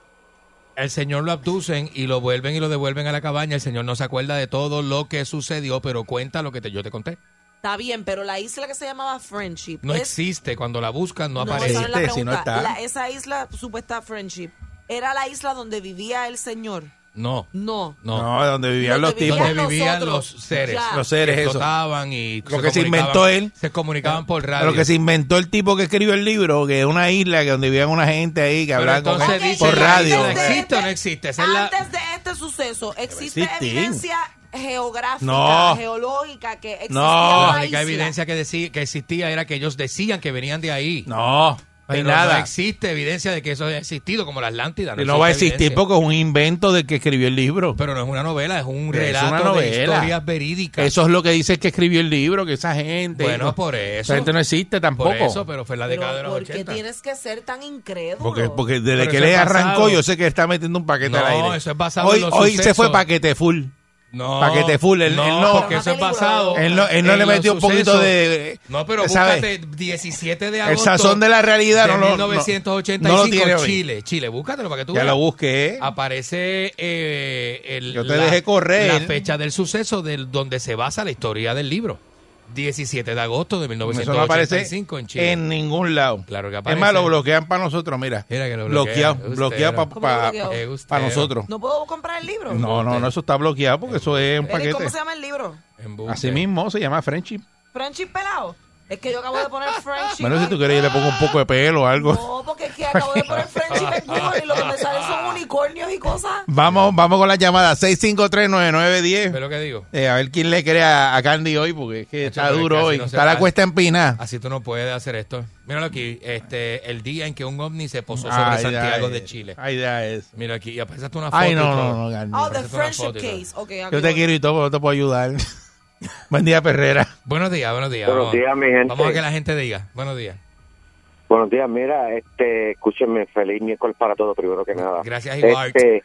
Speaker 6: El señor lo abducen y lo vuelven y lo devuelven a la cabaña. El señor no se acuerda de todo lo que sucedió, pero cuenta lo que te- yo te conté.
Speaker 5: Está bien, pero la isla que se llamaba Friendship.
Speaker 6: No
Speaker 5: es-
Speaker 6: existe. Cuando la buscan, no,
Speaker 5: No,
Speaker 6: aparece.
Speaker 5: esa es la pregunta. La- esa isla, supuesta Friendship, era la isla donde vivía el señor.
Speaker 6: No.
Speaker 5: No.
Speaker 6: No.
Speaker 3: No, donde vivían los
Speaker 5: vivían
Speaker 3: tipos.
Speaker 6: Donde vivían los
Speaker 5: nosotros.
Speaker 6: seres.
Speaker 5: Ya.
Speaker 3: Los seres,
Speaker 6: que
Speaker 3: eso.
Speaker 6: flotaban y
Speaker 3: Lo que se
Speaker 6: comunicaban-
Speaker 3: inventó él.
Speaker 6: Se comunicaban por radio.
Speaker 3: Lo que se inventó el tipo que escribió el libro, que es una isla que donde vivían una gente ahí que
Speaker 6: Pero
Speaker 3: hablaban con
Speaker 6: entonces
Speaker 3: él
Speaker 6: dice,
Speaker 3: por
Speaker 6: la
Speaker 3: radio.
Speaker 6: isla ¿Existe o no existe? Esa es la-
Speaker 5: Antes de este suceso, ¿existe
Speaker 3: existe.
Speaker 5: evidencia geográfica,
Speaker 6: No.
Speaker 5: geológica que existía
Speaker 6: No, la
Speaker 5: la
Speaker 6: única
Speaker 5: isla?
Speaker 6: evidencia que, decí- que existía era que ellos decían que venían de ahí.
Speaker 3: No, hay
Speaker 6: pero
Speaker 3: nada.
Speaker 6: no existe evidencia de que eso haya existido, como la Atlántida.
Speaker 3: Y no va a
Speaker 6: existe
Speaker 3: existir
Speaker 6: evidencia.
Speaker 3: porque es un invento del que escribió el libro.
Speaker 6: Pero no es una novela, es un
Speaker 3: Es
Speaker 6: relato
Speaker 3: una
Speaker 6: de
Speaker 3: novela.
Speaker 6: historias verídicas.
Speaker 3: Eso es lo que dice el que escribió el libro, que esa gente.
Speaker 6: Bueno,
Speaker 3: no,
Speaker 6: por eso.
Speaker 3: Esa gente no existe tampoco.
Speaker 6: Por eso, pero fue en la década de los
Speaker 5: ¿Por qué
Speaker 6: 80.
Speaker 5: tienes que ser tan incrédulo?
Speaker 3: porque, porque desde
Speaker 6: Pero
Speaker 3: que
Speaker 6: eso
Speaker 3: le
Speaker 6: es
Speaker 3: arrancó,
Speaker 6: basado.
Speaker 3: yo sé que está metiendo un paquete
Speaker 6: No,
Speaker 3: al aire.
Speaker 6: eso es basado
Speaker 3: hoy,
Speaker 6: en los
Speaker 3: hoy se
Speaker 6: sucesos.
Speaker 3: fue paquete full.
Speaker 6: No,
Speaker 3: paquete full. Él él
Speaker 6: no,
Speaker 3: no,
Speaker 6: porque eso es basado.
Speaker 3: Él no, él no
Speaker 6: en
Speaker 3: le
Speaker 6: los
Speaker 3: metió un poquito
Speaker 6: sucesos.
Speaker 3: de.
Speaker 6: No, pero
Speaker 3: ¿sabes?
Speaker 6: búscate 17 de
Speaker 3: El
Speaker 6: agosto.
Speaker 3: sazón de la realidad,
Speaker 6: de
Speaker 3: no lo- no-
Speaker 6: 1985,
Speaker 3: no lo tiene hoy.
Speaker 6: Chile. Chile, búscatelo para que tú
Speaker 3: Ya
Speaker 6: veas.
Speaker 3: lo busqué.
Speaker 6: Aparece eh, el,
Speaker 3: Yo te dejé correr.
Speaker 6: la fecha del suceso del, donde se basa la historia del libro. 17 de agosto de
Speaker 3: Eso no aparece
Speaker 6: 1985 en Chile.
Speaker 3: en ningún lado.
Speaker 6: Claro que
Speaker 3: Es
Speaker 6: aparece.
Speaker 3: más, lo bloquean para nosotros, mira.
Speaker 6: Mira que lo
Speaker 3: bloqueado,
Speaker 6: bloquean.
Speaker 3: bloqueado para
Speaker 6: Ustero.
Speaker 5: ¿Cómo lo bloqueó?
Speaker 3: nosotros.
Speaker 5: ¿No puedo comprar el libro?
Speaker 3: No, no, no, eso está bloqueado porque eso es un
Speaker 5: Eric, ¿Cómo
Speaker 3: paquete.
Speaker 5: se llama el libro?
Speaker 3: Así mismo se llama Friendship.
Speaker 5: ¿Friendship pelado? Es que yo acabo de poner Friendship.
Speaker 3: Bueno, si tú quieres, yo le pongo un poco de pelo o algo.
Speaker 5: No, porque es que acabo de poner
Speaker 3: Ah,
Speaker 5: Friendship en Google y lo que me salen son unicornios y cosas.
Speaker 3: Vamos, vamos con la llamada 6539910.
Speaker 6: ¿Ves lo que digo?
Speaker 3: Eh, a ver quién le crea a Candy hoy porque es que está
Speaker 6: pero es que
Speaker 3: duro
Speaker 6: así
Speaker 3: hoy.
Speaker 6: no se
Speaker 3: está la
Speaker 6: hace.
Speaker 3: cuesta empinada.
Speaker 6: Así tú no puedes hacer esto. Míralo aquí, este, el día en que un ovni se posó sobre
Speaker 3: Ay,
Speaker 6: Santiago
Speaker 3: ay,
Speaker 6: de Chile.
Speaker 3: Ay, ya es.
Speaker 6: Mira aquí, y aparece una foto.
Speaker 3: Ay,
Speaker 6: y
Speaker 3: no,
Speaker 6: todo.
Speaker 3: no, no, Candy.
Speaker 5: Oh, the
Speaker 6: Aparece una foto
Speaker 5: friendship
Speaker 6: y todo.
Speaker 5: case. Ok, aquí
Speaker 3: Yo te
Speaker 5: voy.
Speaker 3: quiero y todo, pero no te puedo ayudar. Buen día, Perrera.
Speaker 6: Buenos días, buenos días.
Speaker 4: Buenos
Speaker 6: vamos.
Speaker 4: días, mi gente.
Speaker 6: Vamos a que la gente diga. Buenos días.
Speaker 4: Buenos días, mira, este, escúchenme, feliz miércoles para todos, primero que nada.
Speaker 6: Gracias,
Speaker 4: igual.
Speaker 6: Ibart.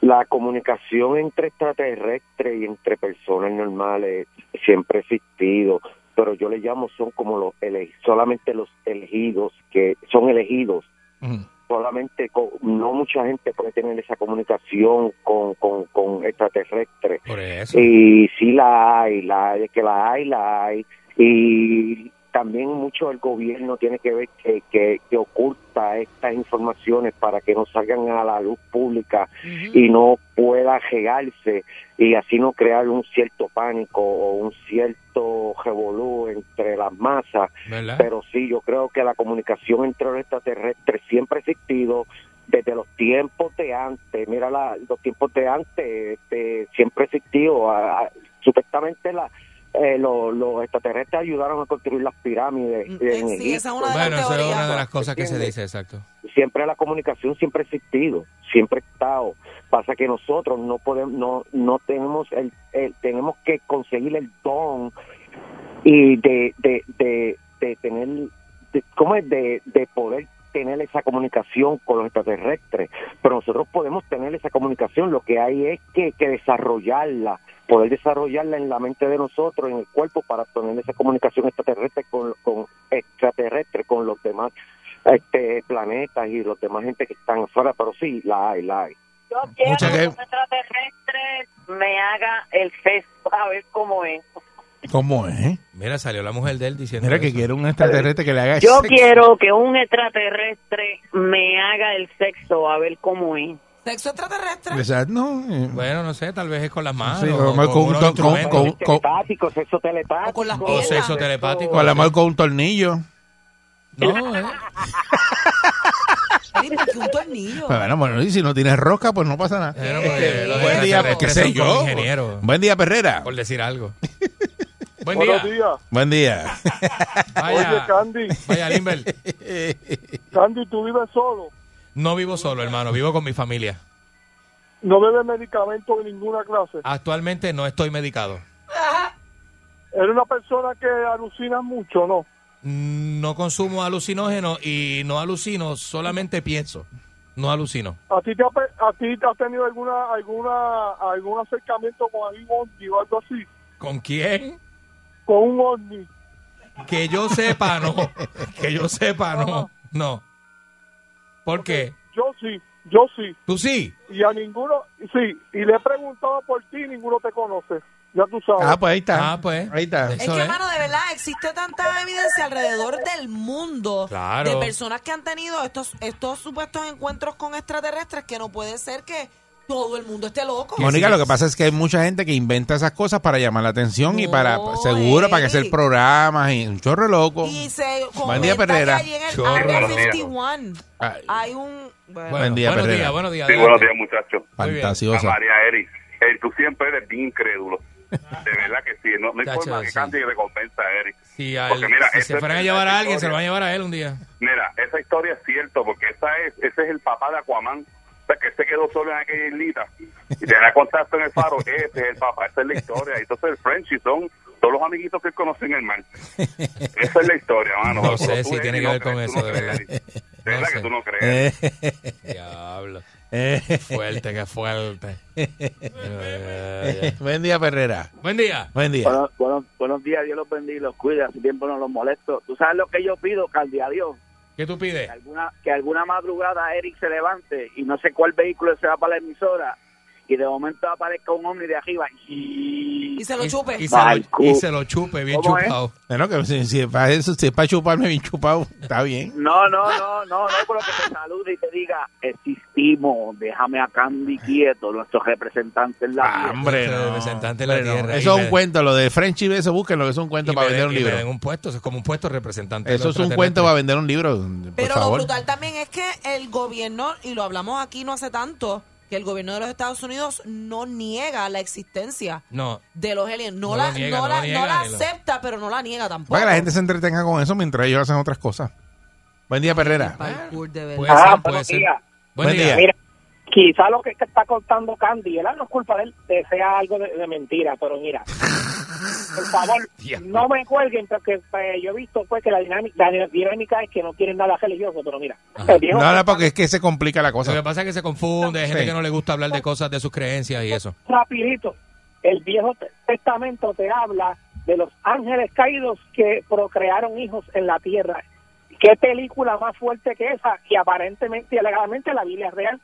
Speaker 4: la comunicación entre extraterrestres y entre personas normales siempre ha existido, pero yo le llamo son como los ele- solamente los elegidos, que son elegidos. Solamente co- no mucha gente puede tener esa comunicación con, con, con extraterrestres.
Speaker 6: Por eso.
Speaker 4: Y sí la hay, la hay, que la hay, la hay. Y también mucho el gobierno tiene que ver que, que, que oculta estas informaciones para que no salgan a la luz pública y no pueda llegarse y así no crear un cierto pánico o un cierto revolú entre las masas.
Speaker 6: ¿Verdad?
Speaker 4: Pero sí, yo creo que la comunicación entre los extraterrestres siempre ha existido desde los tiempos de antes. Mira, la- los tiempos de antes este, siempre ha existido. A- a- supuestamente la, eh, lo- los extraterrestres ayudaron a construir las pirámides.
Speaker 6: Mm,
Speaker 4: en Egipto.
Speaker 6: Bueno, eso eh, es una de las cosas que se dice, exacto.
Speaker 4: Siempre la comunicación siempre ha existido, siempre ha estado. Pasa que nosotros no podemos, no, no tenemos el, el- tenemos que conseguir el don y de, de, de, de tener de- ¿cómo es? De, de poder tener esa comunicación con los extraterrestres. Pero nosotros podemos tener esa comunicación, lo que hay es que, que desarrollarla, poder desarrollarla en la mente de nosotros, en el cuerpo, para tener esa comunicación extraterrestre con, con extraterrestre con los demás este planetas y los demás gente que están afuera, pero sí, la hay, la hay.
Speaker 8: Yo quiero
Speaker 4: Mucha
Speaker 8: que
Speaker 4: que-
Speaker 8: un extraterrestre me haga el fest a ver cómo es.
Speaker 3: ¿Cómo es? eh?
Speaker 6: Mira, salió la mujer de él diciendo.
Speaker 3: Mira que
Speaker 6: eso.
Speaker 3: quiere un extraterrestre que le haga
Speaker 8: Yo
Speaker 3: sexo.
Speaker 8: quiero que un extraterrestre me haga el sexo a ver cómo es.
Speaker 5: ¿Sexo extraterrestre?
Speaker 3: Exacto, no, eh,
Speaker 6: Bueno, no sé, tal vez es con las manos.
Speaker 3: Sí, a lo
Speaker 6: o
Speaker 3: mejor
Speaker 6: Ah, con
Speaker 3: con un
Speaker 6: unos
Speaker 3: to- con-
Speaker 6: instrumentos.
Speaker 3: con- con-
Speaker 4: Telepático, sexo telepático.
Speaker 5: con las
Speaker 6: o sexo telepático.
Speaker 3: o a lo mejor con un tornillo.
Speaker 6: No, eh.
Speaker 5: Ay, ¿por qué un tornillo?
Speaker 3: Pero bueno, bueno, y si no tienes roca, pues no pasa nada.
Speaker 6: Pero, pues,
Speaker 3: Este,
Speaker 6: los
Speaker 3: buen día,
Speaker 6: extraterrestres
Speaker 3: qué sé
Speaker 6: son como
Speaker 3: yo.
Speaker 6: ingenieros.
Speaker 3: Buen día, Perrera.
Speaker 6: Por decir algo. Buen
Speaker 18: Buenos
Speaker 6: día.
Speaker 18: días.
Speaker 3: Buen día.
Speaker 18: Oye, Candy.
Speaker 6: Vaya, Limber.
Speaker 18: Candy, tú vives solo.
Speaker 6: No vivo solo, hermano, vivo con mi familia.
Speaker 18: No bebes medicamentos de ninguna clase.
Speaker 6: Ah. Actualmente no estoy medicado.
Speaker 18: Eres una persona que alucina mucho, ¿no?
Speaker 6: No consumo alucinógenos y no alucino, solamente pienso. No alucino.
Speaker 18: ¿A ti, te ha, pe- a ti te has tenido alguna, alguna, algún acercamiento con algún ovni o algo así?
Speaker 6: ¿Con quién?
Speaker 18: Con un ovni.
Speaker 6: Que yo sepa, no. Que yo sepa, no. No. ¿Por qué?
Speaker 18: Yo sí, yo sí.
Speaker 6: ¿Tú sí?
Speaker 18: Y a ninguno, sí. Y le he preguntado por ti y ninguno te conoce. Ya tú sabes.
Speaker 3: Ah, pues ahí está.
Speaker 6: Ah, pues.
Speaker 3: Ahí está.
Speaker 5: Es que, hermano, de verdad, existe tanta evidencia alrededor del mundo
Speaker 3: Claro.
Speaker 5: de personas que han tenido estos, estos supuestos encuentros con extraterrestres que no puede ser que todo el mundo esté loco.
Speaker 3: Mónica, lo que pasa es que hay mucha gente que inventa esas cosas para llamar la atención y para, seguro, para que hacer programas y un chorro loco.
Speaker 5: Y se
Speaker 3: Buen día,
Speaker 5: comenta que
Speaker 3: Perrera.
Speaker 5: allí en el
Speaker 3: Chorro.
Speaker 5: Área
Speaker 3: Buenos días.
Speaker 5: 51
Speaker 3: Ay.
Speaker 5: hay un... bueno,
Speaker 3: Buen día,
Speaker 6: buenos
Speaker 3: Perrera.
Speaker 6: días, buenos días.
Speaker 19: Sí, buenos días, muchachos.
Speaker 3: Fantasiosa.
Speaker 19: A María Eri. Eh, tú siempre eres bien incrédulo. De verdad que sí. No, no hay
Speaker 6: Chacho,
Speaker 19: forma que
Speaker 6: sí.
Speaker 19: Candy recompensa a Eri.
Speaker 6: Si, a él-
Speaker 19: Porque mira,
Speaker 6: si
Speaker 19: esa
Speaker 6: se
Speaker 19: es
Speaker 6: fueran a
Speaker 19: la
Speaker 6: llevar a alguien,
Speaker 19: historia.
Speaker 6: se lo van a llevar a él un día.
Speaker 19: Mira, esa historia es cierta porque esa es, ese es el papá de Aquaman. O sea, que se quedó solo en aquella islita y tenía contacto en el faro. Ese es el papá, esa es la historia. Entonces, el Frenchy son todos los amiguitos que conocen el mar. Esa es la historia, mano.
Speaker 6: No
Speaker 19: Pero
Speaker 6: sé
Speaker 19: tú
Speaker 6: si
Speaker 19: eres
Speaker 6: tiene
Speaker 19: y
Speaker 6: que
Speaker 19: no
Speaker 6: ver con
Speaker 19: crees, tú
Speaker 6: eso, de
Speaker 19: no crees,
Speaker 6: verdad.
Speaker 19: Eri. De verdad que tú no crees.
Speaker 6: Eh. Diablo. Qué fuerte, qué fuerte. Eh,
Speaker 3: Buen día, Perrera.
Speaker 6: Buen día.
Speaker 3: Buen día.
Speaker 20: Bueno, bueno, buenos días, Dios los bendiga y los cuida. Hace tiempo no los molesto. ¿Tú sabes lo que yo pido, Candy? A Dios.
Speaker 6: ¿Qué tú pides?
Speaker 20: Que alguna, que alguna madrugada Eric se levante y no sé cuál vehículo se va para la emisora y de momento aparezca un ovni de arriba. Y,
Speaker 5: se lo chupe.
Speaker 6: Y se, lo, y se lo chupe bien
Speaker 20: ¿Cómo es?
Speaker 6: chupado.
Speaker 3: Bueno, que si, si es para eso, si es para chuparme bien chupado, está bien.
Speaker 20: No, no, no, no, no, pero que te salude y te diga, existimos, déjame a Candy quieto, nuestros representantes en la vida".
Speaker 3: Hombre, no.
Speaker 6: Representante de la
Speaker 3: Hombre, no.
Speaker 6: tierra.
Speaker 3: Eso
Speaker 6: Y
Speaker 3: es
Speaker 6: me-
Speaker 3: un cuento, lo de Frenchy eso busquen lo que es un
Speaker 6: Y
Speaker 3: cuento
Speaker 6: me
Speaker 3: para
Speaker 6: den-
Speaker 3: vender un
Speaker 6: y me den
Speaker 3: libro.
Speaker 6: un puesto, eso es como un puesto representante. de
Speaker 3: Eso
Speaker 6: los
Speaker 3: es un cuento para vender un libro, por
Speaker 5: Pero lo
Speaker 3: favor.
Speaker 5: brutal también es que el gobierno, y lo hablamos aquí no hace tanto, que el gobierno de los Estados Unidos no niega la existencia
Speaker 6: No.
Speaker 5: de los aliens. No,
Speaker 6: No
Speaker 5: la,
Speaker 6: lo niega,
Speaker 5: no
Speaker 6: no
Speaker 5: la,
Speaker 6: lo niega,
Speaker 5: no la
Speaker 6: ni lo-
Speaker 5: acepta, pero no la niega tampoco.
Speaker 3: Para que la gente se entretenga con eso mientras ellos hacen otras cosas. Buen día, Perrera.
Speaker 5: Parkour de verdad.
Speaker 3: Puede
Speaker 20: Ah,
Speaker 3: ser, puede
Speaker 20: buenos
Speaker 3: ser.
Speaker 20: días.
Speaker 3: Buen día.
Speaker 20: Mira,
Speaker 21: quizá lo que está contando Candy, él no es culpa de él, que sea algo de, de mentira, pero mira, por favor, no me cuelguen, porque eh, yo he visto pues que la dinámica, la dinámica es que no quieren nada religioso, pero mira, el viejo-
Speaker 3: No, no, porque es que se complica la
Speaker 6: Lo que
Speaker 3: cosa.
Speaker 6: pasa es que se confunde, hay gente
Speaker 3: Sí.
Speaker 6: que no le gusta hablar de cosas de sus creencias y eso.
Speaker 21: rapidito, el viejo Te- testamento te habla de los ángeles caídos que procrearon hijos en la tierra. ¿Qué película más fuerte que esa? Y aparentemente y alegadamente la Biblia es real.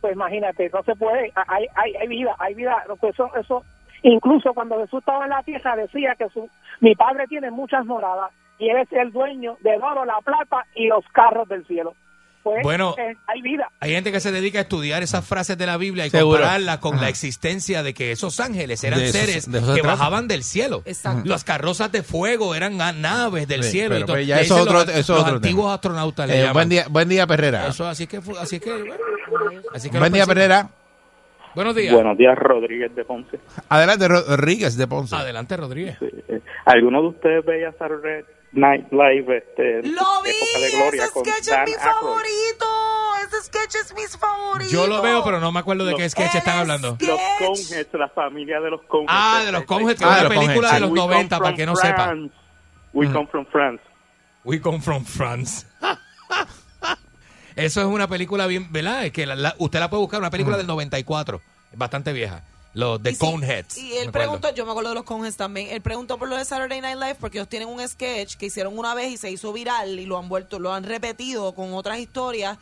Speaker 21: Pues imagínate, no se puede, hay, hay, hay vida, hay vida, no, pues eso, eso, incluso cuando Jesús estaba en la tierra decía que su, mi padre tiene muchas moradas y él es el dueño del oro, la plata y los carros del cielo. Pues
Speaker 6: Bueno.
Speaker 21: eh, hay vida.
Speaker 6: Hay gente que se dedica a estudiar esas frases de la Biblia y
Speaker 3: Seguro.
Speaker 6: compararlas con
Speaker 3: Ajá.
Speaker 6: la existencia de que esos ángeles eran
Speaker 3: De eso-
Speaker 6: seres
Speaker 3: de eso se
Speaker 6: que
Speaker 3: trata.
Speaker 6: bajaban del cielo.
Speaker 3: Exacto.
Speaker 6: Las carrozas de fuego eran a- naves del
Speaker 3: Sí,
Speaker 6: cielo.
Speaker 3: pero,
Speaker 6: y todo.
Speaker 3: pero ya
Speaker 6: Le
Speaker 3: eso
Speaker 6: dicen
Speaker 3: otro-
Speaker 6: los-
Speaker 3: eso es
Speaker 6: los
Speaker 3: otro tema.
Speaker 6: antiguos astronautas le
Speaker 3: Eh,
Speaker 6: llaman.
Speaker 3: buen día, buen día, Perrera.
Speaker 6: Eso así que fu- así que bueno, así que
Speaker 3: Buen
Speaker 6: lo
Speaker 3: día,
Speaker 6: percibo.
Speaker 3: Perrera.
Speaker 6: Buenos días.
Speaker 20: Buenos días, Rodríguez de Ponce.
Speaker 3: Adelante, Rodríguez de Ponce.
Speaker 6: Adelante, Rodríguez.
Speaker 20: eh, ¿Alguno de ustedes veía Saturday Night Live? Este,
Speaker 5: ¡Lo vi!
Speaker 20: Época de Gloria
Speaker 5: ¡Ese
Speaker 20: con
Speaker 5: sketch
Speaker 20: Dan
Speaker 5: es mi
Speaker 20: Aykroyd?
Speaker 5: favorito! ¡Ese sketch es mi favorito!
Speaker 6: Yo lo veo, pero no me acuerdo de qué
Speaker 20: Los-
Speaker 6: sketch están hablando.
Speaker 20: Los Conjes, la familia de los Conjes.
Speaker 8: Este,
Speaker 6: Ah, de los Conjes, que es una película de los 90, para el que no sepa.
Speaker 20: We come from France.
Speaker 6: We come from France. Eso es una película bien, ¿verdad? Es que la- la- usted la puede buscar, una
Speaker 3: Mm.
Speaker 6: película del 94, bastante vieja. Los de
Speaker 5: Y sí,
Speaker 6: Coneheads.
Speaker 5: Y él
Speaker 6: me acuerdo.
Speaker 5: preguntó, yo me acuerdo de los Coneheads también, él preguntó por lo de Saturday Night Live porque ellos tienen un sketch que hicieron una vez y se hizo viral y lo han vuelto, lo han repetido con otras historias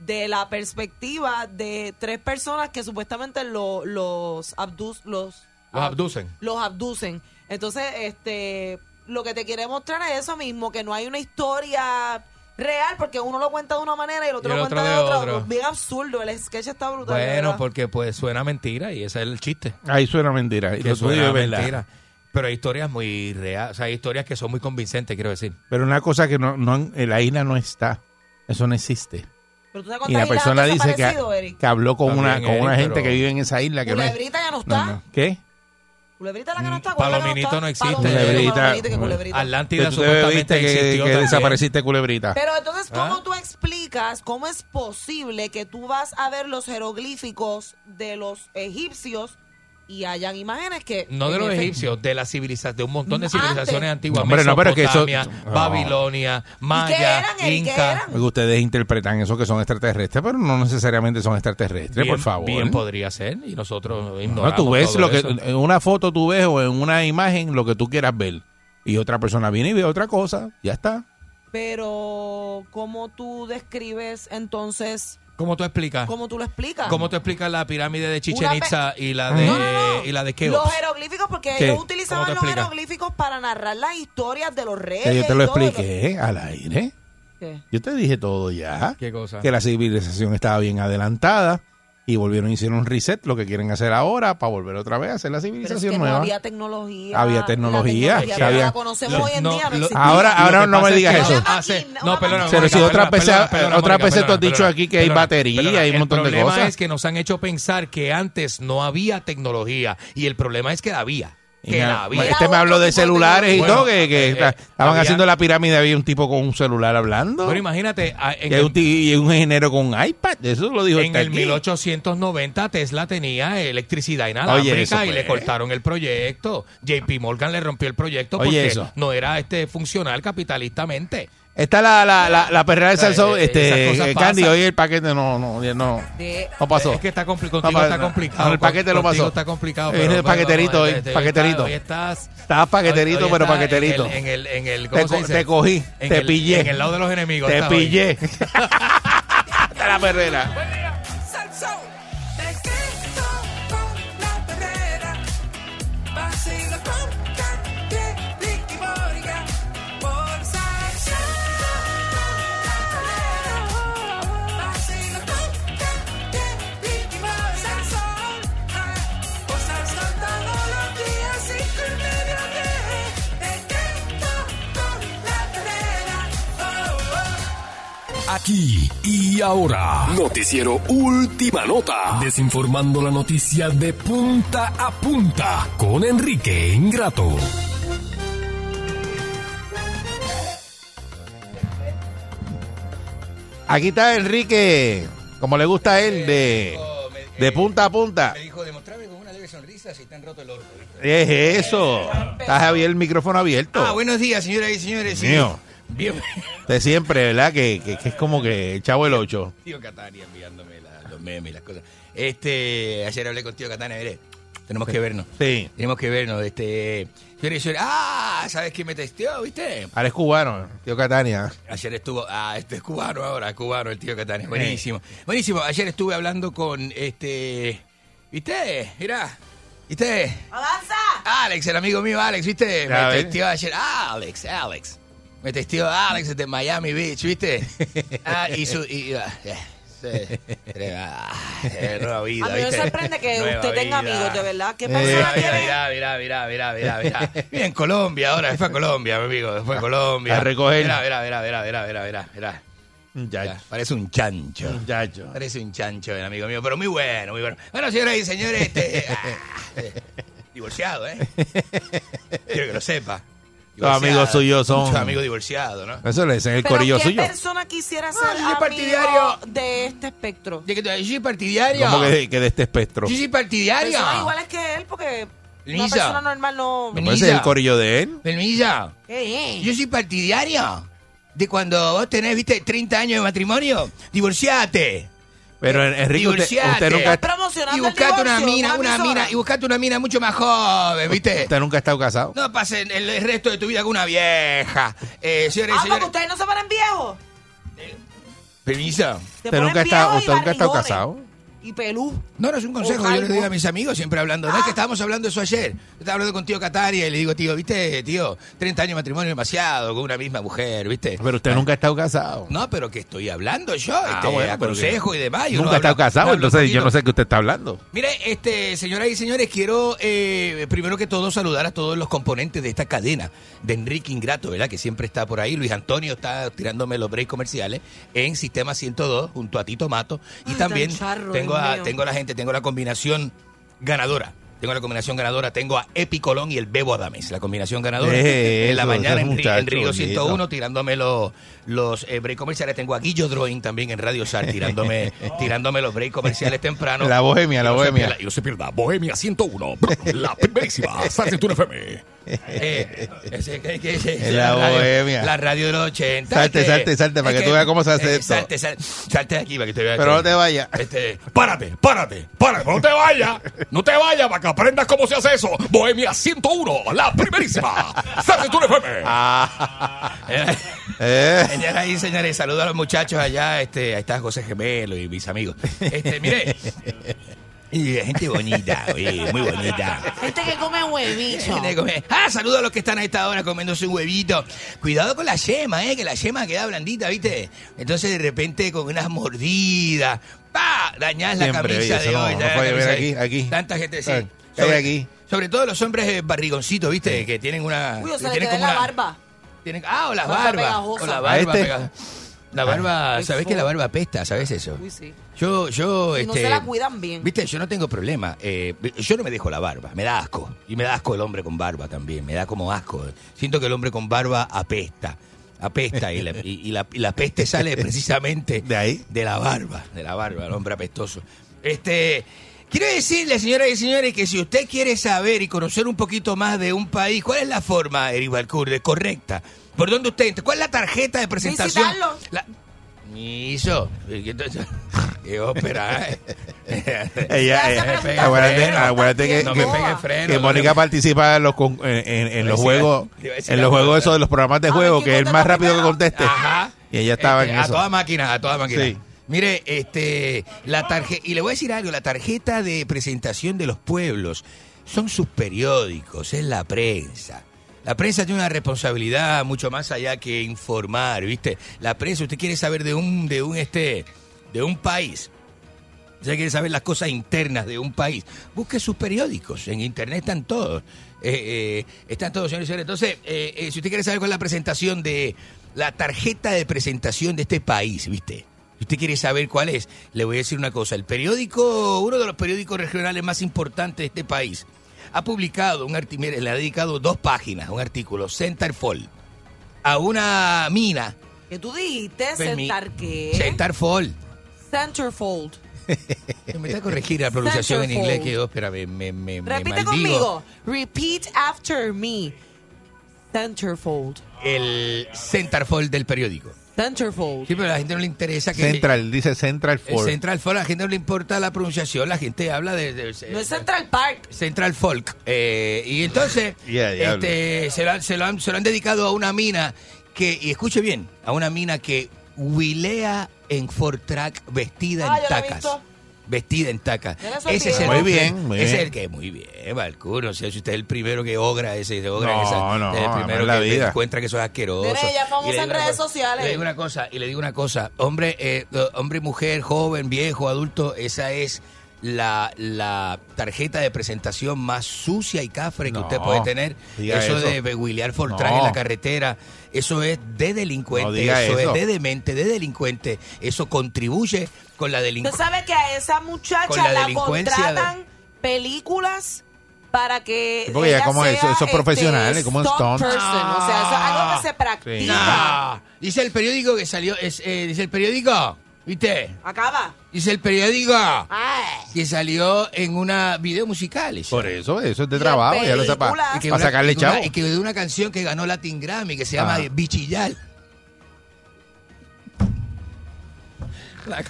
Speaker 5: de la perspectiva de tres personas que supuestamente lo- los abdu- los
Speaker 6: Los abducen.
Speaker 5: los abducen. Entonces, este, lo que te quiere mostrar es eso mismo, que no hay una historia real porque uno lo cuenta de una manera y el otro
Speaker 6: Y el
Speaker 5: lo
Speaker 6: otro
Speaker 5: cuenta de
Speaker 6: de
Speaker 5: otra.
Speaker 6: otro.
Speaker 5: Bien absurdo, el sketch está brutal. de
Speaker 6: Bueno,
Speaker 5: verdad.
Speaker 6: porque pues suena mentira y ese es el chiste.
Speaker 3: Ahí suena mentira. y
Speaker 6: Que
Speaker 3: lo tuyo
Speaker 6: suena
Speaker 3: es verdad.
Speaker 6: mentira. Pero hay historias muy reales, o sea, hay historias que son muy convincentes, quiero decir.
Speaker 3: Pero una cosa que no, no en la isla no está, eso no existe.
Speaker 5: Pero tú te
Speaker 3: Y la
Speaker 5: contagias
Speaker 3: persona
Speaker 5: tanto
Speaker 3: dice que,
Speaker 5: desaparecido, Eric.
Speaker 3: que habló con
Speaker 6: También,
Speaker 3: una con
Speaker 6: Eric,
Speaker 3: una gente
Speaker 6: pero-
Speaker 3: que vive en esa isla que no es.
Speaker 5: Culebrita ya no está.
Speaker 3: no. ¿Qué?
Speaker 5: Culebrita
Speaker 6: Mm,
Speaker 5: la que no está. ¿cuál es la que
Speaker 6: Palominito no existe.
Speaker 3: Culebrita.
Speaker 6: Atlántida
Speaker 3: Que tú te
Speaker 6: supuestamente
Speaker 3: bebiste que,
Speaker 6: existió
Speaker 3: que
Speaker 6: también.
Speaker 3: desapareciste culebrita.
Speaker 5: Pero entonces, ¿cómo
Speaker 3: ¿Ah?
Speaker 5: tú explicas cómo es posible que tú vas a ver los jeroglíficos de los egipcios y hayan imágenes que...
Speaker 6: No de
Speaker 5: en
Speaker 6: los
Speaker 5: efecto-
Speaker 6: egipcios, de la civilización, de un montón de
Speaker 5: Antes.
Speaker 6: civilizaciones antiguas.
Speaker 3: Hombre, no, pero que eso-
Speaker 6: Mesopotamia,
Speaker 3: no.
Speaker 6: Babilonia, Maya, Inca.
Speaker 3: Porque ustedes interpretan eso que son extraterrestres, pero no necesariamente son extraterrestres, por favor. ¿eh?
Speaker 6: Bien podría ser, y nosotros
Speaker 3: No,
Speaker 6: ignoramos.
Speaker 3: tú ves
Speaker 6: todo
Speaker 3: lo que
Speaker 6: eso.
Speaker 3: en una foto tú ves o en una imagen lo que tú quieras ver y otra persona viene y ve otra cosa, ya está.
Speaker 5: Pero, ¿cómo tú describes entonces?
Speaker 6: ¿Cómo tú explicas?
Speaker 5: ¿Cómo tú lo explicas?
Speaker 6: ¿Cómo te explicas la pirámide de Chichen
Speaker 5: Una
Speaker 6: Itza y
Speaker 3: Ah.
Speaker 6: la de, y la de Keops?
Speaker 5: Los jeroglíficos, porque
Speaker 6: ¿Qué?
Speaker 5: ellos
Speaker 6: ¿Cómo te
Speaker 5: utilizaban los
Speaker 6: explicas?
Speaker 5: jeroglíficos para narrar las historias de los reyes.
Speaker 3: Que yo te lo
Speaker 5: y todo,
Speaker 3: expliqué al aire.
Speaker 5: ¿Qué?
Speaker 3: Yo te dije todo ya.
Speaker 6: ¿Qué cosa?
Speaker 3: Que la civilización estaba bien adelantada y volvieron y hicieron un reset, lo que quieren hacer ahora para volver otra vez a hacer la
Speaker 5: Pero
Speaker 3: civilización
Speaker 5: es que no
Speaker 3: nueva.
Speaker 5: había tecnología.
Speaker 3: Había tecnología,
Speaker 5: La
Speaker 3: es que
Speaker 5: que
Speaker 3: había-
Speaker 5: la conocemos
Speaker 3: lo-
Speaker 5: hoy en
Speaker 3: no,
Speaker 5: día no
Speaker 3: lo-
Speaker 5: existe.
Speaker 3: Ahora,
Speaker 6: Lo
Speaker 3: ahora
Speaker 6: que
Speaker 3: no me
Speaker 6: pasa es
Speaker 3: digas
Speaker 6: que
Speaker 3: eso.
Speaker 6: hace- no, perdona,
Speaker 3: Pero si
Speaker 6: Mónica,
Speaker 3: otras
Speaker 6: perdona,
Speaker 3: veces,
Speaker 6: perdona,
Speaker 3: otras
Speaker 6: Mónica,
Speaker 3: veces tú has
Speaker 6: perdona,
Speaker 3: dicho aquí que hay
Speaker 6: perdona,
Speaker 3: batería y
Speaker 6: perdona.
Speaker 3: hay un montón de
Speaker 6: El
Speaker 3: cosas.
Speaker 6: problema es que nos han hecho pensar que antes no había tecnología y el problema es que la había. Que
Speaker 3: Mira,
Speaker 6: la había.
Speaker 3: Este me habló de celulares y
Speaker 6: Bueno,
Speaker 3: todo, que, que
Speaker 6: eh,
Speaker 3: está-
Speaker 6: eh,
Speaker 3: estaban
Speaker 6: había-
Speaker 3: haciendo la pirámide, había un tipo con un celular hablando.
Speaker 6: Bueno, imagínate, a- en
Speaker 3: y, hay un, ti- y un ingeniero con un iPad, eso lo dijo
Speaker 6: En
Speaker 3: este
Speaker 6: el
Speaker 3: aquí.
Speaker 6: 1890 Tesla tenía electricidad inalámbrica
Speaker 3: Oye, eso
Speaker 6: y
Speaker 3: fue.
Speaker 6: le cortaron el proyecto. JP Morgan le rompió el proyecto
Speaker 3: Oye,
Speaker 6: porque
Speaker 3: eso.
Speaker 6: no era este funcional capitalistamente.
Speaker 3: Está la, la, la, la perrera de
Speaker 6: O sea,
Speaker 3: Salsón,
Speaker 6: eh, esas
Speaker 3: este,
Speaker 6: cosas
Speaker 3: eh, Candy,
Speaker 6: pasan.
Speaker 3: hoy el paquete no, no, ya no, no pasó.
Speaker 6: Es que está compli- contigo
Speaker 3: No pa-
Speaker 6: está
Speaker 3: no,
Speaker 6: complicado.
Speaker 3: no, el paquete lo
Speaker 6: Contigo
Speaker 3: pasó.
Speaker 6: está complicado.
Speaker 3: Viene
Speaker 6: pero
Speaker 3: de paqueterito
Speaker 6: vamos,
Speaker 3: hoy,
Speaker 6: este,
Speaker 3: paqueterito.
Speaker 6: Hoy estás...
Speaker 3: Estabas paqueterito,
Speaker 6: hoy- hoy
Speaker 3: pero
Speaker 6: estás
Speaker 3: paqueterito.
Speaker 6: En el, en el, en el- ¿cómo
Speaker 3: Te,
Speaker 6: se
Speaker 3: co-
Speaker 6: dice?
Speaker 3: te cogí,
Speaker 6: En
Speaker 3: te
Speaker 6: el-
Speaker 3: pillé.
Speaker 6: En el lado de los enemigos.
Speaker 3: Te
Speaker 6: estás hoy.
Speaker 3: pillé. Hasta la perrera.
Speaker 2: Salsón, Tecito con la perrera. Vacilo con Candy, Ricky Morgan. Por Salsón. Vacilo con Candy, Ricky Morgan. Salsón. ah, Por Salsón todos los días, cinco y media de Tecito con la perrera. Oh, oh.
Speaker 1: Aquí y ahora, noticiero Última Nota, desinformando la noticia de punta a punta con Enrique Ingrato.
Speaker 3: Aquí está Enrique, como le gusta a él, de, de punta a punta.
Speaker 9: dijo, demostrarme con una leve sonrisa si están roto el orto.
Speaker 3: Es eso. Estás abierto, el micrófono abierto.
Speaker 9: Ah, buenos días, señoras y señores. Sí.
Speaker 3: Mío.
Speaker 9: Bien.
Speaker 3: De siempre, ¿verdad? Que, que- que es como que el chavo el 8.
Speaker 9: Tío Catania enviándome la- los memes y las cosas. Este, ayer hablé con tío Catania, mire, tenemos que vernos.
Speaker 3: Sí.
Speaker 9: Tenemos que vernos, este... Señores y señores, ah, ¿sabes quién me testeó, viste?
Speaker 3: Ahora es cubano, tío Catania.
Speaker 9: Ayer estuvo, ah, este es cubano ahora, cubano el tío Catania, buenísimo. Buenísimo, ayer estuve hablando con, este, viste, mirá, viste.
Speaker 5: ¡Avanza!
Speaker 9: Alex, el amigo mío Alex, viste, Ya, me ¿ves? testió ayer, Alex, Alex. Me testió Alex de Miami Beach, viste. Ah, y su, y, ah, eh, sí. Ah, eh, nueva vida,
Speaker 5: A mí me
Speaker 9: ¿viste?
Speaker 5: sorprende que
Speaker 9: Nueva
Speaker 5: usted tenga
Speaker 9: vida.
Speaker 5: amigos, de verdad. ¿Qué
Speaker 9: Eh,
Speaker 5: persona
Speaker 9: mira,
Speaker 5: tiene?
Speaker 9: mira, mira, mira, mira, mira, mira. Mira, en Colombia ahora, fue a Colombia, mi amigo, fue a Colombia.
Speaker 3: A recoger.
Speaker 9: Mira, mira, mira, mira, mira, mira, mira, mira. Ya, Parece un chancho. Parece un chancho, el amigo mío, pero muy bueno, muy bueno. Bueno, señoras y señores, este, ah, eh, divorciado, ¿eh? Quiero que lo sepa.
Speaker 3: Los amigos suyos son-
Speaker 9: Muchos amigos divorciados, ¿no?
Speaker 3: Eso le dicen el
Speaker 5: Pero
Speaker 3: corillo
Speaker 5: ¿qué
Speaker 3: suyo.
Speaker 5: persona quisiera ser
Speaker 9: yo soy
Speaker 5: amigo
Speaker 9: partidario.
Speaker 5: de este espectro?
Speaker 9: Yo soy partidario.
Speaker 3: Como que, de- que de este espectro.
Speaker 9: Yo soy partidario.
Speaker 5: Personas iguales que él, porque una
Speaker 9: Lisa.
Speaker 5: persona normal no...
Speaker 3: ¿No puede ser el corillo de él?
Speaker 9: Permisa.
Speaker 5: ¿Qué es?
Speaker 9: Yo soy partidario
Speaker 6: de cuando vos tenés, viste, 30 años de matrimonio, divorciate.
Speaker 9: Eh,
Speaker 3: Pero Enrique, usted,
Speaker 6: Divorciate.
Speaker 3: usted nunca,
Speaker 6: y buscate una mina, una mina, y buscate una mina mucho más joven, ¿viste?
Speaker 3: usted nunca ha estado casado.
Speaker 6: No pasen el el resto de tu vida con una vieja. Eh, señores y
Speaker 5: Ah, porque
Speaker 6: señores.
Speaker 5: ustedes no se ponen viejos.
Speaker 6: Permiso.
Speaker 5: Te Usted nunca ponen está- viejos y usted nunca ha estado barrigones.
Speaker 6: casado?
Speaker 5: Y pelú.
Speaker 6: No, no es un consejo,
Speaker 5: O
Speaker 6: yo le
Speaker 5: algo.
Speaker 6: digo a mis amigos siempre hablando. No es que estábamos hablando eso ayer. Yo estaba hablando con tío Cataria y le digo, tío, viste, tío, 30 años de matrimonio es demasiado con una misma mujer, viste.
Speaker 3: Pero usted nunca ha estado casado.
Speaker 6: No, pero que estoy hablando yo,
Speaker 3: Ah,
Speaker 6: este,
Speaker 3: bueno, pero
Speaker 6: aconsejo
Speaker 3: que-
Speaker 6: y demás. y uno
Speaker 3: Nunca ha estado
Speaker 6: habla-
Speaker 3: casado,
Speaker 6: habla un
Speaker 3: entonces yo
Speaker 6: poquito.
Speaker 3: no sé qué usted está hablando.
Speaker 6: Mire, este, señoras y señores, quiero eh, primero que todo saludar a todos los componentes de esta cadena de Enrique Ingrato, ¿verdad? Que siempre está por ahí. Luis Antonio está tirándome los breaks comerciales en Sistema 102 junto a Tito Mato. Y también
Speaker 2: tan charro,
Speaker 6: tengo
Speaker 2: Dios
Speaker 6: a,
Speaker 2: mío.
Speaker 6: tengo a la gente, tengo la combinación ganadora. Tengo la combinación ganadora, tengo a Epi Colón y el Bebo Adames, la combinación ganadora.
Speaker 3: Eh,
Speaker 6: en la
Speaker 3: eso,
Speaker 6: mañana
Speaker 3: esos
Speaker 6: en, Ri- en Río
Speaker 3: muchachos,
Speaker 6: 101
Speaker 3: lindo.
Speaker 6: tirándome los, los eh, breaks comerciales. Tengo a Guillo Droin también en Radio Sar tirándome, tirándome los breaks comerciales temprano.
Speaker 3: La bohemia, la
Speaker 6: Y Ah, no se
Speaker 3: bohemia.
Speaker 6: pierda- y no se pierda, Bohemia 101, la primerísima, Salsituna FM. Eh, ese- que- que- que-
Speaker 3: Es la
Speaker 6: radio-
Speaker 3: bohemia.
Speaker 6: La radio de los 80.
Speaker 3: Salte,
Speaker 6: este,
Speaker 3: salte, salte, para
Speaker 6: es eh,
Speaker 3: que tú veas cómo se hace esto.
Speaker 6: Salte, salte, salte de aquí para que te veas.
Speaker 3: Pero no te vayas.
Speaker 6: Este, párate, párate, párate, no te vayas, no te vayas para que aprendas cómo se hace eso. Bohemia 101, la primerísima, Salsituna FM.
Speaker 3: Ah.
Speaker 6: Eh,
Speaker 3: Eh.
Speaker 6: Señoras y señores, saludo a los muchachos allá. Este, ahí está José Gemelo y mis amigos. Este, mire. Y gente bonita, oye, muy bonita.
Speaker 5: Gente Este que come huevicho.
Speaker 6: Gente que come- Ah, saludo a los que están a esta hora comiéndose un huevito. Cuidado con la yema, eh, que la yema queda blandita, ¿viste? Entonces de repente con unas mordidas, ¡pa! Dañás la
Speaker 3: Siempre,
Speaker 6: camisa
Speaker 3: oye, eso
Speaker 6: de
Speaker 3: no-
Speaker 6: hoy.
Speaker 3: no
Speaker 6: dañás la
Speaker 3: puede
Speaker 6: camisa
Speaker 3: ver
Speaker 6: de hoy.
Speaker 3: aquí, aquí.
Speaker 6: Tanta gente, sí.
Speaker 3: Ah, ¿qué hay
Speaker 6: Sobre,
Speaker 3: aquí?
Speaker 6: sobre todo los hombres eh, barrigoncitos, ¿viste? Que tienen una.
Speaker 5: Uy, o sea,
Speaker 6: que
Speaker 5: le
Speaker 6: tienen
Speaker 5: queda
Speaker 6: como
Speaker 5: la
Speaker 6: una-
Speaker 5: barba.
Speaker 6: tienen- ah, o las
Speaker 5: Barba
Speaker 6: barbas.
Speaker 5: pegajosa.
Speaker 6: O la barba
Speaker 3: A este.
Speaker 6: pega- La barba,
Speaker 5: Ay,
Speaker 6: ¿sabes
Speaker 5: qué
Speaker 6: que la
Speaker 5: feo.
Speaker 6: barba apesta? ¿Sabes eso?
Speaker 5: Uy, sí.
Speaker 6: Yo, yo,
Speaker 5: Y
Speaker 6: este.
Speaker 5: no se la cuidan bien.
Speaker 6: Viste, yo no tengo problema. eh, yo no me dejo la barba, me da asco. Y me da asco el hombre con barba también, me da como asco. Siento que el hombre con barba apesta, apesta. Y la, y- y la- y la peste sale precisamente de ahí, de la barba, de la barba, el hombre apestoso. Este, quiero decirle, señoras y señores, que si usted quiere saber y conocer un poquito más de un país, ¿cuál es la forma, Eric Balcour, de correcta? ¿Por dónde usted entra? ¿Cuál es la tarjeta de presentación?
Speaker 5: Visitarlo.
Speaker 6: La- Miso, ¿qué entonces- qué ópera, eh?
Speaker 3: Ella, eh,
Speaker 6: No me peguen
Speaker 3: acuérdate,
Speaker 6: freno.
Speaker 3: acuérdate que,
Speaker 6: No
Speaker 3: que-
Speaker 6: me peguen freno,
Speaker 3: que
Speaker 6: no
Speaker 3: Mónica
Speaker 6: me-
Speaker 3: participa en los, con- en, en- en los
Speaker 6: decir-
Speaker 3: juegos,
Speaker 6: te iba a decir
Speaker 3: en los
Speaker 6: algo,
Speaker 3: juegos
Speaker 6: ¿verdad?
Speaker 3: esos de los programas
Speaker 6: Ah,
Speaker 3: de juego, que es el más rápido que conteste.
Speaker 6: Ajá.
Speaker 3: Y ella estaba
Speaker 6: Este,
Speaker 3: en
Speaker 6: a
Speaker 3: eso.
Speaker 6: toda máquina, a toda máquina.
Speaker 3: Sí.
Speaker 6: Mire, este, la tarjeta, y le voy a decir algo, la tarjeta de presentación de los pueblos son sus periódicos, es la prensa. La prensa tiene una responsabilidad mucho más allá que informar, ¿viste? La prensa, usted quiere saber de un, de un, este, de un país. Usted quiere saber las cosas internas de un país. Busque sus periódicos. En internet están todos. Eh, eh, están todos, señores y señores. Entonces, eh, eh, si usted quiere saber cuál es la presentación de. La tarjeta de presentación de este país, ¿viste? Si usted quiere saber cuál es, le voy a decir una cosa. El periódico, uno de los periódicos regionales más importantes de este país, ha publicado un artículo, le ha dedicado dos páginas, un artículo, Centerfold, a una mina,
Speaker 5: Que tú dijiste
Speaker 6: Fermín.
Speaker 5: sentar qué.
Speaker 6: Centerfold.
Speaker 5: Centerfold.
Speaker 6: Me está a corregir la pronunciación en
Speaker 5: Centerfold.
Speaker 6: inglés que oh, espera, me, me, me, me
Speaker 5: Repite
Speaker 6: maldigo.
Speaker 5: conmigo. Repeat after me. Centerfold.
Speaker 6: El centerfold del periódico.
Speaker 5: Centerfold.
Speaker 6: Sí, pero a la gente no le interesa que...
Speaker 3: Central, dice Central
Speaker 6: El
Speaker 3: Ford.
Speaker 6: Eh, Central Folk, a la gente no le importa la pronunciación, la gente habla de... de-
Speaker 5: No es Central Park.
Speaker 6: Central Folk. Eh, y entonces
Speaker 3: Yeah, diablo.
Speaker 6: este, se, lo, han- se lo han, se lo han dedicado a una mina que, y escuche bien, a una mina que huilea en Fortrack vestida
Speaker 5: Ah,
Speaker 6: en
Speaker 5: yo la he
Speaker 6: tacas.
Speaker 5: visto.
Speaker 6: Vestida en tacas.
Speaker 5: Ya la solté.
Speaker 6: Ese es el
Speaker 3: Muy
Speaker 6: hombre,
Speaker 3: bien, muy
Speaker 6: ese es
Speaker 3: bien.
Speaker 6: el que muy bien, Valcur. No sé si usted es el primero que ogra ese, que ogra
Speaker 3: No,
Speaker 6: esa,
Speaker 3: no,
Speaker 6: es el
Speaker 3: jamás
Speaker 6: primero
Speaker 3: en la
Speaker 6: que
Speaker 3: vida.
Speaker 6: encuentra que eso es asqueroso.
Speaker 5: Mira, ella es
Speaker 6: Y
Speaker 5: famosa
Speaker 6: le digo
Speaker 5: en
Speaker 6: una
Speaker 5: redes
Speaker 6: cosa,
Speaker 5: sociales.
Speaker 6: Le digo una cosa, y le digo una cosa, hombre, eh, eh, hombre, mujer, joven, viejo, adulto, esa es la, la tarjeta de presentación más sucia y cafre que
Speaker 3: No,
Speaker 6: usted puede tener.
Speaker 3: diga
Speaker 6: Eso,
Speaker 3: eso.
Speaker 6: de beguilear Fortran
Speaker 3: No.
Speaker 6: en la carretera, eso es de delincuente,
Speaker 3: No diga
Speaker 6: eso,
Speaker 3: eso.
Speaker 6: es de demente, de delincuente, eso contribuye con la
Speaker 5: Usted
Speaker 6: delincuencia.
Speaker 5: sabe que a esa
Speaker 6: Con
Speaker 5: muchacha
Speaker 6: la
Speaker 5: la,
Speaker 6: delincuencia de-
Speaker 5: contratan películas para que.
Speaker 3: Porque ya como
Speaker 5: sea,
Speaker 3: eso- esos
Speaker 5: este,
Speaker 3: profesionales, como un
Speaker 5: stunt
Speaker 3: stunt.
Speaker 5: person. O sea, eso es algo
Speaker 6: Ah.
Speaker 5: que se practica.
Speaker 6: No. Dice el periódico que salió, es, eh, dice el periódico, ¿viste?
Speaker 5: Acaba.
Speaker 6: Dice el periódico
Speaker 5: Ay.
Speaker 6: que salió en una video musical. esa.
Speaker 3: Por eso, eso es de trabajo, ya lo sepa.
Speaker 5: películas.
Speaker 6: Y que
Speaker 3: Para
Speaker 6: una-
Speaker 3: sacarle Ah.
Speaker 6: y que una-
Speaker 3: chavo.
Speaker 6: Y que de una canción que ganó Latin Grammy que se llama
Speaker 3: Ajá.
Speaker 6: Bichillal.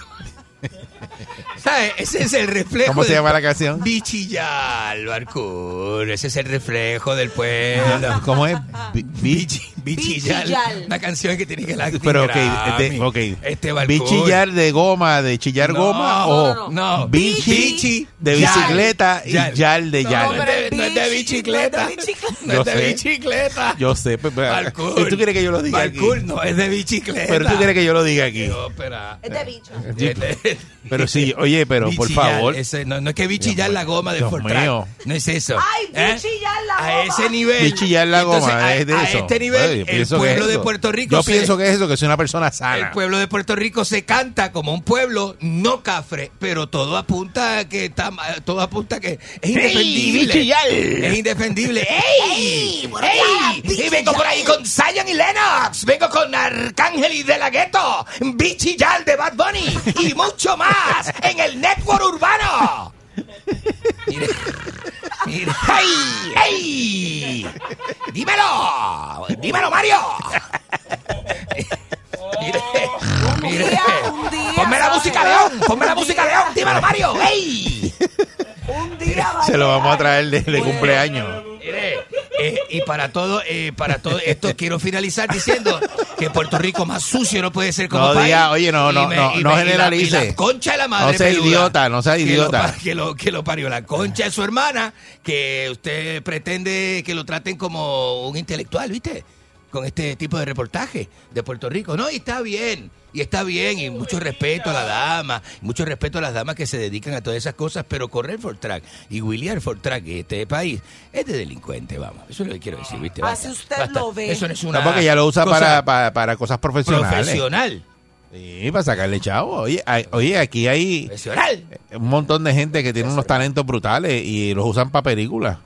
Speaker 6: ¿Sabes? Ese es el reflejo.
Speaker 3: ¿Cómo se
Speaker 6: del-
Speaker 3: llama la canción?
Speaker 6: Bichillal, Barcur. Ese es el reflejo del pueblo.
Speaker 3: ¿Cómo es? Bi-
Speaker 6: Bichillal.
Speaker 22: Bichillal.
Speaker 6: Una canción que tiene que la
Speaker 3: Pero ok, de, ok.
Speaker 6: Este Barcur.
Speaker 3: Bichillar de goma, de chillar
Speaker 6: No,
Speaker 3: goma
Speaker 6: no,
Speaker 3: o
Speaker 6: no, no.
Speaker 3: bichi,
Speaker 6: Bichi,
Speaker 3: de
Speaker 6: yal,
Speaker 3: bicicleta
Speaker 6: yal.
Speaker 3: y yal de yal.
Speaker 6: No, hombre, no es de bicicleta. No
Speaker 3: Yo
Speaker 6: es de
Speaker 3: sé.
Speaker 6: bicicleta.
Speaker 3: Yo sé, pues, pero-
Speaker 6: Barcur.
Speaker 3: ¿tú quieres que yo lo diga aquí?
Speaker 6: Barcur no es de bicicleta.
Speaker 3: Pero tú quieres que yo lo diga aquí.
Speaker 6: Yo, espera. Este,
Speaker 5: Es de bicho.
Speaker 3: Sí, Pero sí, oye, pero por
Speaker 6: Bichillar,
Speaker 3: favor.
Speaker 6: ese- no, no es que bichillar la goma del
Speaker 3: Dios
Speaker 6: Fortran.
Speaker 3: mío.
Speaker 6: No es eso.
Speaker 5: Ay,
Speaker 6: ¿Eh?
Speaker 5: bichillar la
Speaker 6: A ese nivel.
Speaker 3: Bichillar la
Speaker 6: eh, Entonces,
Speaker 3: goma,
Speaker 6: a,
Speaker 3: es de
Speaker 6: a
Speaker 3: eso.
Speaker 6: este nivel,
Speaker 3: Oye, yo
Speaker 6: el
Speaker 3: pienso que
Speaker 6: pueblo
Speaker 3: es
Speaker 6: de
Speaker 3: eso.
Speaker 6: Puerto Rico.
Speaker 3: Yo
Speaker 6: se-
Speaker 3: pienso que es eso, que soy una persona sana.
Speaker 6: El pueblo de Puerto Rico se canta como un pueblo no cafre, pero todo apunta a que está, ma- todo apunta a que es indefendible.
Speaker 2: bichillar.
Speaker 6: es indefendible. ¡Ey! ¡Ey! Y vengo por ahí con Zion y Lennox, vengo con Arcángel y De La Ghetto, Bichillal de Bad Bunny y mucho más en el Network Urbano. Mire, mire. ¡Ey! ¡Ey! ¡Dímelo! ¡Dímelo, Mario! Mire, mire. Ponme la música, León. Ponme la música, León. Dímelo, Mario. ¡Ey!
Speaker 3: Se lo vamos a traer de, de cumpleaños.
Speaker 6: Eh, y para todo, eh, para todo esto quiero finalizar diciendo que Puerto Rico más sucio no puede ser como
Speaker 3: No
Speaker 6: país.
Speaker 3: diga, oye, no,
Speaker 6: Y
Speaker 3: no,
Speaker 6: me-
Speaker 3: no,
Speaker 6: y
Speaker 3: no
Speaker 6: me- y
Speaker 3: generalice.
Speaker 6: la- y la concha de la madre.
Speaker 3: No sea
Speaker 6: peluda
Speaker 3: idiota, no sea
Speaker 6: que lo
Speaker 3: idiota.
Speaker 6: pa- Que lo, que lo parió la concha de su hermana, que usted pretende que lo traten como un intelectual, ¿viste? Con este tipo de reportaje de Puerto Rico. No, y está bien. Y está bien, y mucho respeto a la dama, mucho respeto a las damas que se dedican a todas esas cosas, pero correr Fortrack y William Fortrack en este país es de delincuente, vamos. Eso es lo que quiero decir, ¿viste? Basta,
Speaker 5: Así usted
Speaker 6: basta.
Speaker 5: lo ve.
Speaker 6: Eso no es una.
Speaker 3: No, porque ya lo usa
Speaker 6: cosa
Speaker 3: para, para, para cosas profesionales.
Speaker 6: Profesional.
Speaker 3: Sí, para sacarle chavo. Oye, hay- oye, aquí hay
Speaker 6: Profesional.
Speaker 3: un montón de gente que tiene unos talentos brutales y los usan para películas.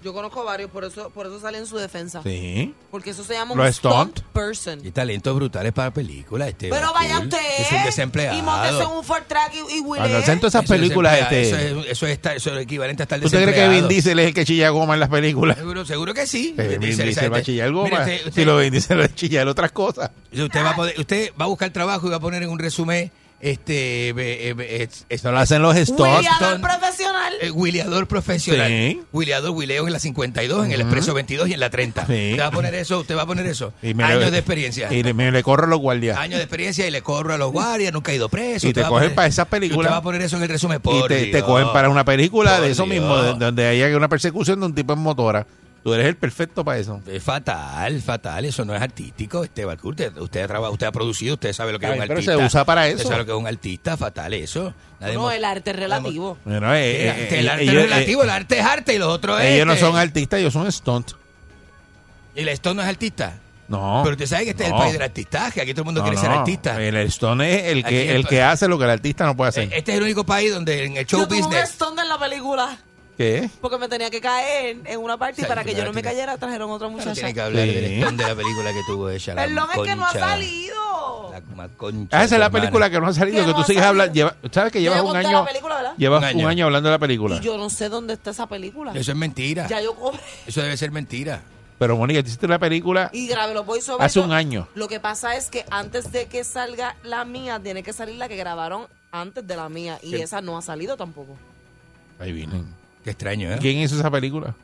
Speaker 5: Yo conozco varios, por eso, por eso sale en su defensa.
Speaker 3: Sí.
Speaker 5: Porque eso se llama
Speaker 6: Los
Speaker 5: un stunt,
Speaker 6: stunt.
Speaker 5: person.
Speaker 6: Y talentos brutales para películas. Este,
Speaker 5: Pero
Speaker 6: Bakul,
Speaker 5: vaya usted
Speaker 6: Es un desempleado.
Speaker 5: y montese en un Ford Track y, y huile.
Speaker 3: Cuando hacen todas esas
Speaker 6: Eso es
Speaker 3: películas,
Speaker 6: empleado,
Speaker 3: este-
Speaker 6: Eso es, eso es estar- eso es equivalente a estar
Speaker 3: ¿Tú te crees que Vin
Speaker 6: desempleado.
Speaker 3: Diesel es el que chilla goma en las películas?
Speaker 6: Seguro, seguro que sí.
Speaker 3: Eh, Vin
Speaker 6: Dice,
Speaker 3: Diesel va a
Speaker 6: este,
Speaker 3: chillar
Speaker 6: mire,
Speaker 3: goma.
Speaker 6: usted-
Speaker 3: Si
Speaker 6: usted-
Speaker 3: lo Vin Diesel va a chillar otras cosas.
Speaker 6: Usted va, a poder- usted va a buscar trabajo y va a poner en un resumen este eh, eh, eh, es- es-
Speaker 3: lo hacen los stunts.
Speaker 5: Huileador profesional.
Speaker 6: eh, Huileador profesional.
Speaker 3: Sí.
Speaker 6: Huileador, huileo en la 52, en el expreso 22 y en la 30.
Speaker 3: Sí.
Speaker 6: Usted va a poner eso, usted va a poner eso.
Speaker 3: Y me
Speaker 6: Años
Speaker 3: le-
Speaker 6: de experiencia.
Speaker 3: Y le, me le corro los guardias.
Speaker 6: Años de experiencia y le corro a los guardias, nunca he ido preso.
Speaker 3: Y
Speaker 6: Usted
Speaker 3: te
Speaker 6: va a
Speaker 3: cogen
Speaker 6: poner-
Speaker 3: para esas
Speaker 6: y Usted va
Speaker 3: películas.
Speaker 6: a poner eso en el resumen.
Speaker 3: Y
Speaker 6: Por
Speaker 3: te, te
Speaker 6: Dios.
Speaker 3: cogen para una película
Speaker 6: Por
Speaker 3: de eso
Speaker 6: Dios.
Speaker 3: mismo, de- donde haya una persecución de un tipo en motora. Tú eres el perfecto para eso.
Speaker 6: Es fatal, fatal. Eso no es artístico, este Balcour. Usted, usted, ha trabajado, usted ha producido, usted sabe lo que
Speaker 3: Ay,
Speaker 6: es un
Speaker 3: pero se
Speaker 6: artista.
Speaker 3: usa para
Speaker 6: Usted
Speaker 3: eso.
Speaker 6: sabe lo que es un artista, fatal eso. Nadie
Speaker 5: No,
Speaker 6: mo-
Speaker 5: el arte es relativo.
Speaker 3: Bueno, eh,
Speaker 6: el,
Speaker 3: eh,
Speaker 6: arte-
Speaker 3: eh,
Speaker 6: el arte es
Speaker 3: ellos-
Speaker 6: relativo,
Speaker 3: eh,
Speaker 6: el arte es arte y los otros es.
Speaker 3: Ellos no
Speaker 6: este.
Speaker 3: son artistas, ellos son stunt.
Speaker 6: Y el Stone no es artista.
Speaker 3: No.
Speaker 6: Pero usted sabe que este es el
Speaker 3: No.
Speaker 6: país del artistaje. Aquí todo el mundo
Speaker 3: No,
Speaker 6: quiere ser
Speaker 3: no.
Speaker 6: artista.
Speaker 3: El stunt es el
Speaker 6: Aquí
Speaker 3: que, el
Speaker 6: es-
Speaker 3: que hace lo que el artista no puede hacer.
Speaker 6: Este es el único país donde en el show
Speaker 5: Yo tuve un
Speaker 6: business.
Speaker 5: stunt en la película
Speaker 3: ¿Qué?
Speaker 5: porque me tenía que caer en una parte y
Speaker 6: Sabe,
Speaker 5: para que yo
Speaker 6: claro,
Speaker 5: no me
Speaker 6: tiene-
Speaker 5: cayera trajeron otra
Speaker 6: No
Speaker 5: muchacha.
Speaker 6: tiene que hablar
Speaker 3: Sí.
Speaker 6: del Stone de la película que tuvo ella. la
Speaker 5: Perdón, es que no ha
Speaker 6: concha-
Speaker 5: salido.
Speaker 6: la ma- concha
Speaker 3: Ah, esa es la
Speaker 6: hermana.
Speaker 3: película que no ha salido,
Speaker 5: Que
Speaker 3: que
Speaker 5: no
Speaker 3: tú
Speaker 5: ha
Speaker 3: sigues
Speaker 5: salido.
Speaker 3: hablando. lleva- ¿Sabes que
Speaker 5: Ya
Speaker 3: llevas
Speaker 5: yo
Speaker 3: un
Speaker 5: conté
Speaker 3: año,
Speaker 5: la película, ¿verdad?
Speaker 3: llevas
Speaker 6: Un
Speaker 3: un
Speaker 6: año.
Speaker 3: año. hablando de la película?
Speaker 5: Y yo no sé dónde está esa película.
Speaker 6: Eso es mentira.
Speaker 5: Ya yo cobré.
Speaker 6: Eso debe ser mentira.
Speaker 3: Pero Mónica, tú hiciste la
Speaker 6: Ah.
Speaker 3: película
Speaker 5: Y grabé los voiceovers.
Speaker 3: hace un año.
Speaker 5: Lo que pasa es que antes de que salga la mía, tiene que salir la que grabaron antes de la mía. Y
Speaker 3: Sí.
Speaker 5: esa no ha salido tampoco.
Speaker 3: Ahí vienen.
Speaker 6: Qué extraño, ¿eh?
Speaker 3: ¿Quién hizo esa película?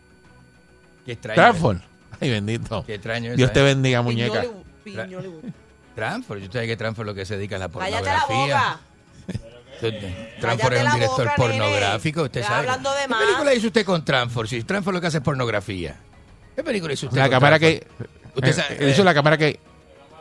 Speaker 6: Qué extraño.
Speaker 3: Transform. Ay, bendito.
Speaker 6: Qué extraño
Speaker 3: Dios
Speaker 6: esa,
Speaker 3: te
Speaker 6: ¿eh?
Speaker 3: bendiga, muñeca.
Speaker 5: Piñoli- Piñoli-
Speaker 6: Transfor, yo sé que Transfor lo que se dedica a la
Speaker 5: Cállate la
Speaker 6: pornografía.
Speaker 5: boca.
Speaker 6: Transfor es
Speaker 5: Cállate
Speaker 6: un
Speaker 5: la
Speaker 6: director
Speaker 5: boca, nene.
Speaker 6: pornográfico, usted
Speaker 5: Está
Speaker 6: sabe.
Speaker 5: hablando de
Speaker 6: ¿Qué
Speaker 5: más.
Speaker 6: película hizo usted con Transfor? Si Transfor lo que hace es pornografía. ¿Qué película hizo usted
Speaker 3: La
Speaker 6: con
Speaker 3: cámara
Speaker 6: Tranfor?
Speaker 3: que.
Speaker 6: Usted
Speaker 3: eh,
Speaker 6: sabe-
Speaker 3: él hizo la cámara que.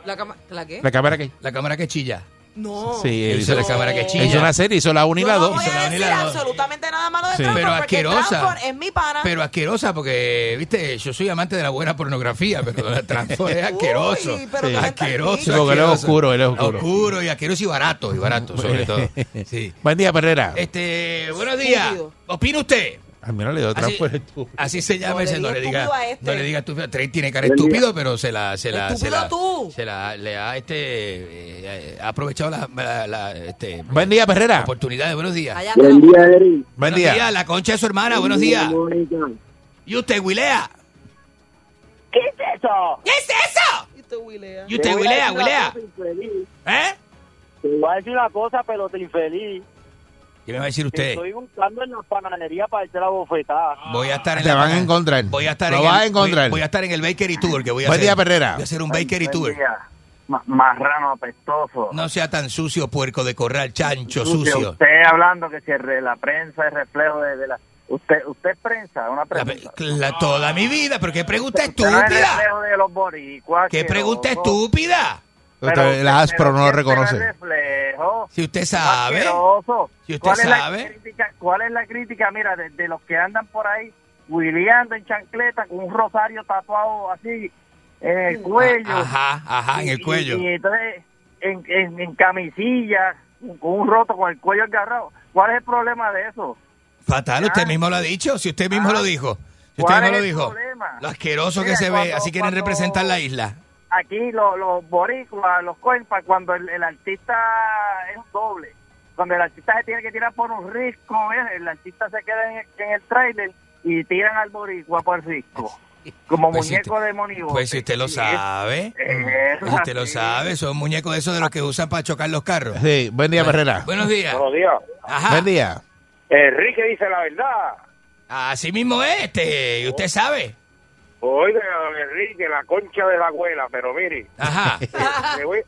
Speaker 5: ¿La, cama- ¿La qué?
Speaker 3: La cámara que.
Speaker 6: La cámara que chilla.
Speaker 5: No.
Speaker 3: Sí,
Speaker 6: Él hizo la cámara que chilla.
Speaker 3: Hizo una serie, hizo la 1 y
Speaker 5: Yo
Speaker 3: la
Speaker 5: no
Speaker 3: 2.
Speaker 5: voy a
Speaker 6: ni
Speaker 5: decir
Speaker 6: la dos.
Speaker 5: absolutamente nada malo
Speaker 3: Sí.
Speaker 5: de Transform
Speaker 6: Pero
Speaker 5: porque
Speaker 6: asquerosa.
Speaker 5: Transform es mi pana.
Speaker 6: Pero asquerosa, porque, viste, yo soy amante de la buena pornografía, pero la Transfor es asqueroso.
Speaker 5: Uy, pero
Speaker 3: Sí.
Speaker 5: no me
Speaker 6: Asqueroso.
Speaker 3: Sí, porque él es
Speaker 6: asqueroso.
Speaker 3: oscuro, él es oscuro.
Speaker 6: Oscuro y asqueroso y barato, y barato, sobre todo. Sí.
Speaker 3: Buen día, Perrera.
Speaker 6: Este, buenos días. ¿Opina usted?
Speaker 3: A mí no le dio otra
Speaker 6: Así-
Speaker 3: fuerza. tú.
Speaker 6: Así se llama
Speaker 5: No, le
Speaker 6: ese, no
Speaker 5: digo
Speaker 6: le diga,
Speaker 5: estúpido a este.
Speaker 6: no le diga estúpido. Trey tiene cara
Speaker 5: Buen día.
Speaker 6: estúpido, pero se la, se la, se
Speaker 5: Estúpido
Speaker 6: la,
Speaker 5: tú.
Speaker 6: se la, le ha, este, eh, ha aprovechado la, la- la, este,
Speaker 3: Buen día, Perrera.
Speaker 6: oportunidad de buenos días.
Speaker 5: Cállate
Speaker 6: Buenos
Speaker 5: la boca.
Speaker 6: días,
Speaker 3: Buen día.
Speaker 6: la concha de su hermana, buenos días. Y usted, Wilea,
Speaker 8: ¿Qué es eso?
Speaker 6: ¿qué es eso?
Speaker 5: Y tú, Wilea.
Speaker 6: Y usted,
Speaker 8: Te voy a
Speaker 6: Wilea,
Speaker 8: decir una
Speaker 6: Wilea,
Speaker 8: cosa infeliz.
Speaker 6: ¿eh?
Speaker 5: Te voy a decir una cosa, pelota infeliz.
Speaker 6: ¿Qué me va a decir
Speaker 5: Te
Speaker 6: usted?
Speaker 5: Estoy buscando en la panadería para echar la bofetada.
Speaker 6: Voy a estar en
Speaker 3: Te
Speaker 6: la
Speaker 3: van a
Speaker 6: pana-
Speaker 3: encontrar.
Speaker 6: Voy a estar
Speaker 3: Lo
Speaker 6: en
Speaker 3: vas
Speaker 6: el-
Speaker 3: a encontrar.
Speaker 6: Voy, voy a estar en el Bakery Tour que voy a
Speaker 3: Buen
Speaker 6: hacer.
Speaker 3: día, Perrera.
Speaker 6: Voy a hacer un Bakery Tour.
Speaker 8: Marrano apestoso.
Speaker 6: No sea tan sucio, puerco de corral, chancho,
Speaker 8: Sucio.
Speaker 6: sucio.
Speaker 8: Usted hablando que si re- la prensa es reflejo de, de la... Usted, usted es prensa, una prensa.
Speaker 6: La- toda mi vida, pero qué pregunta
Speaker 8: Usted no es
Speaker 6: estúpida.
Speaker 8: reflejo de los boricuas.
Speaker 6: Qué
Speaker 8: que
Speaker 6: pregunta
Speaker 8: no-
Speaker 6: estúpida.
Speaker 8: Pero-
Speaker 3: la Aspro no
Speaker 8: pero
Speaker 3: lo
Speaker 8: siempre
Speaker 3: reconoce.
Speaker 8: es reflejo.
Speaker 6: Si usted sabe.
Speaker 8: Asqueroso.
Speaker 6: Si usted
Speaker 8: ¿Cuál es la
Speaker 6: sabe.
Speaker 8: crítica- ¿Cuál es la crítica? Mira, de, de los que andan por ahí huileando en chancleta con un rosario tatuado así en el cuello.
Speaker 6: Ah, Ajá, ajá, en
Speaker 8: Y-
Speaker 6: el cuello.
Speaker 8: Y, entonces, en, en, en camisilla, con un roto, con el cuello agarrado. ¿Cuál es el problema de eso?
Speaker 6: Fatal, usted mismo lo ha dicho. Si usted mismo lo dijo. Si usted
Speaker 8: ¿Cuál
Speaker 6: mismo
Speaker 8: es el
Speaker 6: lo dijo.
Speaker 8: problema?
Speaker 6: Lo asqueroso que
Speaker 8: Mira,
Speaker 6: se ve.
Speaker 8: cuando-
Speaker 6: Así quieren
Speaker 8: cuando-
Speaker 6: representar la isla.
Speaker 8: Aquí los, los boricuas, los coenpas, cuando el, el artista es un doble, cuando el artista se tiene que tirar por un risco, ¿ves? el artista se queda en, el- en el trailer y tiran al boricua por el risco, como
Speaker 6: Pues si
Speaker 8: muñeco de monigote.
Speaker 6: Pues si usted lo sabe.
Speaker 8: es
Speaker 6: pues usted lo sabe. Son muñecos de esos de los que usan para chocar los carros.
Speaker 3: Sí, buen día, Perrera.
Speaker 6: Buenos días.
Speaker 8: Buenos días.
Speaker 3: Buen día.
Speaker 8: Enrique dice la verdad.
Speaker 6: Así mismo es, este. Y usted sabe.
Speaker 2: Oiga, don Enrique, la concha de la abuela, pero mire,
Speaker 6: Ajá.
Speaker 2: le, voy,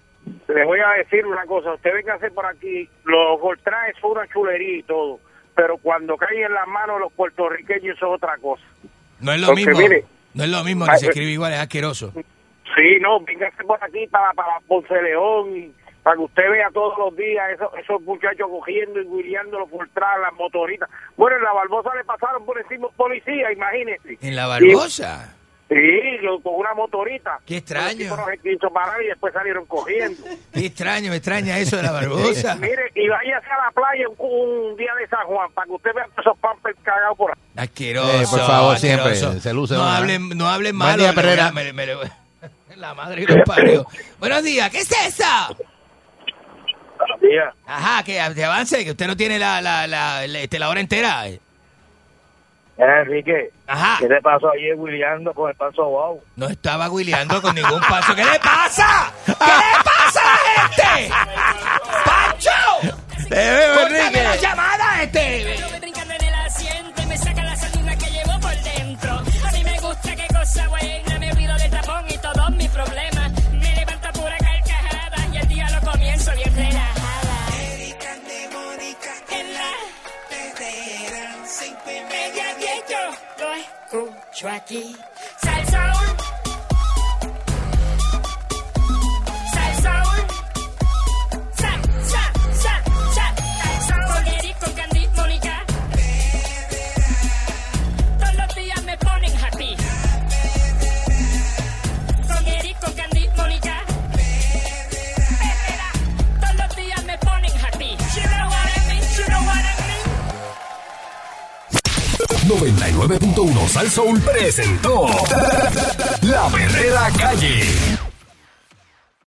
Speaker 2: le voy a decir una cosa. Usted venga a hacer por aquí, los goltrajes son una chulería y todo, pero cuando caen en las manos los puertorriqueños eso es otra cosa.
Speaker 6: No es lo
Speaker 2: Porque,
Speaker 6: mismo.
Speaker 2: mire,
Speaker 6: No es lo mismo. Ni
Speaker 8: eh.
Speaker 2: ay,
Speaker 6: se escribe igual. Es asqueroso.
Speaker 2: Sí, no, véngase por aquí para, para Ponce de León, para que usted vea todos los días esos, esos muchachos cogiendo y guiándolo por atrás, las motoritas. Bueno, en la Barbosa le pasaron por encima un policía, imagínese.
Speaker 6: En la Barbosa.
Speaker 2: Sí, yo- con una motorita.
Speaker 6: Qué extraño.
Speaker 2: Los tipos no se quiso parar y después salieron cogiendo.
Speaker 6: Qué extraño, me extraña eso de la Barbosa.
Speaker 2: Eh, Mire, y váyase a la playa un, un día de San Juan para que usted vea esos pampers cagados por ahí.
Speaker 6: Asqueroso.
Speaker 3: Eh, por favor,
Speaker 6: asqueroso.
Speaker 3: siempre, se luce
Speaker 6: No
Speaker 3: una.
Speaker 6: hablen, no hablen
Speaker 3: Buen
Speaker 6: mal.
Speaker 3: día, Perrera.
Speaker 6: la madre que lo parió. Buenos días, ¿qué es eso?
Speaker 2: Buenos días.
Speaker 6: Ajá, que av- que avance, que usted no tiene la, la, la, la- este, la hora entera.
Speaker 2: Enrique,
Speaker 6: ¿qué
Speaker 2: te pasó ayer Williando con el paso wow?
Speaker 6: No estaba guileando con ningún paso. ¿Qué le pasa? ¿Qué le pasa a la gente? ¡Pancho!
Speaker 10: Te veo,
Speaker 6: Córtame
Speaker 10: Enrique.
Speaker 6: la llamada, este!
Speaker 10: Lo ve brincando en el asiento y me saca la saliva que llevo por dentro. A mí me gusta qué cosa buena, me olvido del tapón y todos mis problemas. Me levanta pura carcajada y el día lo comienzo bien relajada. Erika de Mónica en la perrera. Cinco y media, diez, yo lo escucho aquí. Salsaul. Salsaul. Sal, sal, sal, sal. Salsaul con Eric, con Candy, Mónica. Todos los días me ponen happy. Con Eric, con Candy, Mónica. Perrera. Todos los días me ponen happy. You know what I mean, you know what I mean.
Speaker 1: 99.1 Sal Soul presentó La Verdadera Calle.